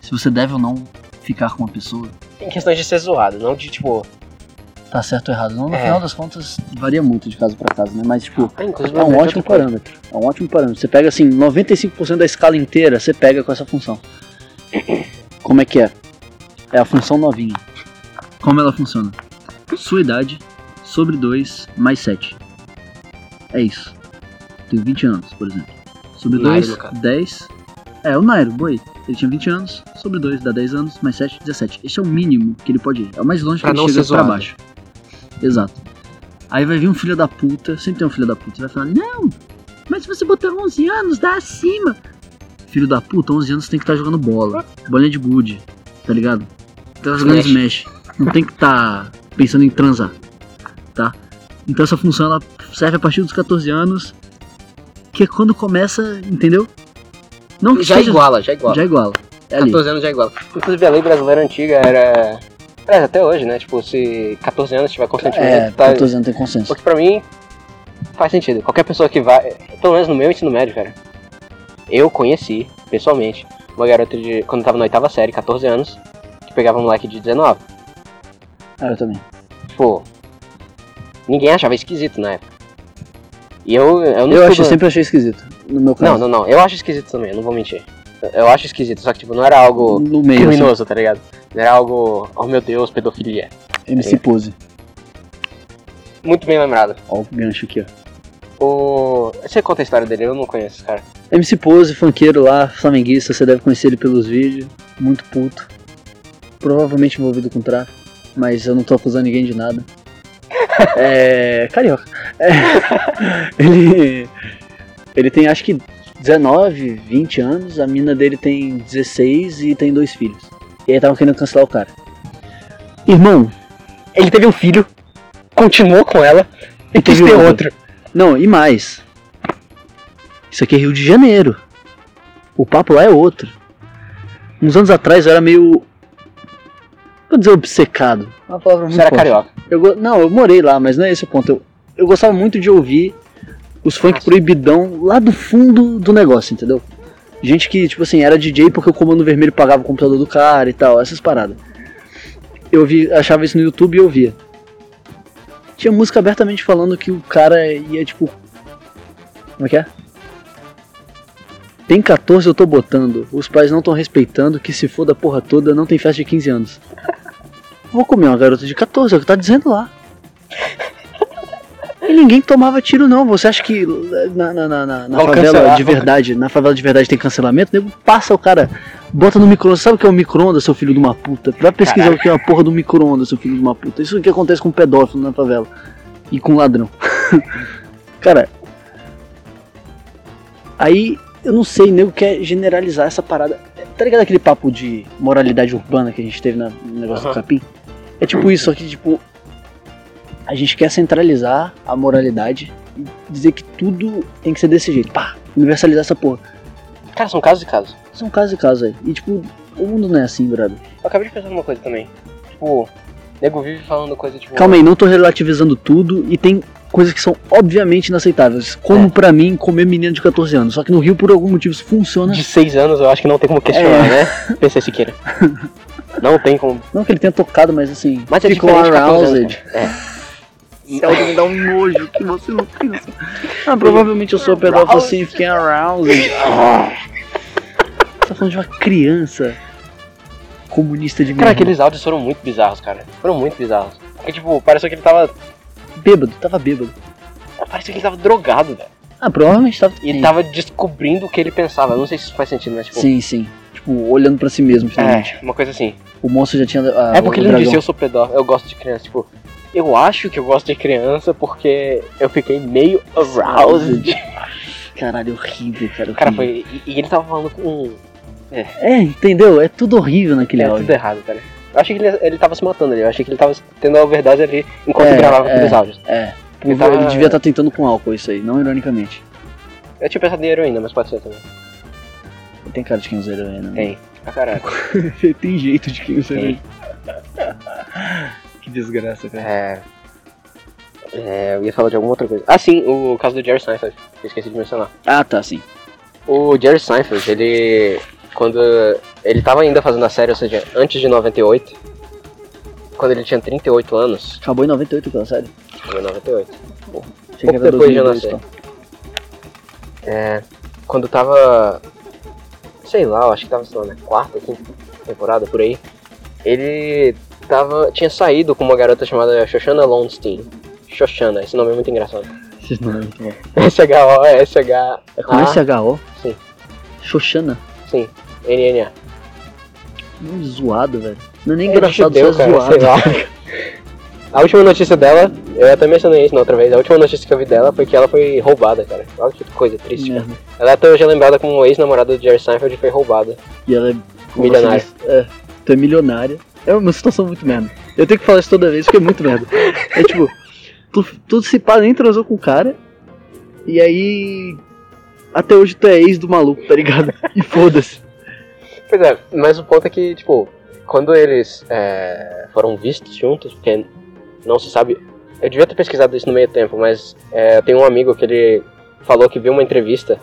S2: se você deve ou não ficar com uma pessoa,
S1: Em questões de ser zoado, não de tipo.
S2: tá certo ou errado. Não, no
S1: É.
S2: final das contas varia muito de caso pra caso, né? Mas tipo,
S1: Ah, inclusive,
S2: é
S1: eu
S2: um
S1: lembrei de
S2: ótimo
S1: outra coisa.
S2: parâmetro. É um ótimo parâmetro. Você pega assim, 95% da escala inteira, você pega com essa função. [COUGHS] Como é que é? É a função novinha. Como ela funciona? Sua idade sobre 2 mais 7. É isso. Tenho 20 anos, por exemplo. Sobre
S1: Nairo,
S2: 2,
S1: cara.
S2: 10. É, o Nairo, boi. Ele tinha 20 anos, sobre 2 dá 10 anos, mais 7, 17. Este é o mínimo que ele pode ir. É o mais longe
S1: Pra
S2: que
S1: não
S2: ele chega
S1: ser
S2: pra
S1: zoado.
S2: baixo. Exato. Aí vai vir um filho da puta, sempre tem um filho da puta, vai falar, não, mas se você botar 11 anos, dá acima. Filho da puta, 11 anos tem que estar jogando bola. Bolinha de gude, tá ligado? Tem que Tá jogando Smash. Não tem que estar pensando em transar, tá? Então essa função ela serve a partir dos 14 anos, que é quando começa, entendeu? Não que
S1: Já
S2: seja-
S1: iguala, já iguala.
S2: Já iguala. É ali.
S1: 14 anos já é igual. Inclusive a lei brasileira antiga era. Aliás, até hoje, né? Tipo, se 14 anos tiver consentimento, tá.
S2: É, anos tem
S1: O
S2: consenso.
S1: que pra mim faz sentido. Qualquer pessoa que vai. Pelo menos no meu ensino médio, cara. Eu conheci, pessoalmente, uma garota de. Quando eu tava na oitava série, 14 anos, que pegava um moleque de 19.
S2: Ah, eu também.
S1: Tipo. Ninguém achava esquisito na época. E eu, eu não
S2: Eu, acho,
S1: fico-
S2: eu sempre achei esquisito. No meu
S1: Não,
S2: caso.
S1: não, não. Eu acho esquisito também, eu não vou mentir. Eu- Eu acho esquisito, só que tipo, não era algo
S2: No meio, assim,
S1: criminoso, tá ligado? Não era algo, oh meu Deus, pedofilia.
S2: MC Pose.
S1: Muito bem lembrado.
S2: Ó, o gancho aqui, ó.
S1: O... Você conta a história dele, eu não conheço esse cara.
S2: MC Pose, funkeiro lá, flamenguista, você deve conhecer ele pelos vídeos. Muito puto. Provavelmente envolvido com tráfico, mas eu não tô acusando ninguém de nada. É. [LAUGHS] Carioca. É, ele. Ele tem acho que 19, 20 anos, a mina dele tem 16 e tem dois filhos. E aí estavam querendo cancelar o cara. Irmão,
S1: Ele teve um filho, continuou com ela e quis
S2: Teve
S1: ter
S2: outro.
S1: outro.
S2: Não, e mais. Isso aqui é Rio de Janeiro. O papo lá é outro. Uns anos atrás eu era meio. Vou dizer obcecado. Uma palavra muito
S1: Você era
S2: forte.
S1: carioca.
S2: Eu go- Não, eu morei lá, mas não é esse o ponto. Eu, eu gostava muito de ouvir os funk proibidão lá do fundo do negócio, entendeu? Gente que, tipo assim, era DJ porque o comando vermelho pagava o computador do cara e tal, essas paradas. Eu vi, achava isso no YouTube e ouvia. Tinha música abertamente falando que o cara ia, tipo. Como é que é? Tem 14 eu tô botando, os pais não estão respeitando, que se foda a porra toda, não tem festa de 15 anos. Vou comer uma garota de 14, é o que tá dizendo lá. E ninguém tomava tiro, não. Você acha que na, na- na- na- na
S1: Vão
S2: favela
S1: cancelar,
S2: de
S1: vão-
S2: verdade, na favela de verdade tem cancelamento? O nego passa o cara Bota no micro-ondas. Sabe o que é um micro-ondas, seu filho de uma puta? Vai pesquisar o que é uma porra do micro-ondas, seu filho de uma puta. Isso é o que acontece com pedófilo na favela. E com ladrão. [LAUGHS] Cara. Aí, eu não sei, nego quer generalizar essa parada. Tá ligado aquele papo de moralidade urbana que a gente teve na- no negócio do
S1: Aham.
S2: capim? É tipo isso, só que tipo. A gente quer centralizar a moralidade e dizer que tudo tem que ser desse jeito. Pá, universalizar essa porra.
S1: Cara, são casos e casos.
S2: São casos e casos aí. E tipo, o mundo não é assim, brother.
S1: Eu acabei de pensar numa coisa também. Tipo, nego vive falando coisa tipo.
S2: Calma aí, não tô relativizando tudo e tem coisas que são obviamente inaceitáveis.
S1: É.
S2: Como pra mim comer menino de 14 anos. Só que no Rio, por algum motivo, isso funciona.
S1: De seis anos eu acho que não tem como questionar, né? PC Siqueira. Não tem como.
S2: Não que ele tenha tocado, mas assim.
S1: Mas é
S2: ficou
S1: diferente de 14 anos, né?
S2: aroused.
S1: É.
S2: me [LAUGHS] dá um nojo que você não pensa. Ah, provavelmente eu sou pedófilo assim, fiquei aroused. tá falando de uma criança comunista de
S1: Cara,
S2: merda.
S1: aqueles áudios foram muito bizarros, cara. Foram muito bizarros. Porque, tipo, pareceu que ele tava.
S2: Bêbado, tava bêbado.
S1: Pareceu que ele tava drogado, velho.
S2: Ah, provavelmente tava.
S1: E ele tava descobrindo o que ele pensava. Eu não sei se isso faz sentido, mas, tipo.
S2: Sim, sim. Tipo, olhando pra si mesmo, finalmente.
S1: É, uma coisa assim.
S2: O monstro já tinha. ah,
S1: É porque
S2: o
S1: ele não
S2: dragão.
S1: disse eu sou pedófilo, eu gosto de criança. Tipo, eu acho que eu gosto de criança porque eu fiquei meio aroused.
S2: Caralho, horrível, cara.
S1: Cara,
S2: horrível.
S1: foi. E, e ele tava falando com.
S2: É, entendeu? É tudo horrível naquele
S1: É
S2: áudio.
S1: tudo errado, cara. Eu achei que ele, ele tava se matando ali, eu achei que ele tava tendo a overdose ali enquanto
S2: É,
S1: ele gravava
S2: é.
S1: aqueles áudios.
S2: É.
S1: Ele
S2: Ele,
S1: tava-
S2: devia estar tentando com álcool isso aí, não ironicamente.
S1: Eu tinha pensado em heroína, mas pode ser também.
S2: Ele Tem cara de quem usa heroína. né?
S1: Tem. Ah, caralho.
S2: [LAUGHS] Ele Tem jeito de quem usa
S1: Tem.
S2: heroína. [LAUGHS] que desgraça, cara.
S1: É... é. Eu ia falar de alguma outra coisa. Ah, sim, o caso do Jerry Seinfeld, que eu esqueci de mencionar.
S2: Ah, tá, sim.
S1: O Jerry Seinfeld, ele. Quando. Ele tava ainda fazendo a série, ou seja, antes de 98. Quando ele tinha 38 anos. é
S2: Acabou em 98 aquela série.
S1: Foi 98.
S2: Achei que
S1: Pouco
S2: era
S1: depois de eu
S2: 2002,
S1: nascer. É, quando tava. Sei lá, eu acho que tava sei lá, na quarta, quinta temporada por aí. Ele tava. tinha saído com uma garota chamada Shoshana Lonstein. Shoshana, esse nome é muito engraçado. [LAUGHS]
S2: então. Esses nomes muito bons.
S1: S-H-O, S-H.
S2: É com SHO?
S1: Ah, Sim.
S2: Xoxana?
S1: Sim, N-N-A.
S2: Nome zoado, velho. Não é nem
S1: Ele
S2: engraçado,
S1: judeu,
S2: só é
S1: cara,
S2: zoado.
S1: sei lá. A última notícia dela, eu até mencionei isso na outra vez, a última notícia que eu vi dela foi que ela foi roubada, cara. Olha que coisa triste, cara.
S2: Merda.
S1: Ela é até hoje é lembrada como ex-namorada do Jerry Seinfeld e foi roubada.
S2: E ela é.
S1: Milionária.
S2: É, tu é milionária. É uma situação muito merda. Eu tenho que falar isso toda vez porque é muito merda. É tipo, tu, tu se pá, nem transou com o cara. E aí. Até hoje tu é ex do maluco, tá ligado? E foda-se.
S1: Pois é, mas o ponto é que, tipo, quando eles é, foram vistos juntos, porque não se sabe. Eu devia ter pesquisado isso no meio tempo, mas é, eu tenho um amigo que ele falou que viu uma entrevista.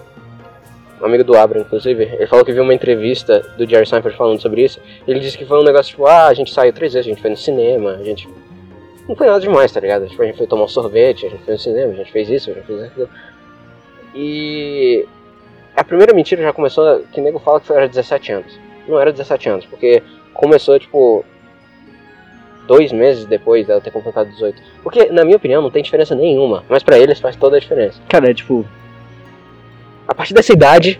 S1: Um amigo do Abra, inclusive, ele falou que viu uma entrevista do Jerry Seinfeld falando sobre isso. E ele disse que foi um negócio tipo, ah, a gente saiu três vezes, a gente foi no cinema, a gente. Não foi nada demais, tá ligado? Tipo, a gente foi tomar um sorvete, a gente foi no cinema, a gente fez isso, a gente fez aquilo. E. A primeira mentira já começou que o nego fala que foi, era 17 anos não era 17 anos, porque começou, tipo, dois meses depois dela ter completado 18. Porque, na minha opinião, não tem diferença nenhuma, mas pra eles faz toda a diferença.
S2: Cara, é tipo.
S1: A partir dessa idade,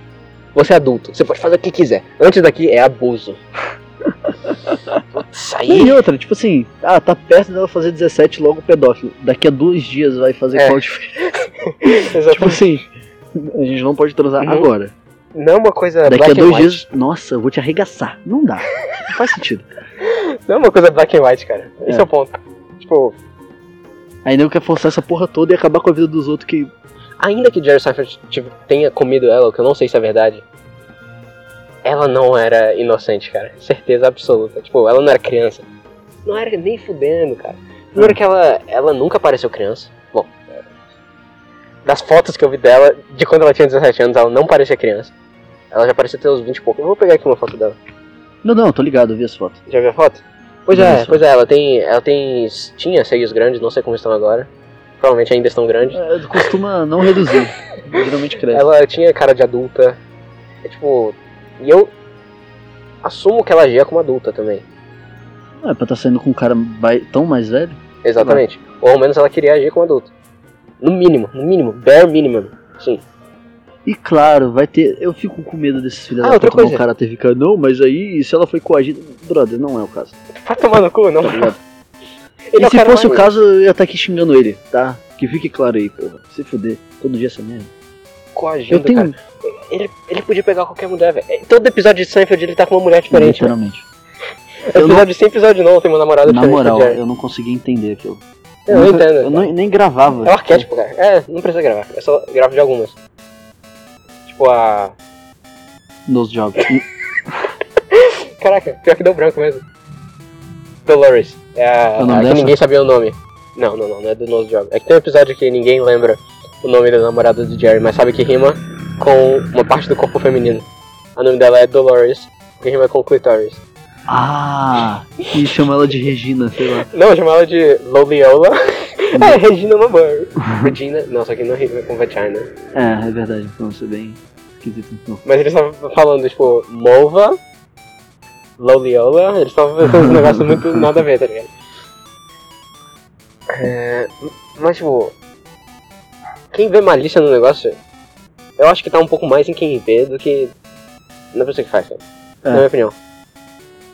S1: você é adulto, você pode fazer o que quiser. Antes daqui é [LAUGHS] abuso. Putz, aí.
S2: E outra, tipo assim, ah, tá perto dela fazer 17 logo pedófilo. Daqui a dois dias vai fazer
S1: É.
S2: qual diferença? Tipo assim, a gente não pode transar
S1: Uhum.
S2: agora.
S1: Não é uma coisa
S2: Daqui
S1: black
S2: a
S1: and
S2: dois
S1: white.
S2: dias, nossa, eu vou te arregaçar. Não dá. Não faz sentido.
S1: Não é uma coisa black and white, cara. Esse é,
S2: É.
S1: o ponto. Tipo,
S2: Aí nego quer forçar essa porra toda e acabar com a vida dos outros que.
S1: ainda que Jerry Seinfeld tipo, tenha comido ela, o que eu não sei se é verdade, ela não era inocente, cara. Certeza absoluta. Tipo, ela não era criança. Não era nem fudendo, cara. Primeiro que ela, ela nunca pareceu criança. Bom, é, das fotos que eu vi dela, de quando ela tinha 17 anos, ela não parecia criança. Ela já parecia ter uns 20 e pouco. Eu vou pegar aqui uma foto dela.
S2: Não, não, tô ligado, eu vi as fotos.
S1: Já viu a foto? Pois
S2: Não,
S1: é,
S2: só.
S1: pois é, ela tem. Ela tem. Tinha seios grandes, não sei como estão agora. Provavelmente ainda estão grandes.
S2: É, costuma não reduzir. Geralmente cresce.
S1: Ela tinha cara de adulta. É tipo. E eu assumo que ela agia como adulta também.
S2: Não é pra tá saindo com um cara bai- tão mais velho?
S1: Exatamente. Ou ao menos ela queria agir como adulta. No mínimo, no mínimo, bare minimum. Sim.
S2: E claro, vai ter. Eu fico com medo desses filhos
S1: Ah,
S2: da
S1: outra
S2: puta como
S1: coisa.
S2: o cara teve não, mas aí se ela foi coagida. Brother, não é o caso. tá
S1: Vai tomar no cu, não.
S2: ligado?
S1: Ele é
S2: e se
S1: cara
S2: fosse o
S1: mais-
S2: caso, eu ia estar aqui xingando ele, tá? Que fique claro aí, porra. Se fuder. Todo dia é essa merda.
S1: coagindo,
S2: Eu tenho.
S1: cara. Ele, ele podia pegar qualquer mulher, velho. É, Todo episódio de Seinfeld ele tá com uma mulher diferente, velho.
S2: literalmente. eu não-
S1: Episódio de 100 episódio não, tem uma namorada
S2: Na
S1: diferente.
S2: moral,
S1: do Jerry.
S2: eu não consegui entender aquilo.
S1: eu não
S2: nunca-
S1: entendo.
S2: Eu não- nem gravava.
S1: É um arquétipo, cara. É, não precisa gravar. Eu só gravo de algumas. Tipo a.
S2: Nos jogos.
S1: Caraca, pior que deu branco mesmo. Dolores. É a,
S2: É o nome
S1: a que
S2: dessa?
S1: ninguém sabia o nome. Não, não, não, não é do nosso jogo. É que tem um episódio que ninguém lembra o nome da namorada do Jerry, mas sabe que rima com uma parte do corpo feminino. O nome dela é Dolores, que rima com clitoris.
S2: Ah! E chama ela de Regina, sei lá.
S1: Não, chama ela de Loliola. [LAUGHS] é, Regina
S2: [LAUGHS]
S1: Lombard. Regina, não, só que não rima com vagina.
S2: É, é verdade. Então isso é bem esquisito. então. Não.
S1: Mas eles estavam falando, tipo, Mova, Loliola, eles estavam
S2: [LAUGHS]
S1: fazendo um negócio muito nada a ver, tá ligado? É, mas, tipo, quem vê malícia no negócio, eu acho que tá um pouco mais em quem vê do que na pessoa que faz, cara.
S2: É.
S1: Na minha opinião.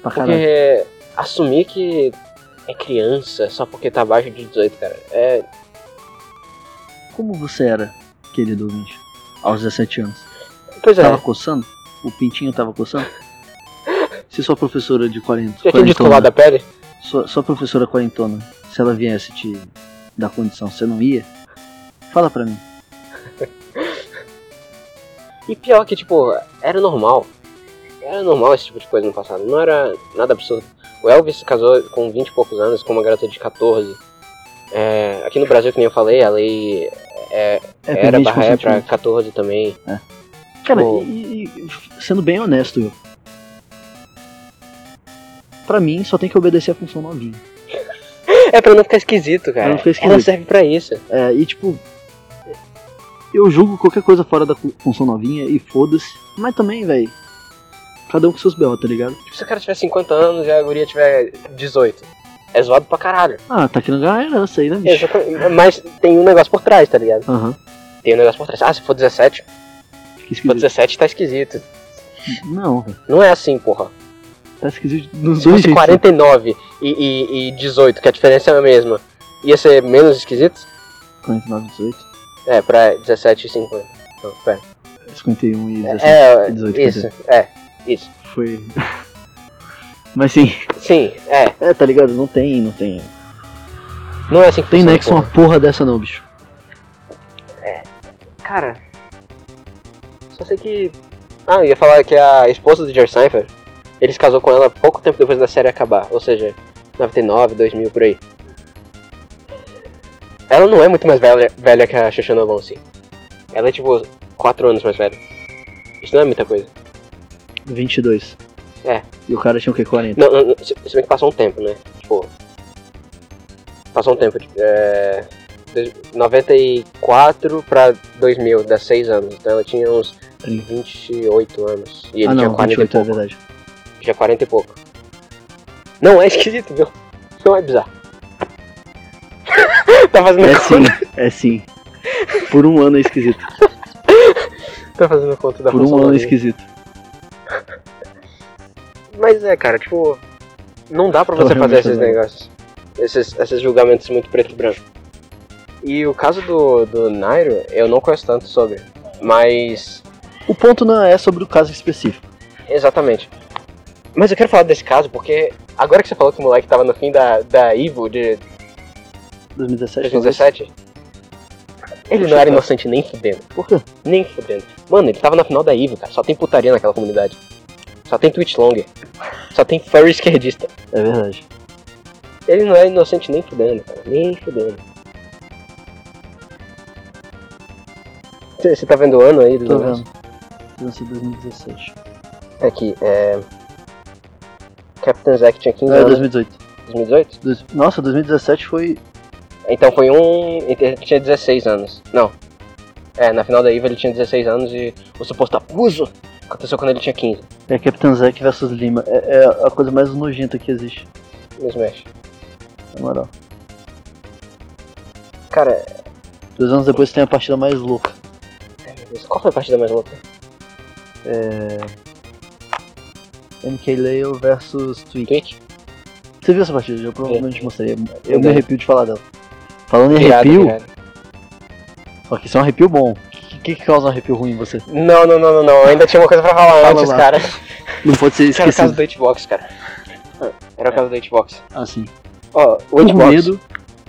S2: Pra caralho.
S1: Porque assumir que é criança só porque tá abaixo de 18, cara, é.
S2: Como você era, querido ouvinte, aos 17 anos?
S1: Pois é,
S2: Tava coçando? O pintinho tava coçando? Se sua professora de 40.
S1: já tinha descolado a
S2: quarentona,
S1: pele?
S2: sua, sua professora quarentona, se ela viesse te dar condição, você não ia? Fala pra mim.
S1: E pior que, tipo, era normal. Era normal esse tipo de coisa no passado. Não era nada absurdo. O Elvis se casou com 20 e poucos anos com uma garota de 14. É, aqui no Brasil, que nem eu falei, a lei é,
S2: É,
S1: era
S2: permite
S1: barra é pra tipo
S2: consentimento.
S1: 14 também.
S2: Cara,
S1: Pô.
S2: e, e- e sendo bem honesto, eu. Pra mim, só tem que obedecer a função novinha.
S1: É pra não ficar esquisito, cara.
S2: Pra não ficar
S1: Ela
S2: esquisito.
S1: serve pra isso.
S2: É, e tipo. Eu julgo qualquer coisa fora da fu- função novinha e foda-se. Mas também, velho. Cada um com seus B.O., tá ligado?
S1: Tipo, se o cara tiver 50 anos e a guria tiver 18, é zoado pra caralho.
S2: Ah, tá querendo ganhar herança aí, né, bicho?
S1: Exatamente. Mas tem um negócio por trás, tá ligado?
S2: Aham.
S1: Tem um negócio por trás. Ah, se for 17, se
S2: Fica
S1: for
S2: esquisito.
S1: 17 tá esquisito.
S2: Não, velho.
S1: Não é assim, porra.
S2: Tá esquisito nos
S1: Se
S2: dois
S1: fosse
S2: jeitos. né?
S1: 49 e, e, e 18, que a diferença é a mesma, ia ser menos esquisito?
S2: 49, 18.
S1: É, pra 17 e 50. Não, pera.
S2: 51 e 17.
S1: É,
S2: 18,
S1: isso,
S2: quer
S1: é, isso. [LAUGHS]
S2: Foi. Mas sim.
S1: Sim, é,
S2: É, tá ligado? Não tem, não tem.
S1: não é assim que
S2: Tem
S1: funciona,
S2: nexo uma porra dessa não, bicho.
S1: pô. Cara, só sei que... Ah, eu ia falar que a esposa do Jerry Seinfeld, ele se casou com ela pouco tempo depois da série acabar, ou seja, 99, 2000, por aí. Ela não é muito mais velha, velha que a Shoshana Bonsi. Ela é tipo 4 anos mais velha. Isso não é muita coisa.
S2: 22.
S1: É.
S2: E o cara tinha o quê? 40.
S1: Não, não, não, se se bem que passou um tempo, né? Tipo. Passou um tempo. tipo, É, dois- 94 pra 2000, dá 6 anos. Então ela tinha uns
S2: Trinta.
S1: 28 anos. E ele
S2: ah,
S1: tinha
S2: não,
S1: 40 e
S2: 28, é
S1: pouco.
S2: verdade.
S1: Tinha 40 e pouco. Não, é [LAUGHS] esquisito, viu? Não é bizarro. [LAUGHS] tá fazendo
S2: É
S1: conta.
S2: sim, é sim. Por um ano é esquisito.
S1: [LAUGHS] Tá fazendo conta da
S2: Por um
S1: função
S2: ano é
S1: dele.
S2: esquisito.
S1: Mas é, cara, tipo. Não dá pra
S2: Tava
S1: você fazer
S2: realmente
S1: esses
S2: fazendo.
S1: negócios. Esses, esses julgamentos muito preto e branco. E o caso do, do Nairo, eu não conheço tanto sobre. Mas.
S2: O ponto não é sobre o caso específico.
S1: Exatamente. Mas eu quero falar desse caso porque. Agora que você falou que o moleque tava no fim da, da Evil de
S2: 2017. talvez.
S1: 2017. Ele não era inocente nem fudendo.
S2: Por quê?
S1: Nem fudendo. Mano, ele tava na final da Evil, cara. Só tem putaria naquela comunidade. Só tem Twitch Longer. Só tem furry esquerdista.
S2: É verdade.
S1: Ele não é inocente nem fudendo, cara. Nem fudendo. Você tá vendo o ano aí do
S2: Tô
S1: negócio?
S2: vendo. Criança 2017.
S1: Aqui, é. Captain Zack tinha 15
S2: Não, é
S1: anos
S2: 2018.
S1: em 2018?
S2: Dois- Nossa, 2017 foi.
S1: Então foi um. Ele tinha 16 anos. Não. É, na final da IVA ele tinha 16 anos e o suposto abuso aconteceu quando ele tinha 15.
S2: É Capitão Zack versus Lima. É, é a coisa mais nojenta que existe.
S1: No Smash.
S2: Na moral.
S1: Cara,
S2: Dois anos depois tem a partida mais louca.
S1: Mas Qual foi a partida mais louca?
S2: MK Leo versus Twitch.
S1: Twitch?
S2: Você viu essa partida? Eu provavelmente mostrei. Eu me
S1: Não.
S2: arrepio de falar dela. Falando em
S1: Irado,
S2: arrepio,
S1: irado.
S2: ok, isso é um arrepio bom. O que, que que causa um arrepio ruim em você?
S1: Não, não, não, não, não. Ainda tinha uma coisa pra falar
S2: Fala
S1: antes,
S2: lá.
S1: cara.
S2: Não pode ser
S1: Isso era o caso
S2: esquecido.
S1: do Hitbox, cara. Era o caso do Hitbox.
S2: Assim.
S1: Ó, o
S2: Com
S1: Hitbox.
S2: medo.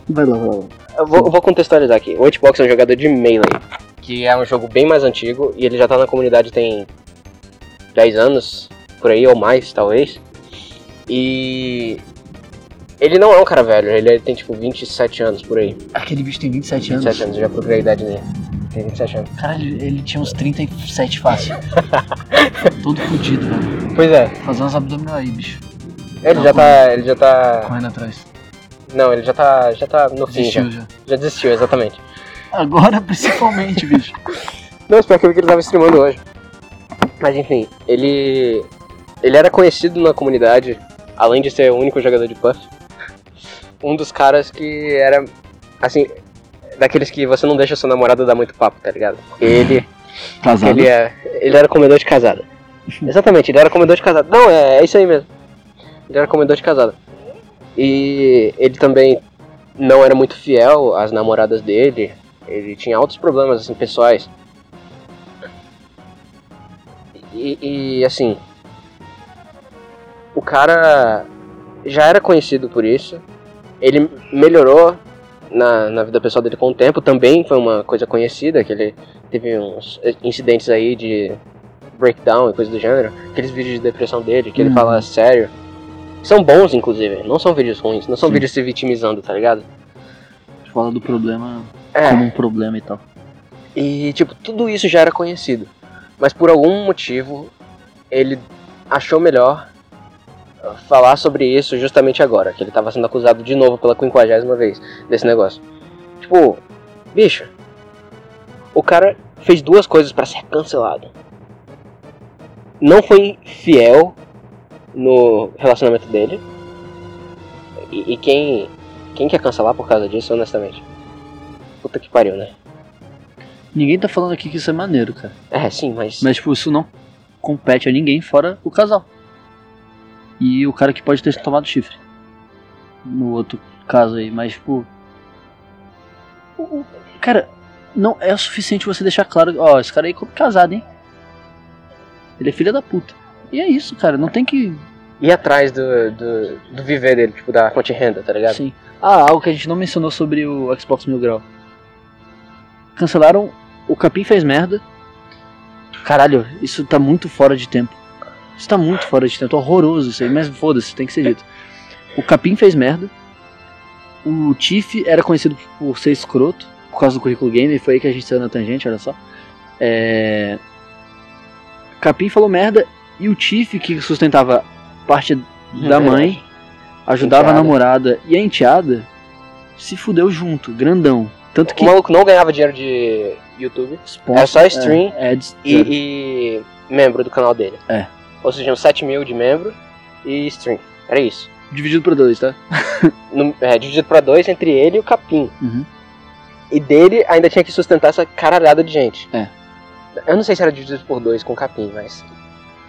S2: Vai lá, vai lá.
S1: Eu vou, eu vou contextualizar aqui. O Hitbox é um jogador de Melee, que é um jogo bem mais antigo e ele já tá na comunidade tem 10 anos, por aí ou mais, talvez. E ele não é um cara velho, ele tem tipo 27 anos por aí.
S4: Aquele bicho tem 27 anos.
S1: 27 anos, eu já procurei a idade dele. Tem 27 anos.
S4: Cara, ele, ele tinha uns 37
S1: [LAUGHS]
S4: fácil. Todo fudido, velho.
S1: Pois é,
S4: Fazendo uns abdominal aí, bicho.
S1: ele
S4: Não,
S1: já
S4: como
S1: tá. Ele já tá.
S4: Correndo atrás.
S1: Não, ele já tá. já tá no fim. Já,
S4: Desistiu já.
S1: já desistiu, exatamente.
S4: Agora, [LAUGHS] principalmente, bicho.
S1: Não, espero que eu vi que ele tava streamando hoje. Mas enfim, ele. Ele era conhecido na comunidade, além de ser o único jogador de Puff, um dos caras que era. Assim, daqueles que você não deixa sua namorada dar muito papo, tá ligado? Ele.
S2: Casado.
S1: Ele, é, ele era comedor de casada. Exatamente, ele era comedor de casada. Não, é, é isso aí mesmo. Ele era comedor de casada. E ele também não era muito fiel às namoradas dele. Ele tinha altos problemas assim, pessoais. E, e assim. O cara já era conhecido por isso. Ele melhorou na, na vida pessoal dele com o tempo. Também foi uma coisa conhecida que ele teve uns incidentes aí de breakdown e coisa do gênero, aqueles vídeos de depressão dele, que ele
S2: Hum.
S1: fala sério, são bons inclusive, não são vídeos ruins, não são vídeos se vitimizando, tá ligado?
S2: Fala do problema como
S1: É,
S2: um problema e tal.
S1: e tipo, tudo isso já era conhecido, mas por algum motivo ele achou melhor uh, falar sobre isso justamente agora, que ele tava sendo acusado de novo pela quinquagésima vez desse negócio. Tipo, bicho, o cara fez duas coisas pra ser cancelado. Não foi fiel no relacionamento dele. E, e quem quem quer cancelar por causa disso, honestamente? Puta que pariu, né?
S2: Ninguém tá falando aqui que isso é maneiro, cara.
S1: É, sim, mas
S2: Mas, tipo, isso não compete a ninguém fora o casal. E o cara que pode ter tomado chifre. No outro caso aí, mas, tipo. o- o- Cara, não é o suficiente você deixar claro. Ó, esse cara aí é casado, hein? Ele é filho da puta. E é isso, cara. Não tem que.
S1: ir atrás do, do, do viver dele, tipo, da fonte de renda, tá ligado?
S2: Sim. Ah, algo que a gente não mencionou sobre o Xbox Mil Grau. Cancelaram. O Capim fez merda. Caralho, isso tá muito fora de tempo. Isso tá muito fora de tempo. Horroroso isso aí, mas foda-se, tem que ser dito. O Capim fez merda. O Tiff era conhecido por ser escroto por causa do currículo gamer. Foi aí que a gente saiu na tangente, olha só. É... Capim falou merda e o Tiff, que sustentava parte da mãe, ajudava
S1: Enteada.
S2: a namorada e a enteada, se fudeu junto, grandão. Tanto que.
S1: O maluco não ganhava dinheiro de YouTube,
S2: Sponsor-
S1: era só stream
S2: é, ads-
S1: e, e membro do canal dele.
S2: É.
S1: Ou seja, uns 7 mil de membro e stream. Era isso.
S2: Dividido por dois, tá?
S1: No- é, dividido pra dois entre ele e o Capim.
S2: Uhum.
S1: E dele ainda tinha que sustentar essa caralhada de gente.
S2: É.
S1: Eu não sei se era dividido por dois com o Capim, mas.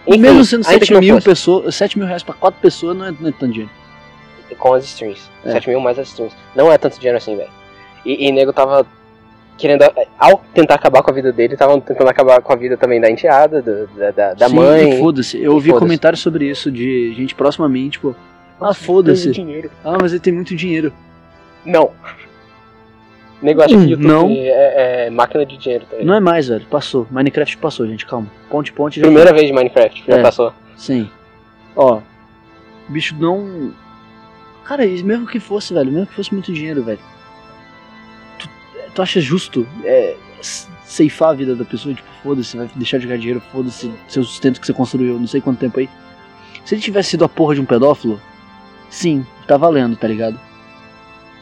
S2: E mesmo sendo
S1: ainda
S2: 7
S1: que não
S2: mil,
S1: fosse,
S2: pessoas, 7 mil reais pra 4 pessoas não é, não é tanto dinheiro.
S1: Com as streams.
S2: É.
S1: 7 mil mais as streams. Não é tanto dinheiro assim, velho. E, e o nego tava querendo. eh, Ao tentar acabar com a vida dele, tava tentando acabar com a vida também da enteada, do- da, da, da
S2: Sim, e
S1: mãe.
S2: Foda-se. Eu ouvi
S1: Foda-se.
S2: comentários sobre isso de gente próxima a mim, tipo, ah, foda-se.
S1: Dinheiro.
S2: Ah, mas ele tem muito dinheiro.
S1: Não. O nego acha
S2: Hum,
S1: que YouTube
S2: não.
S1: É, é máquina de dinheiro, tá ligado?
S2: Não é mais, velho. Passou. Minecraft passou, gente. Calma. Ponte, ponte. Já...
S1: Primeira vez de Minecraft, já
S2: É.
S1: passou.
S2: Sim. Ó. Bicho não. Cara, e mesmo que fosse, velho. Mesmo que fosse muito dinheiro, velho. Tu, tu acha justo é, s- ceifar a vida da pessoa? Tipo, foda-se, vai deixar de ganhar dinheiro, foda-se, seu sustento que você construiu, não sei quanto tempo aí. Se ele tivesse sido a porra de um pedófilo, sim, tá valendo, tá ligado?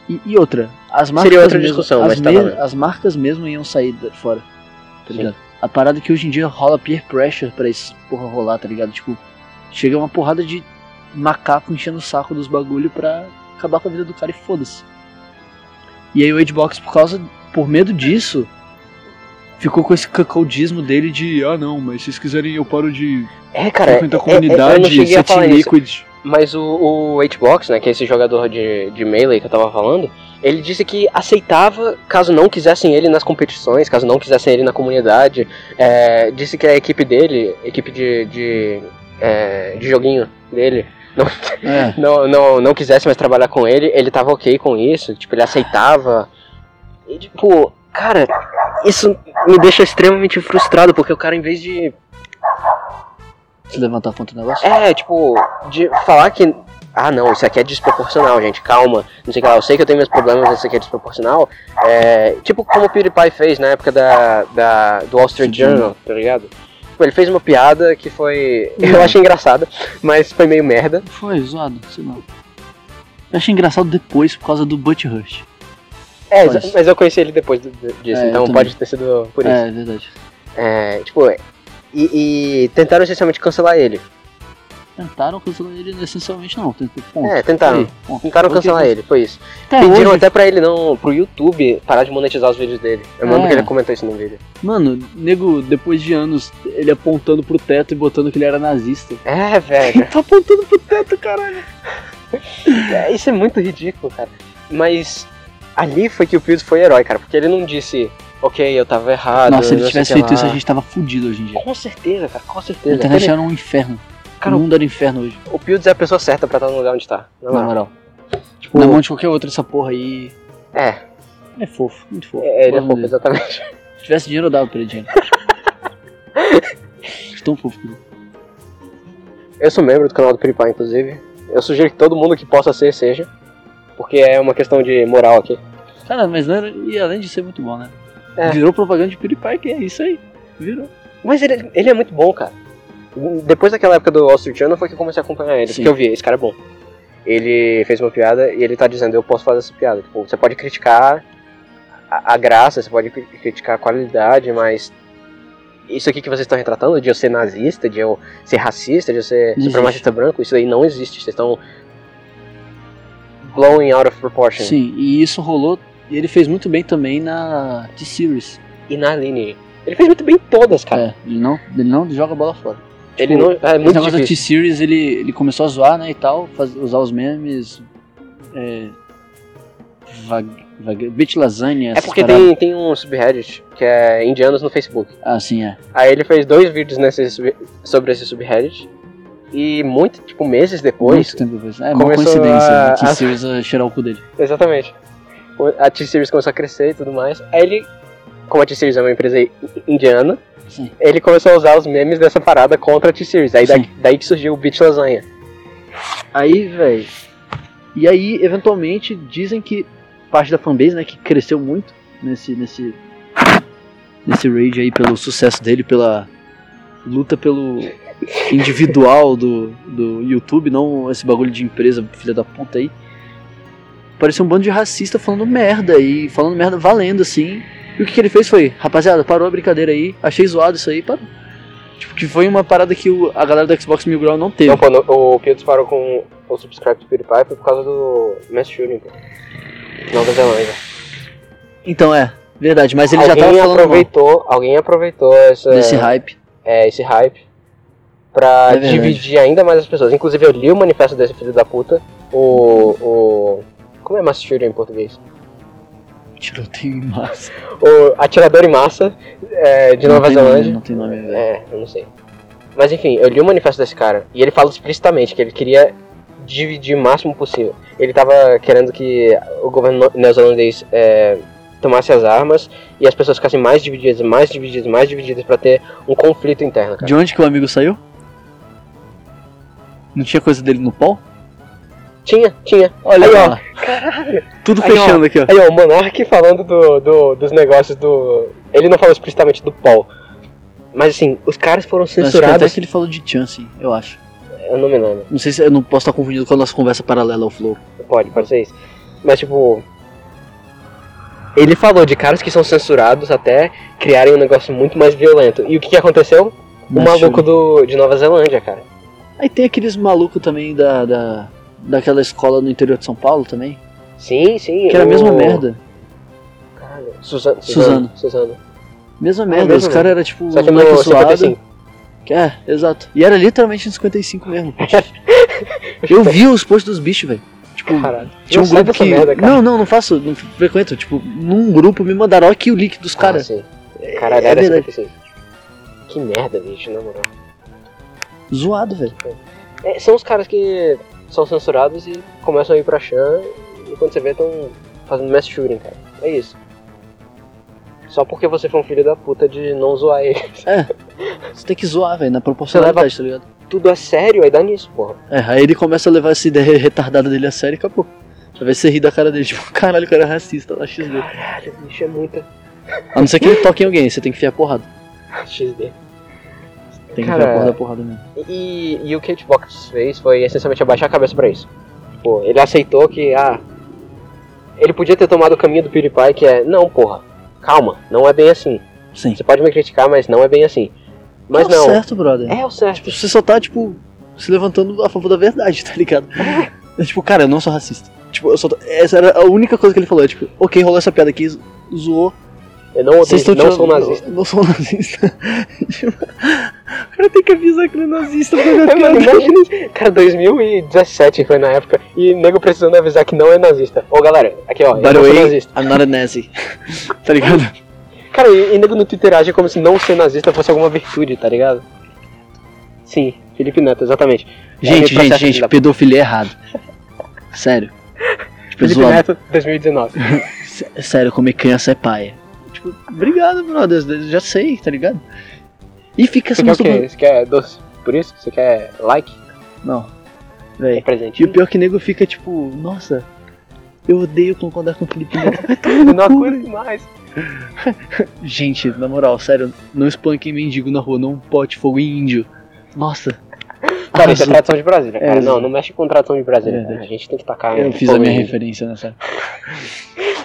S2: E, e outra, as marcas.
S1: outra
S2: mesmo-
S1: discussão,
S2: as
S1: mas tá
S2: mes-
S1: valendo.
S2: As marcas mesmo iam sair da- fora, tá
S1: Sim.
S2: ligado? A parada é que hoje em dia rola peer pressure pra isso porra rolar, tá ligado? Tipo, chega uma porrada de macaco enchendo o saco dos bagulho pra acabar com a vida do cara e foda-se. E aí o Xbox, por causa, por medo disso, ficou com esse cacaudismo dele de, ah não, mas se vocês quiserem eu paro de
S1: É, cara, é- é-
S2: frequentar a
S1: eu não
S2: comunidade,
S1: cheguei a falar isso.
S2: Satin Liquid.
S1: Mas o, o H-Box, né, que é esse jogador de, de melee que eu tava falando, ele disse que aceitava caso não quisessem ele nas competições, caso não quisessem ele na comunidade. É, disse que a equipe dele, equipe de, de, é, de joguinho dele,
S2: É.
S1: não, não, não quisesse mais trabalhar com ele, ele tava ok com isso, tipo, ele aceitava. E tipo, cara, isso me deixa extremamente frustrado, porque o cara em vez de
S2: Se levantar contra o negócio.
S1: É, tipo, de falar que. Ah, não, isso aqui é desproporcional, gente, calma. Não sei o que lá, eu sei que eu tenho meus problemas, mas isso aqui é desproporcional. É, tipo como o PewDiePie fez na época da, da, do Wall Street
S2: Sim.
S1: Journal, tá ligado? Tipo, ele fez uma piada que foi. [LAUGHS] Eu achei engraçada, mas foi meio merda.
S2: Foi zoado, sei lá. Eu achei engraçado depois por causa do Butt Rush.
S1: É,
S2: Mas-
S1: mas eu conheci ele depois do- do- disso,
S2: É, eu
S1: então
S2: também.
S1: pode ter sido por isso.
S2: É, é verdade.
S1: É, tipo, e, e tentaram essencialmente cancelar ele.
S2: Tentaram cancelar ele né, essencialmente não. Tentou, ponto.
S1: É, tentaram.
S2: Aí, ponto.
S1: Tentaram
S2: Porque-
S1: cancelar ele, foi isso.
S2: Até
S1: Pediram
S2: É hoje,
S1: até pra ele não, pro YouTube parar de monetizar os vídeos dele. Eu lembro
S2: É.
S1: que ele comentou isso no vídeo.
S2: Mano, nego, depois de anos, ele apontando pro teto e botando que ele era nazista.
S1: É, velho.
S2: Ele tá apontando pro teto, caralho.
S1: É, isso é muito ridículo, cara. Mas ali foi que o Pius foi herói, cara. Porque ele não disse, ok, eu tava errado.
S2: Nossa, se
S1: não sei
S2: ele tivesse
S1: o que
S2: feito isso,
S1: lá."
S2: a gente tava fudido hoje em dia.
S1: Com certeza, cara, com
S2: A
S1: certeza.
S2: internet era um inferno.
S1: Cara,
S2: o mundo era um inferno hoje.
S1: O Pius é a pessoa certa pra estar no lugar onde tá. Não,
S2: Na
S1: não.
S2: moral.
S1: Tipo,
S2: Na mão de qualquer outra, essa porra aí.
S1: é,
S2: É fofo, muito fofo.
S1: é, ele é
S2: Gosto
S1: fofo,
S2: dele.
S1: exatamente.
S2: Se tivesse dinheiro, eu dava pra
S1: [LAUGHS]
S2: ele dinheiro. Acho Tão fofo.
S1: Eu sou membro do canal do PewDiePie, inclusive. Eu sugiro que todo mundo que possa ser, seja. Porque é uma questão de moral aqui.
S2: Cara, mas não era... e além de ser muito bom, né?
S1: É.
S2: Virou propaganda de PewDiePie, que é isso aí. Virou.
S1: Mas ele, ele é muito bom, cara. Depois daquela época do Wall Street Journal foi que eu comecei a acompanhar ele.
S2: Sim.
S1: Porque eu vi, esse cara é bom. Ele fez uma piada e ele tá dizendo, eu posso fazer essa piada. Tipo, você pode criticar a, a graça, você pode cri- criticar a qualidade, mas isso aqui que vocês estão retratando, de eu ser nazista, de eu ser racista, de eu ser
S2: Não
S1: supremacista branco, isso aí não existe. Vocês estão blowing out of proportion.
S2: Sim, e isso rolou. E ele fez muito bem também na T-Series.
S1: E na Aline, ele fez muito bem em todas, cara.
S2: É, ele não, ele não joga bola fora.
S1: ele não... É
S2: tipo, Esse
S1: muito
S2: negócio da
S1: difícil.
S2: T-Series, ele, ele começou a zoar, né, e tal, faz- usar os memes, é, vague, vague, bit lasanha,
S1: É
S2: essas
S1: porque
S2: paradas.
S1: tem, tem um subreddit que é indianos no Facebook.
S2: Ah, sim, é.
S1: Aí ele fez dois vídeos nesse sub- sobre esse subreddit. E muito, tipo, meses depois.
S2: Muito tempo depois. É uma
S1: Começou
S2: coincidência,
S1: a-
S2: a T-Series a cheirar o cu dele.
S1: Exatamente. o- A T-Series começou a crescer e tudo mais. Aí ele, como a T-Series é uma empresa i- indiana,
S2: Sim.
S1: ele começou a usar os memes dessa parada contra a T-Series. Aí daí,
S2: Sim.
S1: daí que surgiu o Beat Lasanha.
S2: Aí, velho. E aí, eventualmente, dizem que parte da fanbase, né, que cresceu muito nesse nesse nesse raid aí pelo sucesso dele, pela luta pelo individual do, do YouTube, não esse bagulho de empresa filha da puta aí. Parecia um bando de racista falando merda e falando merda valendo assim. E o que, que ele fez foi, rapaziada, parou a brincadeira aí, achei zoado isso aí, parou. Tipo, que foi uma parada que o- a galera do Xbox Mil Grau não teve.
S1: Então, pô, no- o Pio disparou com o subscribe do PewDiePie foi por causa do mass shooting, pô. é Nova Zelândia.
S2: Então é, verdade, mas ele
S1: né?
S2: já
S1: alguém
S2: tava falando
S1: aproveitou, alguém aproveitou essa,
S2: mal desse hype.
S1: é, esse hype pra
S2: É verdade.
S1: dividir ainda mais as pessoas. Inclusive, eu li o manifesto desse filho da puta, o. o como é mass shooter em português?
S2: Tiroteio em massa.
S1: O Atirador em Massa é, de Nova
S2: não né? tem nome,
S1: Zelândia.
S2: Não tem nome, velho.
S1: É, eu não sei. Mas enfim, eu li o manifesto desse cara e ele fala explicitamente que ele queria dividir o máximo possível. Ele tava querendo que o governo no- neozelandês é, tomasse as armas e as pessoas ficassem mais divididas, mais divididas, mais divididas pra ter um conflito interno, cara.
S2: De onde que o amigo saiu? Não tinha coisa dele no pau?
S1: Tinha, tinha.
S2: Olha
S1: Aí, ó.
S2: lá. Tudo
S1: Aí,
S2: fechando aqui, ó.
S1: Aí, ó, o Monark falando do, do- dos negócios do. Ele não falou explicitamente do Paul. Mas assim, os caras foram
S2: Acho que até
S1: censurados.
S2: que ele falou de chance, eu acho.
S1: Eu não me lembro.
S2: Não sei se eu não posso estar confundido com a nossa conversa paralela ao Flow.
S1: Pode, pode ser isso. Mas tipo. Ele falou de caras que são censurados até criarem um negócio muito mais violento. E o que, que aconteceu? O
S2: Mas, um-
S1: maluco do, de Nova Zelândia, cara.
S2: Aí tem aqueles malucos também da, da. daquela escola no interior de São Paulo também.
S1: Sim, sim.
S2: Que era a
S1: o-
S2: mesma merda.
S1: Caralho, Suzano.
S2: Suzano.
S1: Suzano. Suzano.
S2: Mesma merda,
S1: mesmo,
S2: os caras eram tipo.
S1: Só que é
S2: os
S1: no
S2: moleques zoados.
S1: 55.
S2: Que É, exato. E era literalmente no 55
S1: [LAUGHS]
S2: mesmo. eu vi os posts dos bichos, velho. Tipo,
S1: Caralho.
S2: tinha um
S1: Não sai
S2: grupo
S1: dessa
S2: que.
S1: merda, cara.
S2: não, não, não faço, não frequento. Tipo, num grupo me mandaram aqui o link dos
S1: Ah,
S2: caras.
S1: sim. Caralho,
S2: é
S1: era assim
S2: verdade.
S1: 55. Que merda, bicho, na moral.
S2: Zoado, velho.
S1: É, são os caras que são censurados e começam a ir pra Xan e quando você vê estão fazendo mass shooting, cara. É isso. Só porque você foi um filho da puta de não zoar ele. [LAUGHS]
S2: Você tem que zoar, velho, na proporcionalidade, tá ligado?
S1: Tudo é sério, aí dá nisso, porra.
S2: É, aí ele começa a levar essa ideia retardada dele a sério e acabou. Pra ver se você ri da cara dele, [LAUGHS] tipo, caralho, o cara é racista, lá XD.
S1: Caralho, bicho, é muita [LAUGHS]
S2: A não ser que ele toque em alguém, você tem que enfiar porrada.
S1: XD.
S2: Tem que
S1: Cara,
S2: enfiar a porra da porrada mesmo.
S1: E, e o que o Xbox fez foi essencialmente abaixar a cabeça pra isso. Tipo, ele aceitou que, ah. Ele podia ter tomado o caminho do PewDiePie, que é, não, porra, calma, não é bem assim.
S2: Sim.
S1: Você pode me criticar, mas não é bem assim. Mas
S2: Tá
S1: não,
S2: certo, brother.
S1: é o certo.
S2: Você só tá, tipo, se levantando a favor da verdade, tá
S1: [LAUGHS]
S2: ligado? É, tipo, cara, eu não sou racista. Tipo, eu só tô... Essa era a única coisa que ele falou. é, Tipo, ok, rolou essa piada aqui, zoou.
S1: Eu não
S2: Vocês
S1: odeio,
S2: estão
S1: não
S2: tirando-
S1: sou nazista.
S2: Não, não sou [LAUGHS] nazista. Tipo, o cara tem que avisar que ele
S1: [LAUGHS]
S2: é nazista pra ver a
S1: Mano,
S2: piada.
S1: imagina isso. Cara, 2017 foi na época e nego precisando avisar que não é nazista. Ô galera, aqui ó,
S2: By
S1: eu
S2: the
S1: não sou
S2: way,
S1: nazista.
S2: I'm not a Nazi. [LAUGHS] tá ligado?
S1: Cara, e, e nego no Twitter age como se não ser nazista fosse alguma virtude, tá ligado? Sim, Felipe Neto, exatamente.
S2: Gente,
S1: É, processo filho
S2: gente,
S1: da
S2: gente, pedofilia é errado. Sério. Tipo,
S1: Felipe
S2: zoado.
S1: Neto, 2019.
S2: S- Sério, comer criança é paia. Tipo, obrigado, brother. eu Já sei, tá ligado? E fica
S1: Você
S2: essa
S1: quer o
S2: masturba-
S1: quê? Você quer doce? Por isso? Você quer like?
S2: Não.
S1: É
S2: Véi.
S1: presente?
S2: E o pior é que nego fica tipo, nossa, eu odeio concordar com o Felipe [LAUGHS] Neto.
S1: não aguento mais.
S2: Gente, na moral, sério, não espanquem mendigo na rua, não pote fogo em índio. Nossa.
S1: Cara, isso é
S2: Arrasou.
S1: tradição de Brasília, cara.
S2: É,
S1: não, não mexe com tradição de Brasília.
S2: É
S1: cara. A gente tem que tacar.
S2: eu
S1: fogo
S2: fiz a minha
S1: em-
S2: referência nessa.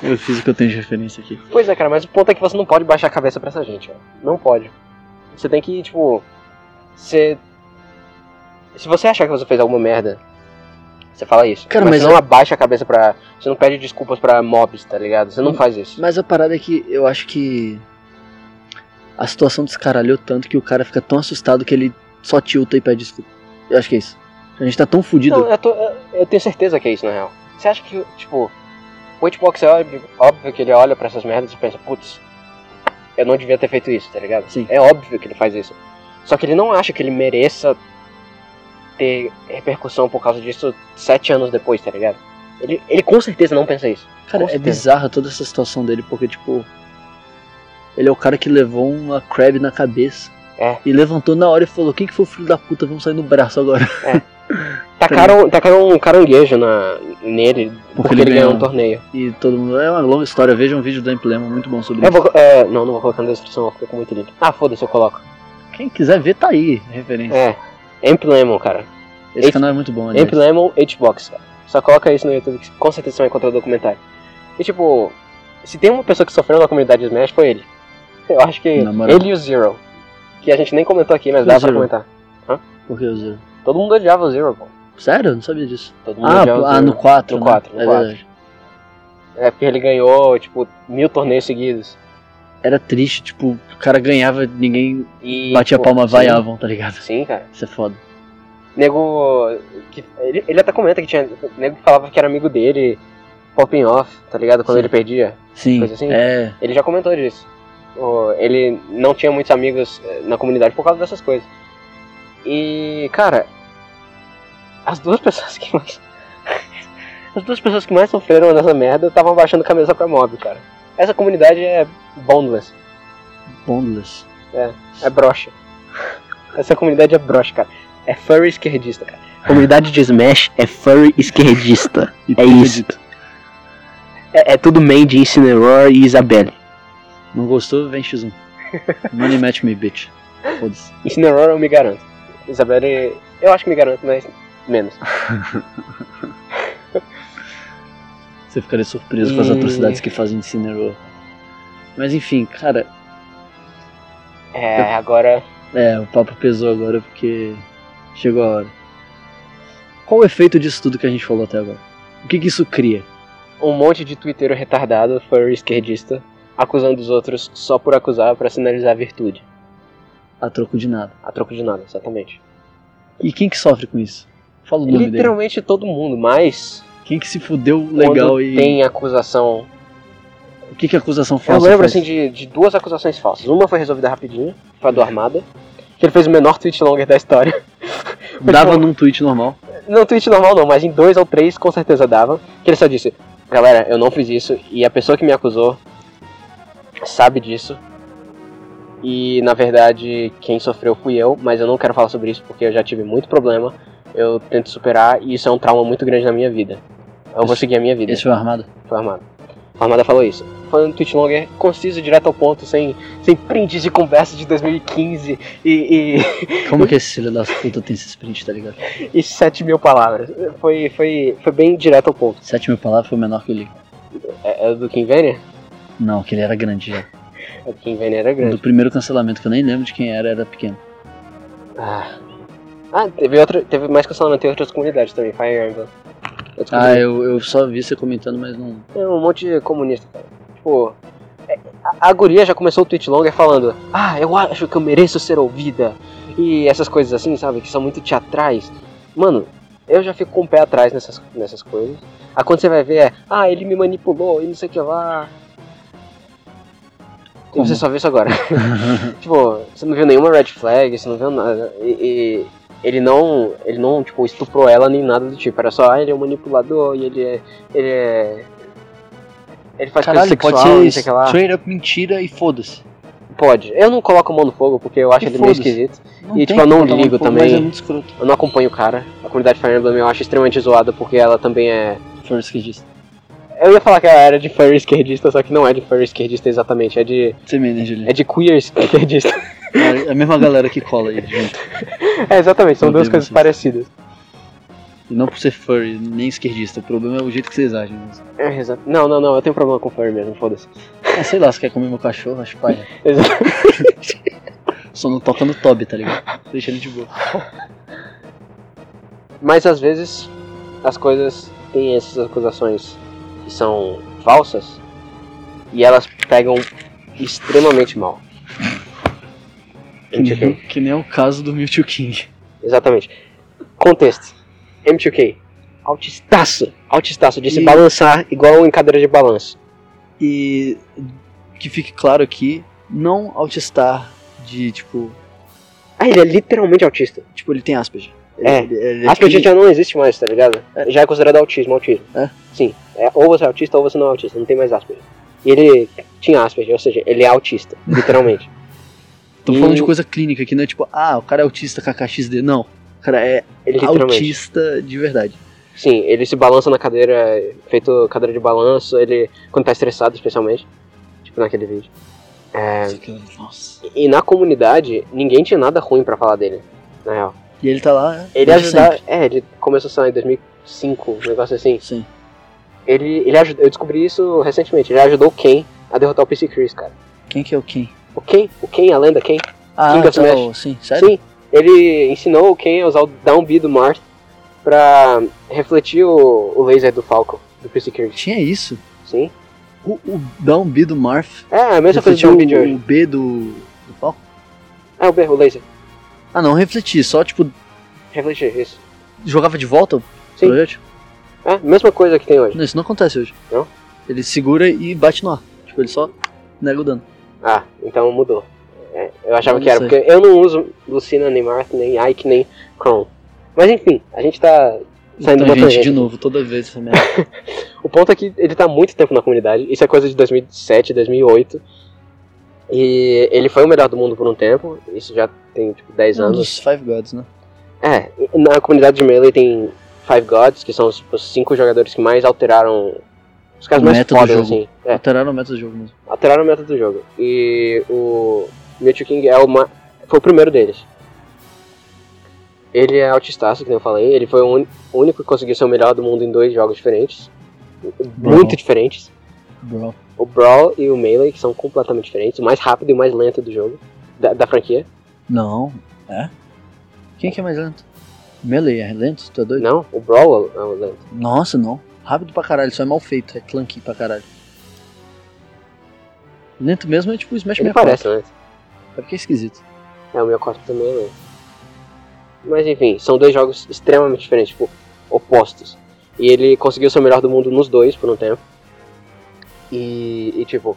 S2: Eu fiz o que eu tenho de referência aqui.
S1: Pois é, cara, mas o ponto é que você não pode baixar a cabeça pra essa gente, ó. Não pode. Você tem que, tipo. Você. Se você achar que você fez alguma merda, você fala isso.
S2: Cara, mas é-
S1: você não
S2: eu-
S1: abaixa a cabeça pra. Você não pede desculpas pra mobs, tá ligado? Você não
S2: Hum.
S1: faz isso.
S2: Mas a parada é que eu acho que a situação descaralhou tanto que o cara fica tão assustado que ele só tilta e pede desculpa. Eu acho que é isso. A gente tá tão fudido.
S1: Não, eu, tô- eu- eu tenho certeza que é isso, na real. Você acha que, tipo, o Xbox é óbvio, óbvio que ele olha pra essas merdas e pensa, putz, eu não devia ter feito isso, tá ligado?
S2: Sim.
S1: É óbvio que ele faz isso. Só que ele não acha que ele mereça ter repercussão por causa disso sete anos depois, tá ligado? Ele, ele com certeza não pensa isso.
S2: Cara,
S1: Com
S2: é
S1: certeza.
S2: bizarra toda essa situação dele, porque, tipo, ele é o cara que levou uma crab na cabeça.
S1: É.
S2: E levantou na hora e falou: Quem que foi o filho da puta? Vamos sair no braço agora.
S1: Tacaram, tacaram um caranguejo na, nele porque, ele ganhou um torneio.
S2: E todo mundo. É uma longa história. Veja um vídeo do Emblema muito bom sobre
S1: Eu
S2: isso.
S1: vou, é, não, não vou colocar na descrição, ficou muito lindo. Ah, foda-se, eu coloco.
S2: Quem quiser ver, tá aí. Referência.
S1: É, Amp Lemon, cara.
S2: Esse
S1: Esse-
S2: canal é muito bom, aliás.
S1: Amp Lemon Hbox, cara. Só coloca isso no YouTube que com certeza você vai encontrar o documentário. E tipo, se tem uma pessoa que sofreu na comunidade Smash foi ele. [LAUGHS] Eu acho que
S2: Na moral.
S1: ele e o Zero. Que a gente nem comentou aqui, mas
S2: O
S1: dá pra
S2: Zero.
S1: comentar.
S2: Por que eu zero?
S1: Todo mundo odiava o Zero, pô.
S2: Sério? Eu não sabia disso.
S1: Todo mundo
S2: Ah,
S1: odiava o
S2: ah,
S1: Zero.
S2: no 4.
S1: Um No
S2: né?
S1: quatro, no
S2: é
S1: quatro.
S2: verdade.
S1: É porque ele ganhou, tipo, mil torneios seguidos.
S2: era triste, tipo, o cara ganhava, ninguém
S1: E,
S2: batia
S1: pô,
S2: a palma,
S1: sim.
S2: vaiavam, tá ligado?
S1: Sim, cara.
S2: Isso é foda.
S1: Nego. que- ele, ele até comenta que tinha. Nego que falava que era amigo dele, popping off, tá ligado? Quando
S2: Sim.
S1: ele perdia.
S2: Sim,
S1: Coisa assim?
S2: é.
S1: Ele já comentou disso. O- Ele não tinha muitos amigos eh, na comunidade por causa dessas coisas. E, cara, as duas [LAUGHS] pessoas que mais. As duas pessoas que mais sofreram nessa merda estavam baixando camisa pra mob, cara. Essa comunidade é boneless,
S2: Bondless.
S1: é broxa. [LAUGHS] Essa comunidade é broxa, cara. É furry esquerdista, cara. Comunidade de Smash é furry esquerdista.
S2: E
S1: É isso. [LAUGHS] É, é tudo Mandy, Incineroar e Isabelle.
S2: Não gostou, vem X1. Money match me, bitch. Foda-se.
S1: Incineroar eu me garanto. Isabelle, eu acho que me garanto, mas menos.
S2: Você ficaria surpreso com as
S1: E-
S2: atrocidades que fazem de Cinero. Mas enfim, cara, [LAUGHS]
S1: É, agora.
S2: é, o papo pesou agora porque chegou a hora. Qual o efeito disso tudo que a gente falou até agora? O que, que isso cria?
S1: um monte de twitteiro retardado, furry esquerdista, acusando os outros só por acusar pra sinalizar a virtude.
S2: a troco de nada.
S1: A troco de nada, exatamente.
S2: E quem que sofre com isso? Fala o nome dele.
S1: Literalmente todo mundo, mas
S2: Quem que se fudeu legal
S1: quando
S2: e.
S1: tem acusação.
S2: O que que a acusação
S1: Eu
S2: falsa
S1: lembro
S2: faz?
S1: assim de, de duas acusações falsas. Uma foi resolvida rapidinho, foi a do Armada, que ele fez o menor tweet longer da história.
S2: Dava num tweet normal.
S1: Não tweet normal não, mas em dois ou três com certeza dava. Que ele só disse, galera, eu não fiz isso e a pessoa que me acusou sabe disso. E na verdade quem sofreu fui eu, mas eu não quero falar sobre isso porque eu já tive muito problema. Eu tento superar e isso é um trauma muito grande na minha vida. Eu vou
S2: Esse-
S1: seguir a minha vida.
S2: Esse foi armado.
S1: Foi o Armada. O Armada falou isso. Foi um tweet longer, conciso, direto ao ponto, sem, sem prints de conversa de 2015 e,
S2: Como que esse filho das puta tem esse sprint, tá ligado?
S1: e, [LAUGHS] e 7 mil palavras. Foi, foi, foi bem direto ao ponto.
S2: 7 mil palavras foi o menor que eu li.
S1: É, é do Kim Vayner?
S2: Não, que ele era grande já.
S1: O Kim Vayner era
S2: Do
S1: grande.
S2: primeiro cancelamento, que eu nem lembro de quem era, era pequeno.
S1: Ah, Ah, teve, outro, teve mais cancelamento em outras comunidades também, Fire Emblem. Eu descobri.
S2: Ah, eu, eu só vi você comentando, mas não.
S1: É um monte de comunista, cara. Tipo, é, a, a guria já começou o tweet longer falando Ah, eu acho que eu mereço ser ouvida. E essas coisas assim, sabe? Que são muito teatrais. Mano, eu já fico com o pé atrás nessas, nessas coisas. Aí quando você vai ver é, ah, ele me manipulou e não sei o que lá. E
S2: Como?
S1: você só vê isso
S2: [LAUGHS]
S1: agora. tipo, você não viu nenhuma red flag, você não viu nada. E, e ele não, ele não, tipo, estuprou ela nem nada do tipo. Era só, ah, ele é um manipulador e ele é... Ele é... Ele faz coisa
S2: Caralho,
S1: sexual,
S2: pode
S1: não
S2: ser
S1: sei o que lá.
S2: straight up mentira e foda-se.
S1: Pode. Eu não coloco a mão no fogo porque eu acho
S2: E
S1: ele meio
S2: foda-se.
S1: esquisito.
S2: Não
S1: E,
S2: tem
S1: tipo, eu não
S2: como botar
S1: ligo
S2: um fogo,
S1: também.
S2: Mas é muito escroto.
S1: Eu não acompanho o cara. A comunidade Fire Emblem eu acho extremamente zoada porque ela também é.
S2: Foi isso que eu disse.
S1: Eu ia falar que ela era de furry esquerdista, só que não é de furry esquerdista exatamente. É de,
S2: Você me Juliano.
S1: é de queer esquerdista. [LAUGHS]
S2: É a mesma galera que cola aí junto.
S1: é, exatamente. São
S2: Meu
S1: duas
S2: Deus,
S1: coisas
S2: vocês.
S1: parecidas.
S2: E não por ser furry, nem esquerdista. O problema é o jeito que vocês agem. mesmo.
S1: É, exa- Não, não, não. Eu tenho problema com furry mesmo, foda-se.
S2: Ah, sei lá, você quer comer meu cachorro? Acho pai.
S1: Exa- [LAUGHS]
S2: Só não toca no Toby, tá ligado? Deixa ele de boa.
S1: Mas às vezes as coisas têm essas acusações que são falsas e elas pegam extremamente mal.
S2: Que nem, que nem é o caso do Mewtwo King.
S1: Exatamente. Contexto. M2K. Altistaço. Altistaço. De se
S2: E-
S1: balançar igual um em cadeira de balanço.
S2: E que fique claro aqui, não Altstar de tipo.
S1: Ah, ele é literalmente autista.
S2: Tipo, ele tem aspas.
S1: É.
S2: Ele, ele é
S1: Acho que
S2: aquele-
S1: autista já não existe mais, tá ligado? Já é considerado autismo, autismo.
S2: É?
S1: Sim. É, ou você é autista ou você não é autista. Não tem mais aspas. E ele tinha aspas, ou seja, ele é
S2: [LAUGHS]
S1: autista, literalmente.
S2: Tô falando
S1: E-
S2: de coisa clínica aqui, não é tipo, ah, o cara é autista KKXD. Não. O cara é
S1: Ele literalmente.
S2: autista de verdade.
S1: Sim, ele se balança na cadeira, é feito cadeira de balanço, ele quando tá estressado especialmente. Tipo naquele vídeo. É,
S2: Isso aqui, Nossa.
S1: e na comunidade, ninguém tinha nada ruim pra falar dele, na real.
S2: E ele tá lá.
S1: Ele
S2: desde
S1: ajudava. É, ele começou a sair em 2005, um negócio assim.
S2: Sim.
S1: Ele, ele ajudou. Eu descobri isso recentemente. Ele ajudou o Ken a derrotar o PC Chris, cara.
S2: Quem que é o Ken?
S1: O Ken, o Ken, a lenda Ken.
S2: Ah,
S1: King of
S2: tá,
S1: Smash.
S2: o- sim, sério?
S1: Sim, ele ensinou o Ken a usar o Down B do Mars pra refletir o, o laser do Falcon, do PC Chris.
S2: Tinha isso?
S1: Sim.
S2: O, o Down B do Marth.
S1: É, a mesma coisa de
S2: refletiu
S1: um vídeo hoje.
S2: o, o B do. do palco?
S1: É, o B, o laser.
S2: Ah, não, refletir, só tipo,
S1: Refletir, isso.
S2: jogava de volta o
S1: Sim.
S2: projétil?
S1: É, a mesma coisa que tem hoje.
S2: Não, isso não acontece hoje.
S1: Não?
S2: Ele segura e bate no ar. Tipo, ele só nega o dano.
S1: Ah, então mudou. É, eu achava
S2: Eu
S1: que era,
S2: não sei.
S1: porque eu não uso Lucina, nem Marth, nem Ike, nem Kron. Mas enfim, a gente tá saindo
S2: Então,
S1: da
S2: gente,
S1: tangente.
S2: de novo, toda vez essa merda.
S1: O ponto é que ele tá há muito tempo na comunidade, isso é coisa de 2007, 2008. E ele foi o melhor do mundo por um tempo, isso já tem tipo 10
S2: um
S1: anos.
S2: dos Five Gods, né?
S1: É, na comunidade de Melee tem Five Gods, que são os tipo, cinco jogadores que mais alteraram. Os caras
S2: O
S1: mais
S2: meta do
S1: fodas,
S2: jogo.
S1: assim. É.
S2: Alteraram o método do jogo mesmo.
S1: alteraram o método do jogo. E o Mewtwo King é o ma- foi o primeiro deles. Ele é autistaço, que nem eu falei. Ele foi o uni- o único que conseguiu ser o melhor do mundo em dois jogos diferentes. Muito diferentes.
S2: Bro.
S1: O Brawl e o Melee, que são completamente diferentes. O mais rápido e o mais lento do jogo, da, da franquia.
S2: Não. É? Quem que é mais lento? Melee é lento? Tu é doido?
S1: Não, o Brawl é o lento.
S2: Nossa, não. Rápido pra caralho, só é mal feito, é clunky pra caralho. Lento mesmo é tipo o Smash
S1: Ele
S2: 64.
S1: parece, né?
S2: É porque é esquisito.
S1: É, o meu quarto também é lento. Mas enfim, são dois jogos extremamente diferentes, tipo, opostos. E ele conseguiu ser o melhor do mundo nos dois por um tempo. E, e, tipo.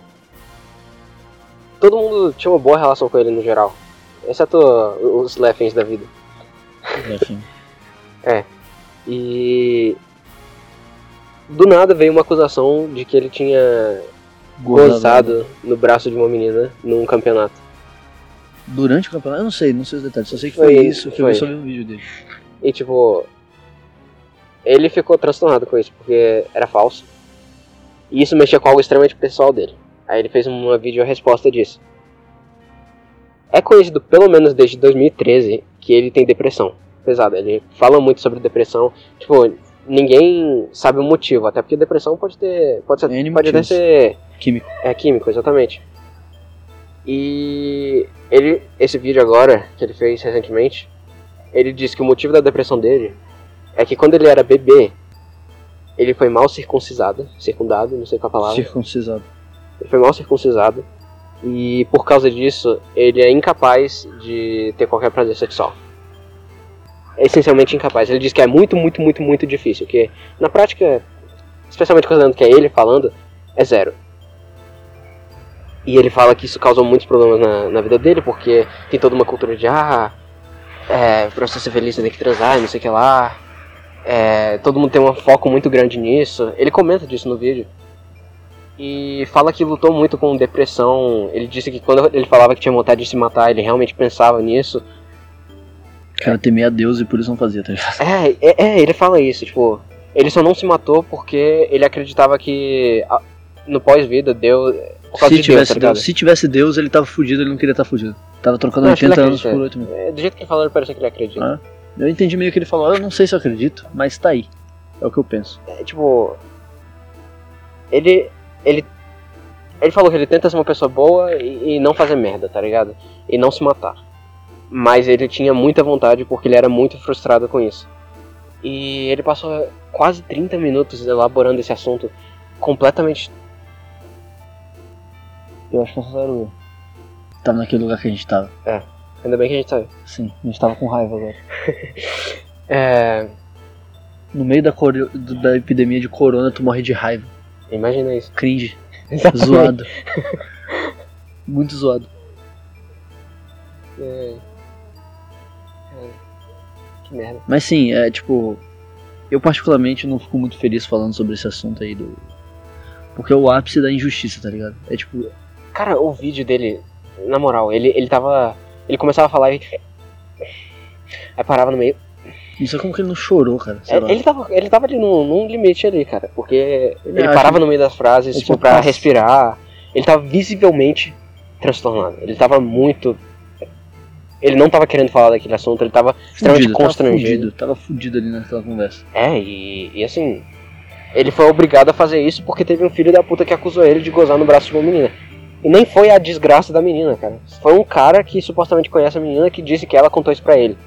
S1: Todo mundo tinha uma boa relação com ele no geral. Exceto os Leffens da vida.
S2: É,
S5: Enfim.
S1: E. Do nada veio uma acusação de que ele tinha
S2: né?
S1: gozado no braço de uma menina num campeonato.
S2: Durante o campeonato, eu não sei, não sei os detalhes. Só sei que
S1: Foi
S2: foi,
S1: isso,
S2: isso, que eu vi
S1: foi.
S2: sobre o vídeo dele.
S1: E tipo, ele ficou transtornado com isso, porque era falso. E isso mexia com algo extremamente pessoal dele. Aí ele fez uma vídeo resposta disso. É conhecido pelo menos desde 2013 que ele tem depressão pesada. Ele fala muito sobre depressão. Tipo, ninguém sabe o motivo, até porque depressão pode ter. Pode, ser,
S2: N
S1: pode até
S2: motivos.
S1: ser.
S2: Químico.
S1: É químico, exatamente. E ele. Esse vídeo agora, que ele fez recentemente, ele disse que o motivo da depressão dele é que quando ele era bebê, ele foi mal circuncisado, circundado, não sei qual a palavra.
S2: Circuncisado.
S1: Ele foi mal circuncisado e por causa disso ele é incapaz de ter qualquer prazer sexual. É essencialmente incapaz. Ele diz que é muito, muito, muito, muito difícil, que na prática, especialmente considerando que é ele falando, é zero. E ele fala que isso causou muitos problemas na, na vida dele, porque tem toda uma cultura de ah, é, pra você ser feliz você tem que transar, e não sei o que lá. É, todo mundo tem um foco muito grande nisso. Ele comenta disso no vídeo e fala que lutou muito com depressão. Ele disse que quando ele falava que tinha vontade de se matar, ele realmente pensava nisso.
S2: O cara temia a Deus e por isso não fazia, tá ligado?
S1: É, é, é, ele fala isso, tipo, ele só não se matou porque ele acreditava que a- no pós-vida deu por causa
S2: Se
S1: de Deus,
S2: tivesse,
S1: tá ligado?
S2: Deus, se tivesse Deus, ele tava fudido, ele não queria estar fudido. Tava trocando
S1: Não, acho que
S2: 80
S1: ele
S2: anos por
S1: acredita.
S2: 8 mil.
S1: É, Do jeito que ele falou, ele parecia que ele acredita.
S2: Ah. Eu entendi meio que ele falou, eu não sei se eu acredito, mas tá aí. É o que eu penso.
S1: É, tipo, ele, ele, ele falou que ele tenta ser uma pessoa boa e, e não fazer merda, tá ligado? E não se matar. Mas ele tinha muita vontade porque ele era muito frustrado com isso. E ele passou quase 30 minutos elaborando esse assunto completamente.
S2: Eu acho que não era eu. Tava Tá naquele lugar que a gente tava.
S1: Ainda bem que a gente tá. sabe.
S2: Sim, a gente tava com raiva agora.
S1: É.
S2: No meio da, coreo- do- da epidemia de corona, tu morre de raiva.
S1: Imagina isso.
S2: Cringe. zoado. [LAUGHS] Muito zoado.
S1: É, é, Que merda.
S2: Mas sim, é tipo. Eu particularmente não fico muito feliz falando sobre esse assunto aí do. Porque é o ápice da injustiça, tá ligado? É tipo.
S1: Cara, o vídeo dele, na moral, ele, ele tava. Ele começava a falar e. Aí parava no meio.
S2: Não sei é como que ele não chorou, cara. sei
S1: É,
S2: lá.
S1: Ele tava, ele tava ali num, num limite ali, cara, porque ele
S2: acha-
S1: parava no meio das frases
S2: ele
S1: tipo,
S2: tinha
S1: pra
S2: paz.
S1: respirar. Ele tava visivelmente transtornado. Ele tava muito. Ele não tava querendo falar daquele assunto, ele tava extremamente
S2: Fudido,
S1: constrangido.
S2: Tava fudido, tava fudido ali naquela conversa.
S1: É, e, e assim. Ele foi obrigado a fazer isso porque teve um filho da puta que acusou ele de gozar no braço de uma menina. E nem foi a desgraça da menina, cara. Foi um cara que supostamente conhece a menina que disse que ela contou isso pra ele.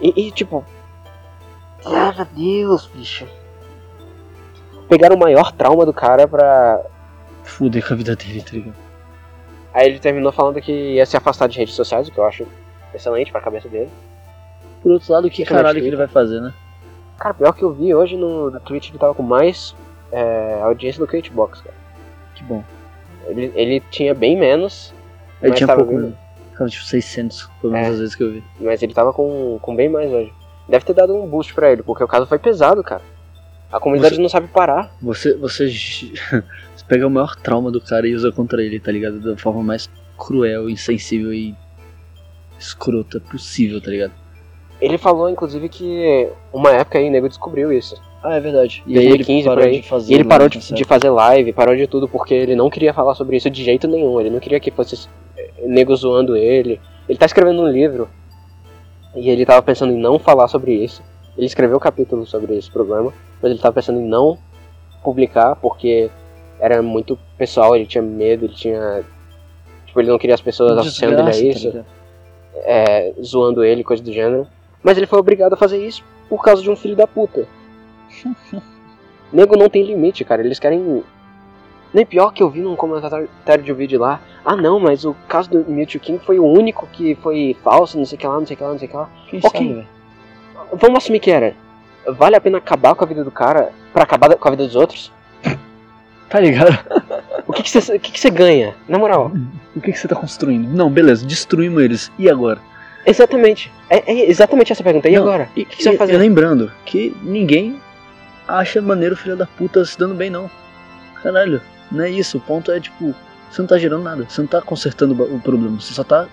S1: E, e, tipo. Graças a Deus, bicho. Pegaram o maior trauma do cara pra.
S2: Fudei com a vida dele, tá ligado?
S1: Aí ele terminou falando que ia se afastar de redes sociais, o que eu acho excelente pra cabeça dele.
S2: Por outro lado, que
S1: Fica mais
S2: caralho que
S1: feio.
S2: ele vai fazer, né?
S1: Cara, pior que eu vi hoje no, no Twitch ele tava com mais é, audiência do que o Hitbox, cara.
S2: Que bom.
S1: Ele, ele tinha bem menos,
S2: Ele
S1: Mas
S2: tinha
S1: tava
S2: pouco.
S1: bem-
S2: né? Ficava tipo 600, pelo menos
S1: É.
S2: as vezes que eu vi.
S1: mas ele tava com, com bem mais hoje. Deve ter dado um boost pra ele, porque o caso foi pesado, cara. A comunidade não sabe parar.
S2: Você, você, g- [LAUGHS] você pega o maior trauma do cara e usa contra ele, tá ligado? Da forma mais cruel, insensível e escrota possível, tá ligado?
S1: Ele falou, inclusive, que uma época aí o nego descobriu isso.
S2: Ah, é verdade. E
S1: 2015
S2: aí ele
S1: por
S2: parou
S1: aí.
S2: de fazer.
S1: E ele
S2: né,
S1: parou de,
S2: tá
S1: de
S2: certo?
S1: fazer live, parou de tudo, porque ele não queria falar sobre isso de jeito nenhum. Ele não queria que fosse eh, nego zoando ele. Ele tá escrevendo um livro e ele tava pensando em não falar sobre isso. Ele escreveu um capítulo sobre esse problema, mas ele tava pensando em não publicar porque era muito pessoal, ele tinha medo, ele tinha. Tipo, ele não queria as pessoas associando ele a
S2: Desgraça,
S1: isso
S2: tá ligado?
S1: é, zoando ele, coisa do gênero. Mas ele foi obrigado a fazer isso por causa de um
S2: [LAUGHS]
S1: filho da puta. Nego não tem limite, cara. Eles querem Nem pior que eu vi num comentário de vídeo lá. Ah não, mas o caso do Mewtwo King foi o único que foi falso, não sei o que lá, não sei o que lá, não sei o que lá.
S2: Quem
S1: Ok.
S2: sabe, velho?
S1: Vamos assumir que era. Vale a pena acabar com a vida do cara pra acabar com a vida dos outros?
S2: Tá ligado? [LAUGHS]
S1: O que que você que que você ganha? Na moral.
S2: O que, que você tá construindo? Não, beleza, destruímos eles. E agora?
S1: Exatamente. É, é exatamente essa pergunta. E
S2: Não,
S1: agora?
S2: E
S1: que você vai fazer?
S2: E lembrando que ninguém acha maneiro o filho da puta se dando bem, não. Caralho, não é isso. O ponto é, tipo, você não tá gerando nada. Você não tá consertando o ba- o problema. Você só tá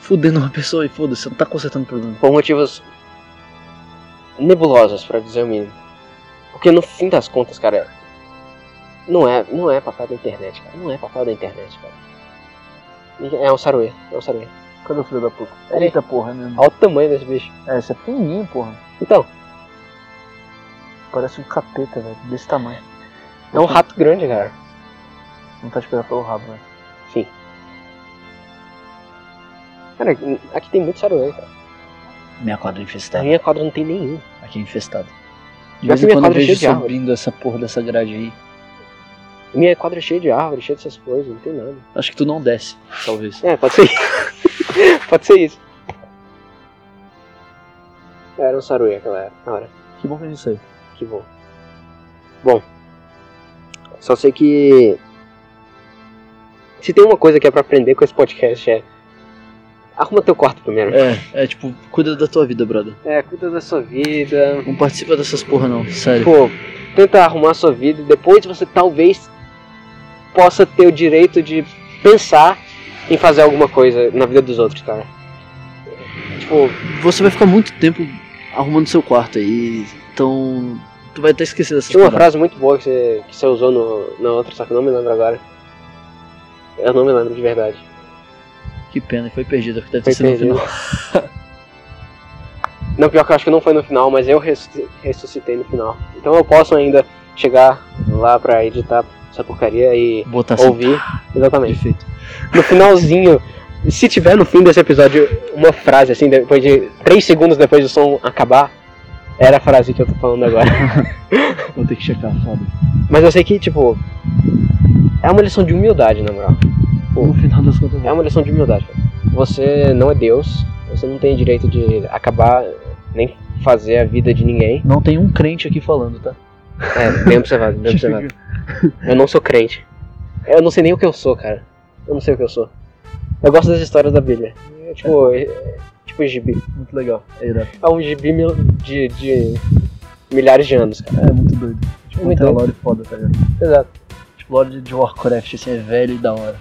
S2: fudendo uma pessoa e foda-se. Você não tá consertando o problema.
S1: Por motivos nebulosos, pra dizer o mínimo. Porque no fim das contas, cara, não é, não é papel da internet, cara. Não é papel da internet, cara. Ninguém- É um saruê, é um saruê.
S6: Cadê o filho da puta?
S1: Olha aí.
S6: Eita porra, né? mano?
S1: Olha o tamanho desse bicho.
S6: É, você é pequenininho, porra.
S1: Então,
S6: Parece um capeta, velho. Desse tamanho.
S1: é um rato grande, cara.
S6: Não tá esperando pelo rabo, velho.
S1: Cara, aqui tem muito saruê, cara.
S2: Minha quadra é
S1: Na
S2: infestada.
S1: minha quadra não tem nenhum.
S2: Aqui é infestada. De
S1: Pior
S2: vez
S1: que
S2: em
S1: minha
S2: quando eu
S1: quadra é
S2: vejo
S1: cheia de árvore.
S2: subindo essa porra dessa grade aí.
S1: Minha quadra é cheia de árvores, cheia dessas coisas, não tem nada.
S2: Acho que tu não desce, talvez.
S1: É, pode ser isso. [LAUGHS] pode ser isso. Era um saruê aquela era. Na hora.
S2: Que bom que é isso aí.
S1: Que bom. Bom, só sei que. Se tem uma coisa que é pra aprender com esse podcast é. Arruma teu quarto primeiro.
S2: É, é tipo, cuida da tua vida, brother.
S1: É, cuida da sua vida.
S2: Não participa dessas porra, não. Sério.
S1: Pô, tenta arrumar a sua vida. Depois você talvez possa ter o direito de pensar em fazer alguma coisa na vida dos outros, cara. Tipo,
S2: Você vai ficar muito tempo arrumando seu quarto aí, então tu vai até esquecer dessas
S1: Tinha uma
S2: paradas.
S1: frase muito boa que você, que você usou no, na outra, só que eu não me lembro agora. Eu não me lembro de verdade.
S2: Que pena, foi perdida,
S1: Foi
S2: deve ter sido é no
S1: perdida.
S2: final.
S1: [LAUGHS] Não, pior que eu acho que não foi no final, mas eu ressusci- ressuscitei no final. Então eu posso ainda chegar lá pra editar essa porcaria e
S2: Botar assim,
S1: ouvir. Exatamente.
S2: perfeito.
S1: No finalzinho, se tiver no fim desse episódio uma frase assim, depois de. três segundos depois do som acabar, era a frase que eu tô falando agora.
S2: Vou ter que checar, foda.
S1: Mas eu sei que, tipo. É uma lição de humildade, na moral.
S2: No final das contas,
S1: É uma lição de humildade. cara. Você não é Deus, você não tem direito de acabar nem fazer a vida de ninguém.
S2: não tem um crente aqui falando, tá? Tipo,
S1: É, bem observado, bem observado. Eu não sou crente. Eu não sei nem o que eu sou, cara. Eu não sei o que eu sou. Eu gosto das histórias da Bíblia. É tipo, é, é tipo gibi.
S6: Muito legal. É irado.
S1: É um gibi mil- de, de milhares de anos, cara.
S6: É muito doido. Tipo,
S1: Muito
S6: muito
S1: doido.
S6: lore foda, tá ligado?
S1: Exato.
S6: Tipo, lore de Warcraft, assim, é velho e da hora.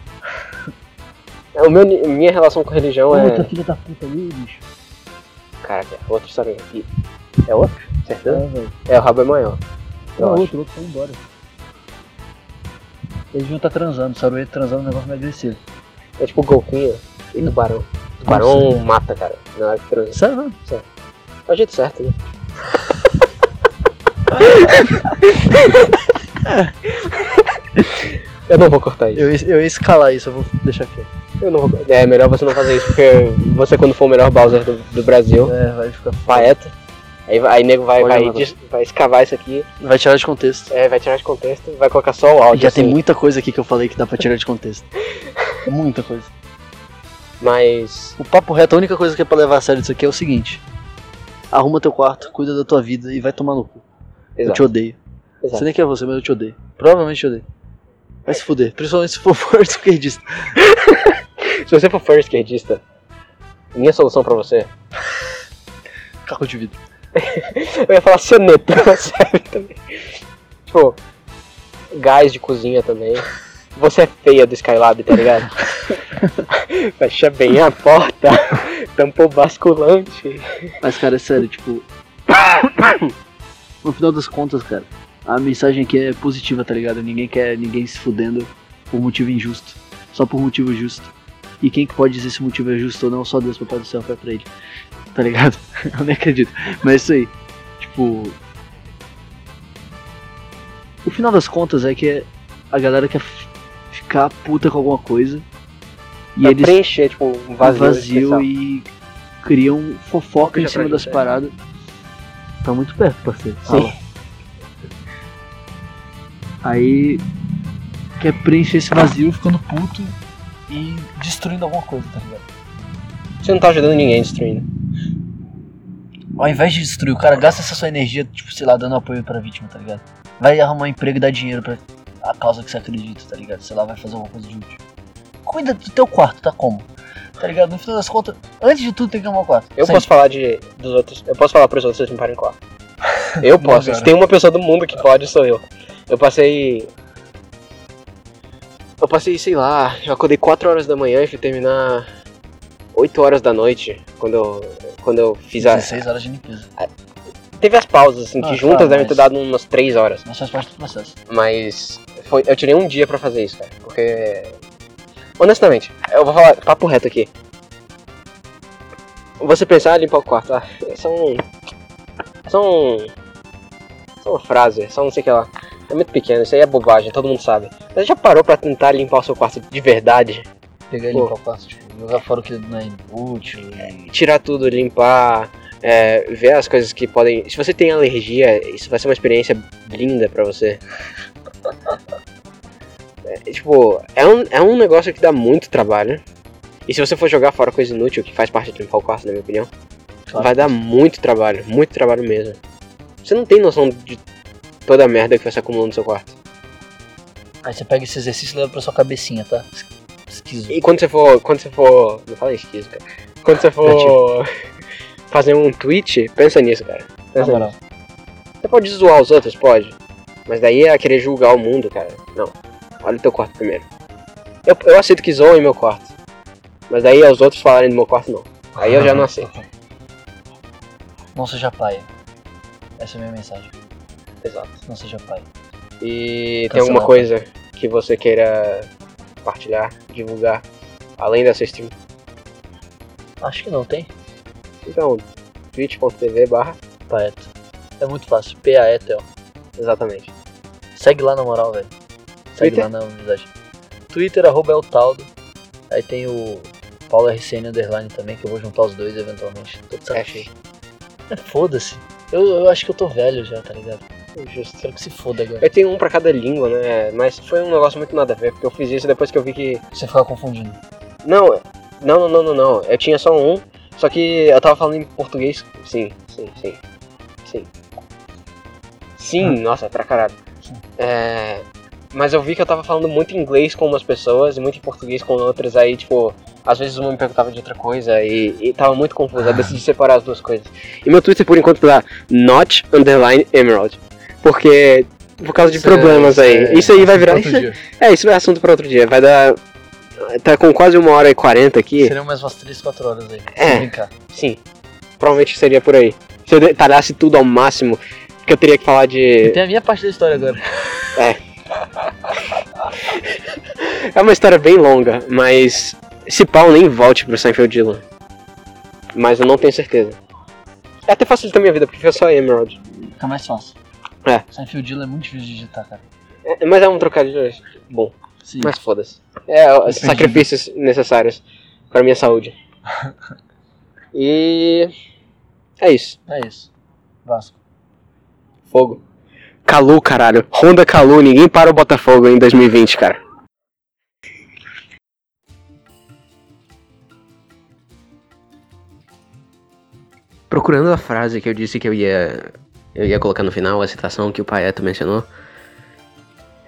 S1: É, O meu, ni- minha relação com religião
S6: Puta,
S1: é.
S6: filha
S2: tá
S6: da puta ali, bicho.
S1: Caraca, é outra história. E- É outro? Certeza?
S6: É, velho.
S1: É, o rabo é maior.
S6: É
S1: Eu acho.
S6: outro, o outro foi embora. Eles não tá transando, o Saruê transando é um negócio mais agressivo.
S1: É tipo golfinho e tubarão. Tubarão
S2: assim?
S1: mata, cara. Na hora que transa.
S2: Sério, não?
S1: É o jeito certo, né? [LAUGHS] Eu não vou cortar isso.
S2: Eu, ia- eu ia escalar isso, eu vou deixar aqui.
S1: Eu não vou- É melhor você não fazer isso, porque você quando for o melhor Bowser do, do Brasil,
S2: É, vai ficar.
S1: paeta, aí, vai- aí nego vai,
S2: Olha,
S1: vai,
S2: mano.
S1: des- vai escavar isso aqui,
S2: Vai tirar de contexto.
S1: é, vai tirar de contexto, vai colocar só o áudio.
S2: Já tem
S1: assim.
S2: muita coisa aqui que eu falei que dá pra tirar de contexto.
S6: [LAUGHS]
S2: Muita coisa.
S1: Mas.
S2: O papo reto, a única coisa que é pra levar a sério disso aqui é o seguinte: arruma teu quarto, cuida da tua vida e vai tomar no cu. Eu te
S1: Exato.
S2: odeio.
S1: Exato.
S2: Você nem quer você, mas eu te odeio. Provavelmente te odeio. Vai se fuder, principalmente se for [LAUGHS] forte esquerdista.
S1: Se você for first esquerdista, minha solução pra você
S2: Caco de vidro.
S1: Eu ia falar ceneta, [LAUGHS] mas serve também. Tipo, gás de cozinha também. Você é feia do Skylab, tá
S2: [LAUGHS]
S1: ligado? Fecha bem a porta, [LAUGHS] tampa o basculante.
S2: Mas, cara, é sério, tipo. [COUGHS] No final das contas, cara, a mensagem aqui é positiva, tá ligado? Ninguém quer ninguém se fudendo por motivo injusto. Só por motivo justo. E quem que pode dizer se o motivo é justo ou não, só Deus, Papai do Céu, vai pra ele. Tá ligado? [LAUGHS] Eu nem acredito. Mas é isso aí. Tipo. O final das contas é que a galera quer f- ficar puta com alguma coisa. E
S1: pra
S2: eles
S1: preencher, tipo, um vazio.
S2: vazio,
S1: existencial.
S2: e criam
S7: Puxa
S2: fofoca em cima
S7: pra
S2: das
S7: gente, é.
S2: paradas. Tá muito perto, parceiro.
S1: Sim.
S2: Fala. Aí quer preencher esse vazio ficando puto e destruindo alguma coisa, tá ligado?
S1: Você não tá ajudando ninguém destruindo.
S2: Ao invés de destruir, o cara gasta essa sua energia, tipo, sei lá, dando apoio pra vítima, tá ligado? Vai arrumar um emprego e dar dinheiro pra a causa que você acredita, tá ligado? Sei lá, vai fazer alguma coisa de útil. Cuida do teu quarto, tá como? Tá ligado? No final das contas, antes de tudo tem que arrumar o quarto.
S1: Eu
S2: Sempre.
S1: posso falar de dos outros. Eu posso falar pros outros limparem o quarto.
S2: [LAUGHS]
S1: Eu posso.
S2: cara.
S1: Se tem uma pessoa do mundo que pode, sou eu. Eu passei. Eu passei, sei lá, eu acordei 4 horas da manhã e fui terminar 8 horas da noite quando eu, quando eu fiz a.
S2: 16 horas de limpeza.
S1: Teve as pausas, assim, que
S2: Ah,
S1: juntas
S2: tá,
S1: devem
S2: mas-
S1: ter dado umas 3 horas.
S2: Mas faz parte do processo.
S1: Mas foi, eu tirei um dia pra fazer isso, cara. Porque. Honestamente, eu vou falar papo reto aqui. Você pensar em limpar o quarto, ah, são. São. São um, é uma frase, são não sei o que lá. É muito pequeno, isso aí é bobagem, todo mundo sabe. Você já parou pra tentar limpar o seu quarto de verdade?
S2: Pegar e
S1: Pô.
S2: limpar o quarto, tipo, jogar fora o que não é útil. E...
S1: Tirar tudo, limpar, é, ver as coisas que podem. Se você tem alergia, isso vai ser uma experiência linda pra você. É, tipo, é um, é um negócio que dá muito trabalho. E se você for jogar fora coisa inútil, que faz parte de limpar o quarto, na minha opinião,
S2: Claro.
S1: vai dar muito trabalho, muito trabalho mesmo. Você não tem noção de toda a merda que vai se acumulando no seu quarto.
S2: Aí você pega esse exercício e leva pra sua cabecinha, tá? Es- Esquizo.
S1: E quando você for. Quando você for. Não fala esquizo, cara. Quando você for [LAUGHS] fazer um tweet, pensa nisso, cara.
S2: Na
S1: Pensa
S2: moral.
S1: Você pode zoar os outros, pode. Mas daí é querer julgar o mundo, cara. Não. Olha o teu quarto primeiro. Eu, eu aceito que zoem meu quarto. Mas daí aos outros falarem do meu quarto, não. Aí eu já não aceito.
S2: Tá Não seja pai. Essa é a minha mensagem.
S1: Exato.
S2: Não seja pai.
S1: E tem
S2: Cancelado.
S1: alguma coisa que você queira compartilhar, divulgar, além dessa stream?
S2: Acho que não tem.
S1: Então, twitch.tv barra.
S2: Paeto. É muito fácil. P-A-E-T-O.
S1: Exatamente.
S2: Segue lá na moral, velho. Segue
S1: Twitter?
S2: lá na amizade. Twitter, arroba Eltaldo. Aí tem o Paulo RCN Underline também, que eu vou juntar os dois eventualmente. Tô de saco
S1: É,
S2: cheio. É, Foda-se. Eu, eu acho que eu tô velho já, tá ligado?
S1: Justo.
S2: Quero que se foda agora.
S1: Eu tenho um pra cada língua, né? Mas foi um negócio muito nada a ver, porque eu fiz isso depois que eu vi que
S2: Você ficar confundindo.
S1: Não, é, não, não, não, não, não. Eu tinha só um, só que eu tava falando em português. Sim, sim, sim. Sim.
S8: Ah.
S1: Sim, nossa, pra caralho. É, mas eu vi que eu tava falando muito em inglês com umas pessoas e muito em português com outras. Aí, tipo, às vezes uma me perguntava de outra coisa e, e tava muito confuso. Eu
S8: Ah.
S1: decidi separar as duas coisas. E meu Twitter, por enquanto, tá not underline emerald. Porque. Por causa de
S8: Isso é-
S1: problemas aí.
S8: isso é-
S1: isso aí vai virar.
S2: Outro dia.
S1: É, isso é assunto pra outro dia. Vai dar. Tá com quase uma hora e quarenta aqui.
S2: Seriam mais umas 3, 4 horas aí.
S1: É.
S2: Se brincar.
S1: Sim. Provavelmente seria por aí. Se eu detalhasse tudo ao máximo, que eu teria que falar de.
S2: Tem a minha parte da história agora.
S1: É uma história bem longa, mas. Se pau nem volte pro Seinfeld Dylan. Mas eu não tenho certeza. É Até facilita a minha vida, porque foi só Emerald.
S2: Fica mais fácil.
S1: É.
S2: Seinfeld Dylan é muito difícil de digitar, cara.
S1: É, mas é um trocadilho bom,
S2: Sim.
S1: mas foda-se. É, ó, sacrifícios necessários pra minha saúde. E. É isso.
S2: É isso. Vasco.
S1: Fogo. Calu, caralho. Honda Calu, ninguém para o Botafogo em 2020, cara.
S8: Procurando a frase que eu disse que eu ia, eu ia colocar no final, a citação que o Paeto mencionou,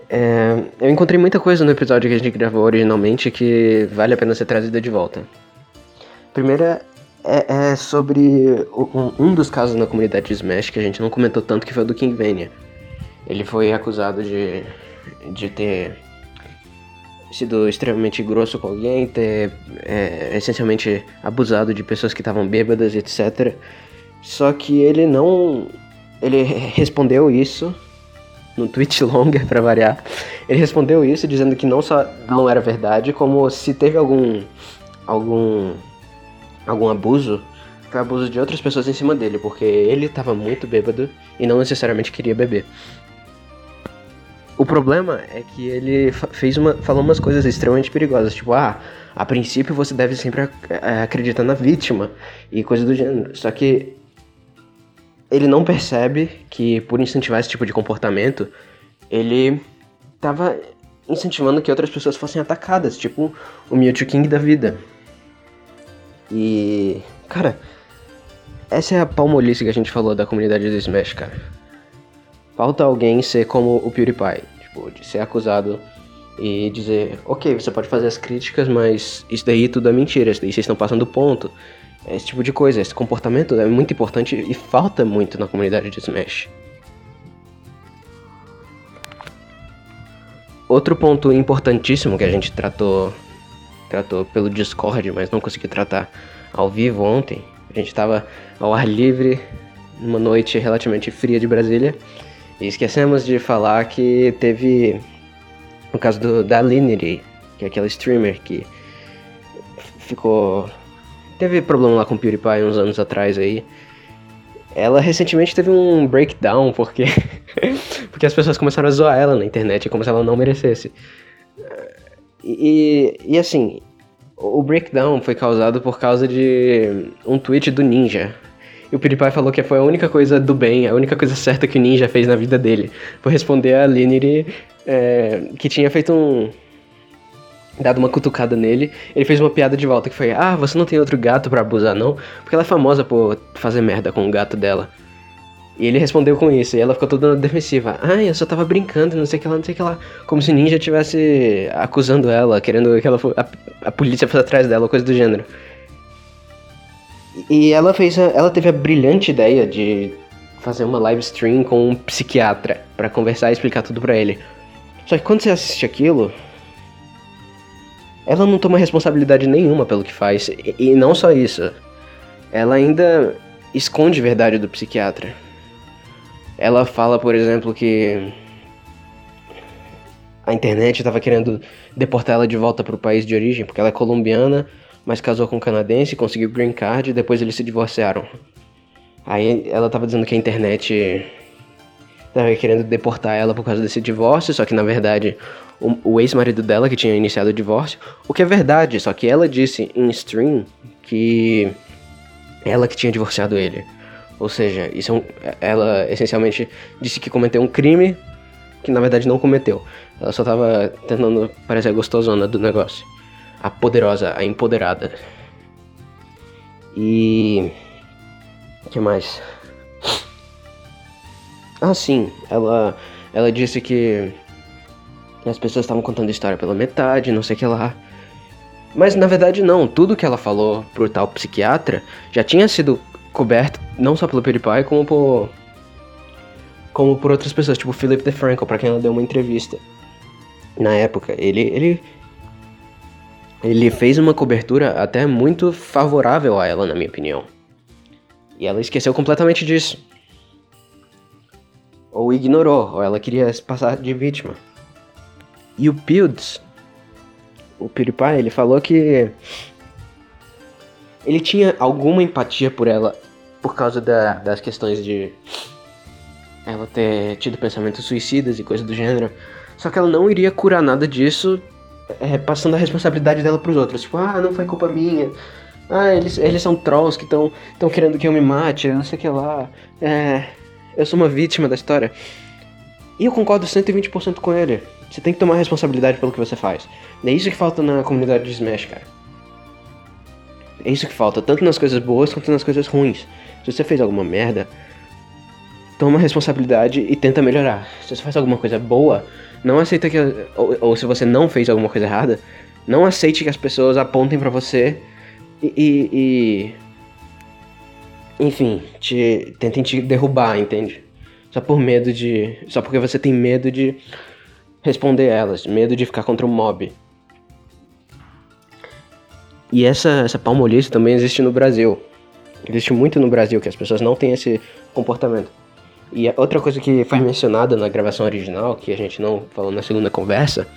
S8: é, eu encontrei muita coisa no episódio que a gente gravou originalmente que vale a pena ser trazida de volta. Primeira é, é sobre o- um, um dos casos na comunidade de Smash que a gente não comentou tanto, que foi o do Kingvania. Ele foi acusado de, de ter sido extremamente grosso com alguém, ter é, essencialmente abusado de pessoas que estavam bêbadas, etc. Só que ele não. Ele respondeu isso no tweet [LAUGHS] longa, pra variar. Ele respondeu isso dizendo que não só não era verdade, como se teve algum. algum. algum abuso, foi abuso de outras pessoas em cima dele, porque ele tava muito bêbado e não necessariamente queria beber. O problema é que ele fa- fez uma, falou umas coisas extremamente perigosas, tipo, ah, a princípio você deve sempre ac- eh, acreditar na vítima e coisa do gênero. Só que ele não percebe que por incentivar esse tipo de comportamento, ele tava
S1: incentivando que outras pessoas fossem atacadas, tipo o Mewtwo King da vida. E. Cara, essa é a palmolice que a gente falou da comunidade do Smash, cara. Falta alguém ser como o PewDiePie, tipo, de ser acusado e dizer: ok, você pode fazer as críticas, mas isso daí tudo é mentira, isso daí vocês estão passando ponto. Esse tipo de coisa, esse comportamento é muito importante e falta muito na comunidade de Smash. Outro ponto importantíssimo que a gente tratou tratou pelo Discord, mas não consegui tratar ao vivo ontem. A gente estava ao ar livre numa noite relativamente fria de Brasília e esquecemos de falar que teve o caso do, da Linery, que é aquela streamer que f- ficou teve problema lá com o PewDiePie uns anos atrás aí. Ela recentemente teve um breakdown porque [LAUGHS] porque as pessoas começaram a zoar ela na internet como se ela não merecesse. E, e assim, o breakdown foi causado por causa de um tweet do Ninja. E o PewDiePie falou que foi a única coisa do bem, a única coisa certa que o Ninja fez na vida dele. Foi responder a Linery, é, que tinha feito um. dado uma cutucada nele. Ele fez uma piada de volta que foi: Ah, você não tem outro gato pra abusar, não? Porque ela é famosa por fazer merda com o gato dela. E ele respondeu com isso, e ela ficou toda defensiva. Ah, eu só tava brincando, não sei o que lá, não sei o que lá. Como se o ninja estivesse acusando ela, querendo que ela fo- a, a polícia fosse atrás dela, coisa do gênero. E ela fez a- ela teve a brilhante ideia de fazer uma live stream com um psiquiatra pra conversar e explicar tudo pra ele. Só que quando você assiste aquilo, ela não toma responsabilidade nenhuma pelo que faz. E, e não só isso. Ela ainda esconde a verdade do psiquiatra. Ela fala, por exemplo, que a internet estava querendo deportar ela de volta para o país de origem, porque ela é colombiana, mas casou com um canadense, conseguiu green card e depois eles se divorciaram. Aí ela estava dizendo que a internet estava querendo deportar ela por causa desse divórcio, só que na verdade o, o ex-marido dela que tinha iniciado o divórcio, o que é verdade, só que ela disse em stream que ela que tinha divorciado ele. Ou seja, isso é um, ela essencialmente disse que cometeu um crime que na verdade não cometeu. Ela só tava tentando parecer a gostosona do negócio. A poderosa, a empoderada. E. O que mais? Ah, sim, ela, ela disse que as pessoas estavam contando a história pela metade, não sei o que lá. Mas na verdade, não. Tudo que ela falou pro tal psiquiatra já tinha sido coberto não só pelo PewDiePie, como por, como por outras pessoas, tipo o Philip DeFranco, pra quem ela deu uma entrevista. Na época, ele, ele, ele fez uma cobertura até muito favorável a ela, na minha opinião. E ela esqueceu completamente disso. Ou ignorou, ou ela queria se passar de vítima. E o Pilds, o PewDiePie, ele falou que ele tinha alguma empatia por ela por causa da- das questões de ela ter tido pensamentos suicidas e coisa do gênero. Só que ela não iria curar nada disso é, passando a responsabilidade dela pros outros. Tipo, ah, não foi culpa minha. Ah, eles, eles são trolls que estão tão querendo que eu me mate, não sei o que lá. É, eu sou uma vítima da história. E eu concordo 120% com ele. Você tem que tomar responsabilidade pelo que você faz. É isso que falta na comunidade de Smash, cara. É isso que falta, tanto nas coisas boas quanto nas coisas ruins. Se você fez alguma merda, toma responsabilidade e tenta melhorar. Se você faz alguma coisa boa, não aceita que. Ou, ou se você não fez alguma coisa errada, não aceite que as pessoas apontem pra você e. e- e- enfim, te, tentem te derrubar, entende? Só por medo de. Só porque você tem medo de responder elas, medo de ficar contra o mob. E essa, essa palmolice também existe no Brasil. Existe muito no Brasil, que as pessoas não têm esse comportamento. E a outra coisa que foi mencionada na gravação original, que a gente não falou na segunda conversa,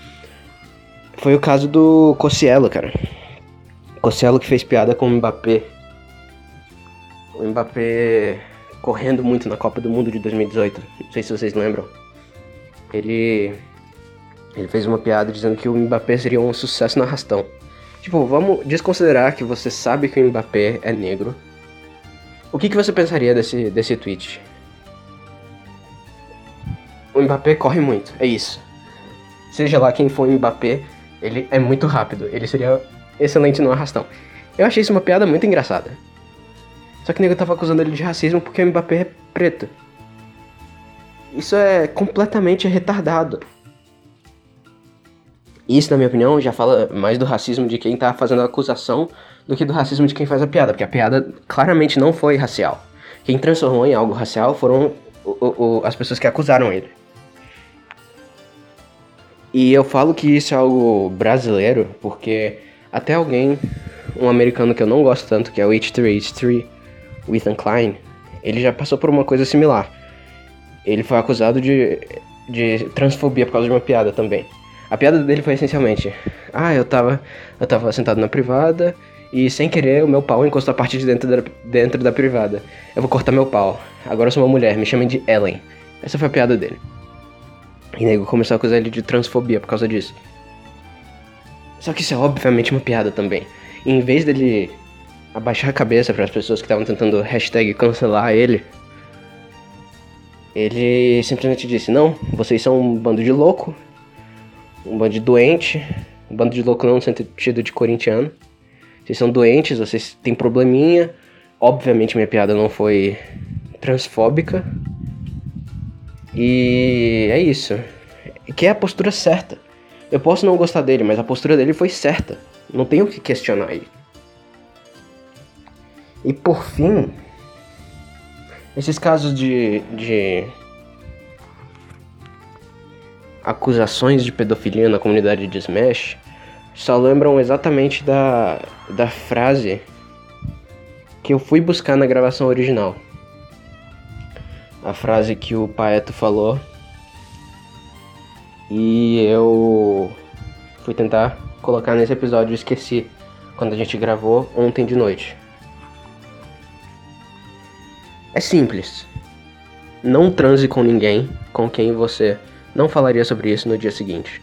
S1: foi o caso do Cossielo, cara. Cossielo que fez piada com o Mbappé. O Mbappé correndo muito na Copa do Mundo de 2018. Não sei se vocês lembram. Ele. Ele fez uma piada dizendo que o Mbappé seria um sucesso no arrastão. Tipo, vamos desconsiderar que você sabe que o Mbappé é negro. O que, que você pensaria desse, desse tweet? O Mbappé corre muito, é isso. seja lá quem for o Mbappé, ele é muito rápido. Ele seria excelente no arrastão. Eu achei isso uma piada muito engraçada. Só que o nego tava acusando ele de racismo porque o Mbappé é preto. Isso é completamente retardado. Isso, na minha opinião, já fala mais do racismo de quem tá fazendo a acusação do que do racismo de quem faz a piada, porque a piada claramente não foi racial. Quem transformou em algo racial foram o- o- o- as pessoas que acusaram ele. E eu falo que isso é algo brasileiro, porque até alguém, um americano que eu não gosto tanto, que é o H3H3, o Ethan Klein, ele já passou por uma coisa similar. Ele foi acusado de, de transfobia por causa de uma piada também. A piada dele foi essencialmente: Ah, eu tava, eu tava sentado na privada e sem querer o meu pau encostou a parte de dentro da, dentro da privada. Eu vou cortar meu pau. Agora eu sou uma mulher, me chamem de Ellen. Essa foi a piada dele. E nego começou a acusar ele de transfobia por causa disso. Só que isso é obviamente uma piada também. E em vez dele abaixar a cabeça para as pessoas que estavam tentando hashtag cancelar ele, ele simplesmente disse: Não, vocês são um bando de louco, um bando de doente, um bando de louco não no sentido de corintiano. Vocês são doentes, vocês têm probleminha. Obviamente minha piada não foi transfóbica. E é isso. Que é a postura certa. Eu posso não gostar dele, mas a postura dele foi certa. Não tenho o que questionar aí. E por fim, esses casos de, de acusações de pedofilia na comunidade de Smash só lembram exatamente da, da frase que eu fui buscar na gravação original. A frase que o Paeto falou. E eu fui tentar colocar nesse episódio e esqueci quando a gente gravou ontem de noite. É simples. Não transe com ninguém com quem você não falaria sobre isso no dia seguinte.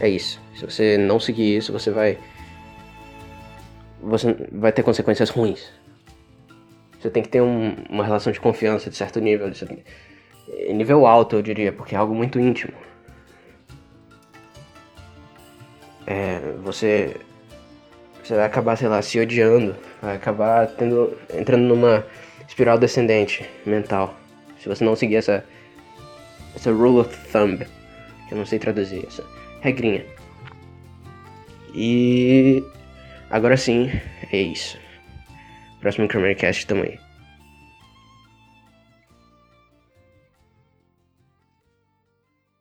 S1: É isso. Se você não seguir isso, você vai. Você vai ter consequências ruins. Você tem que ter um- uma relação de confiança de certo nível. de certo- eh, Nível alto, eu diria, porque é algo muito íntimo. É, você. Você vai acabar, sei lá, se odiando. Vai acabar tendo, entrando numa espiral descendente mental. Se você não seguir essa. Essa rule of thumb. que Eu não sei traduzir essa regrinha. E agora sim, é isso. Próximo Kramercast tamo aí.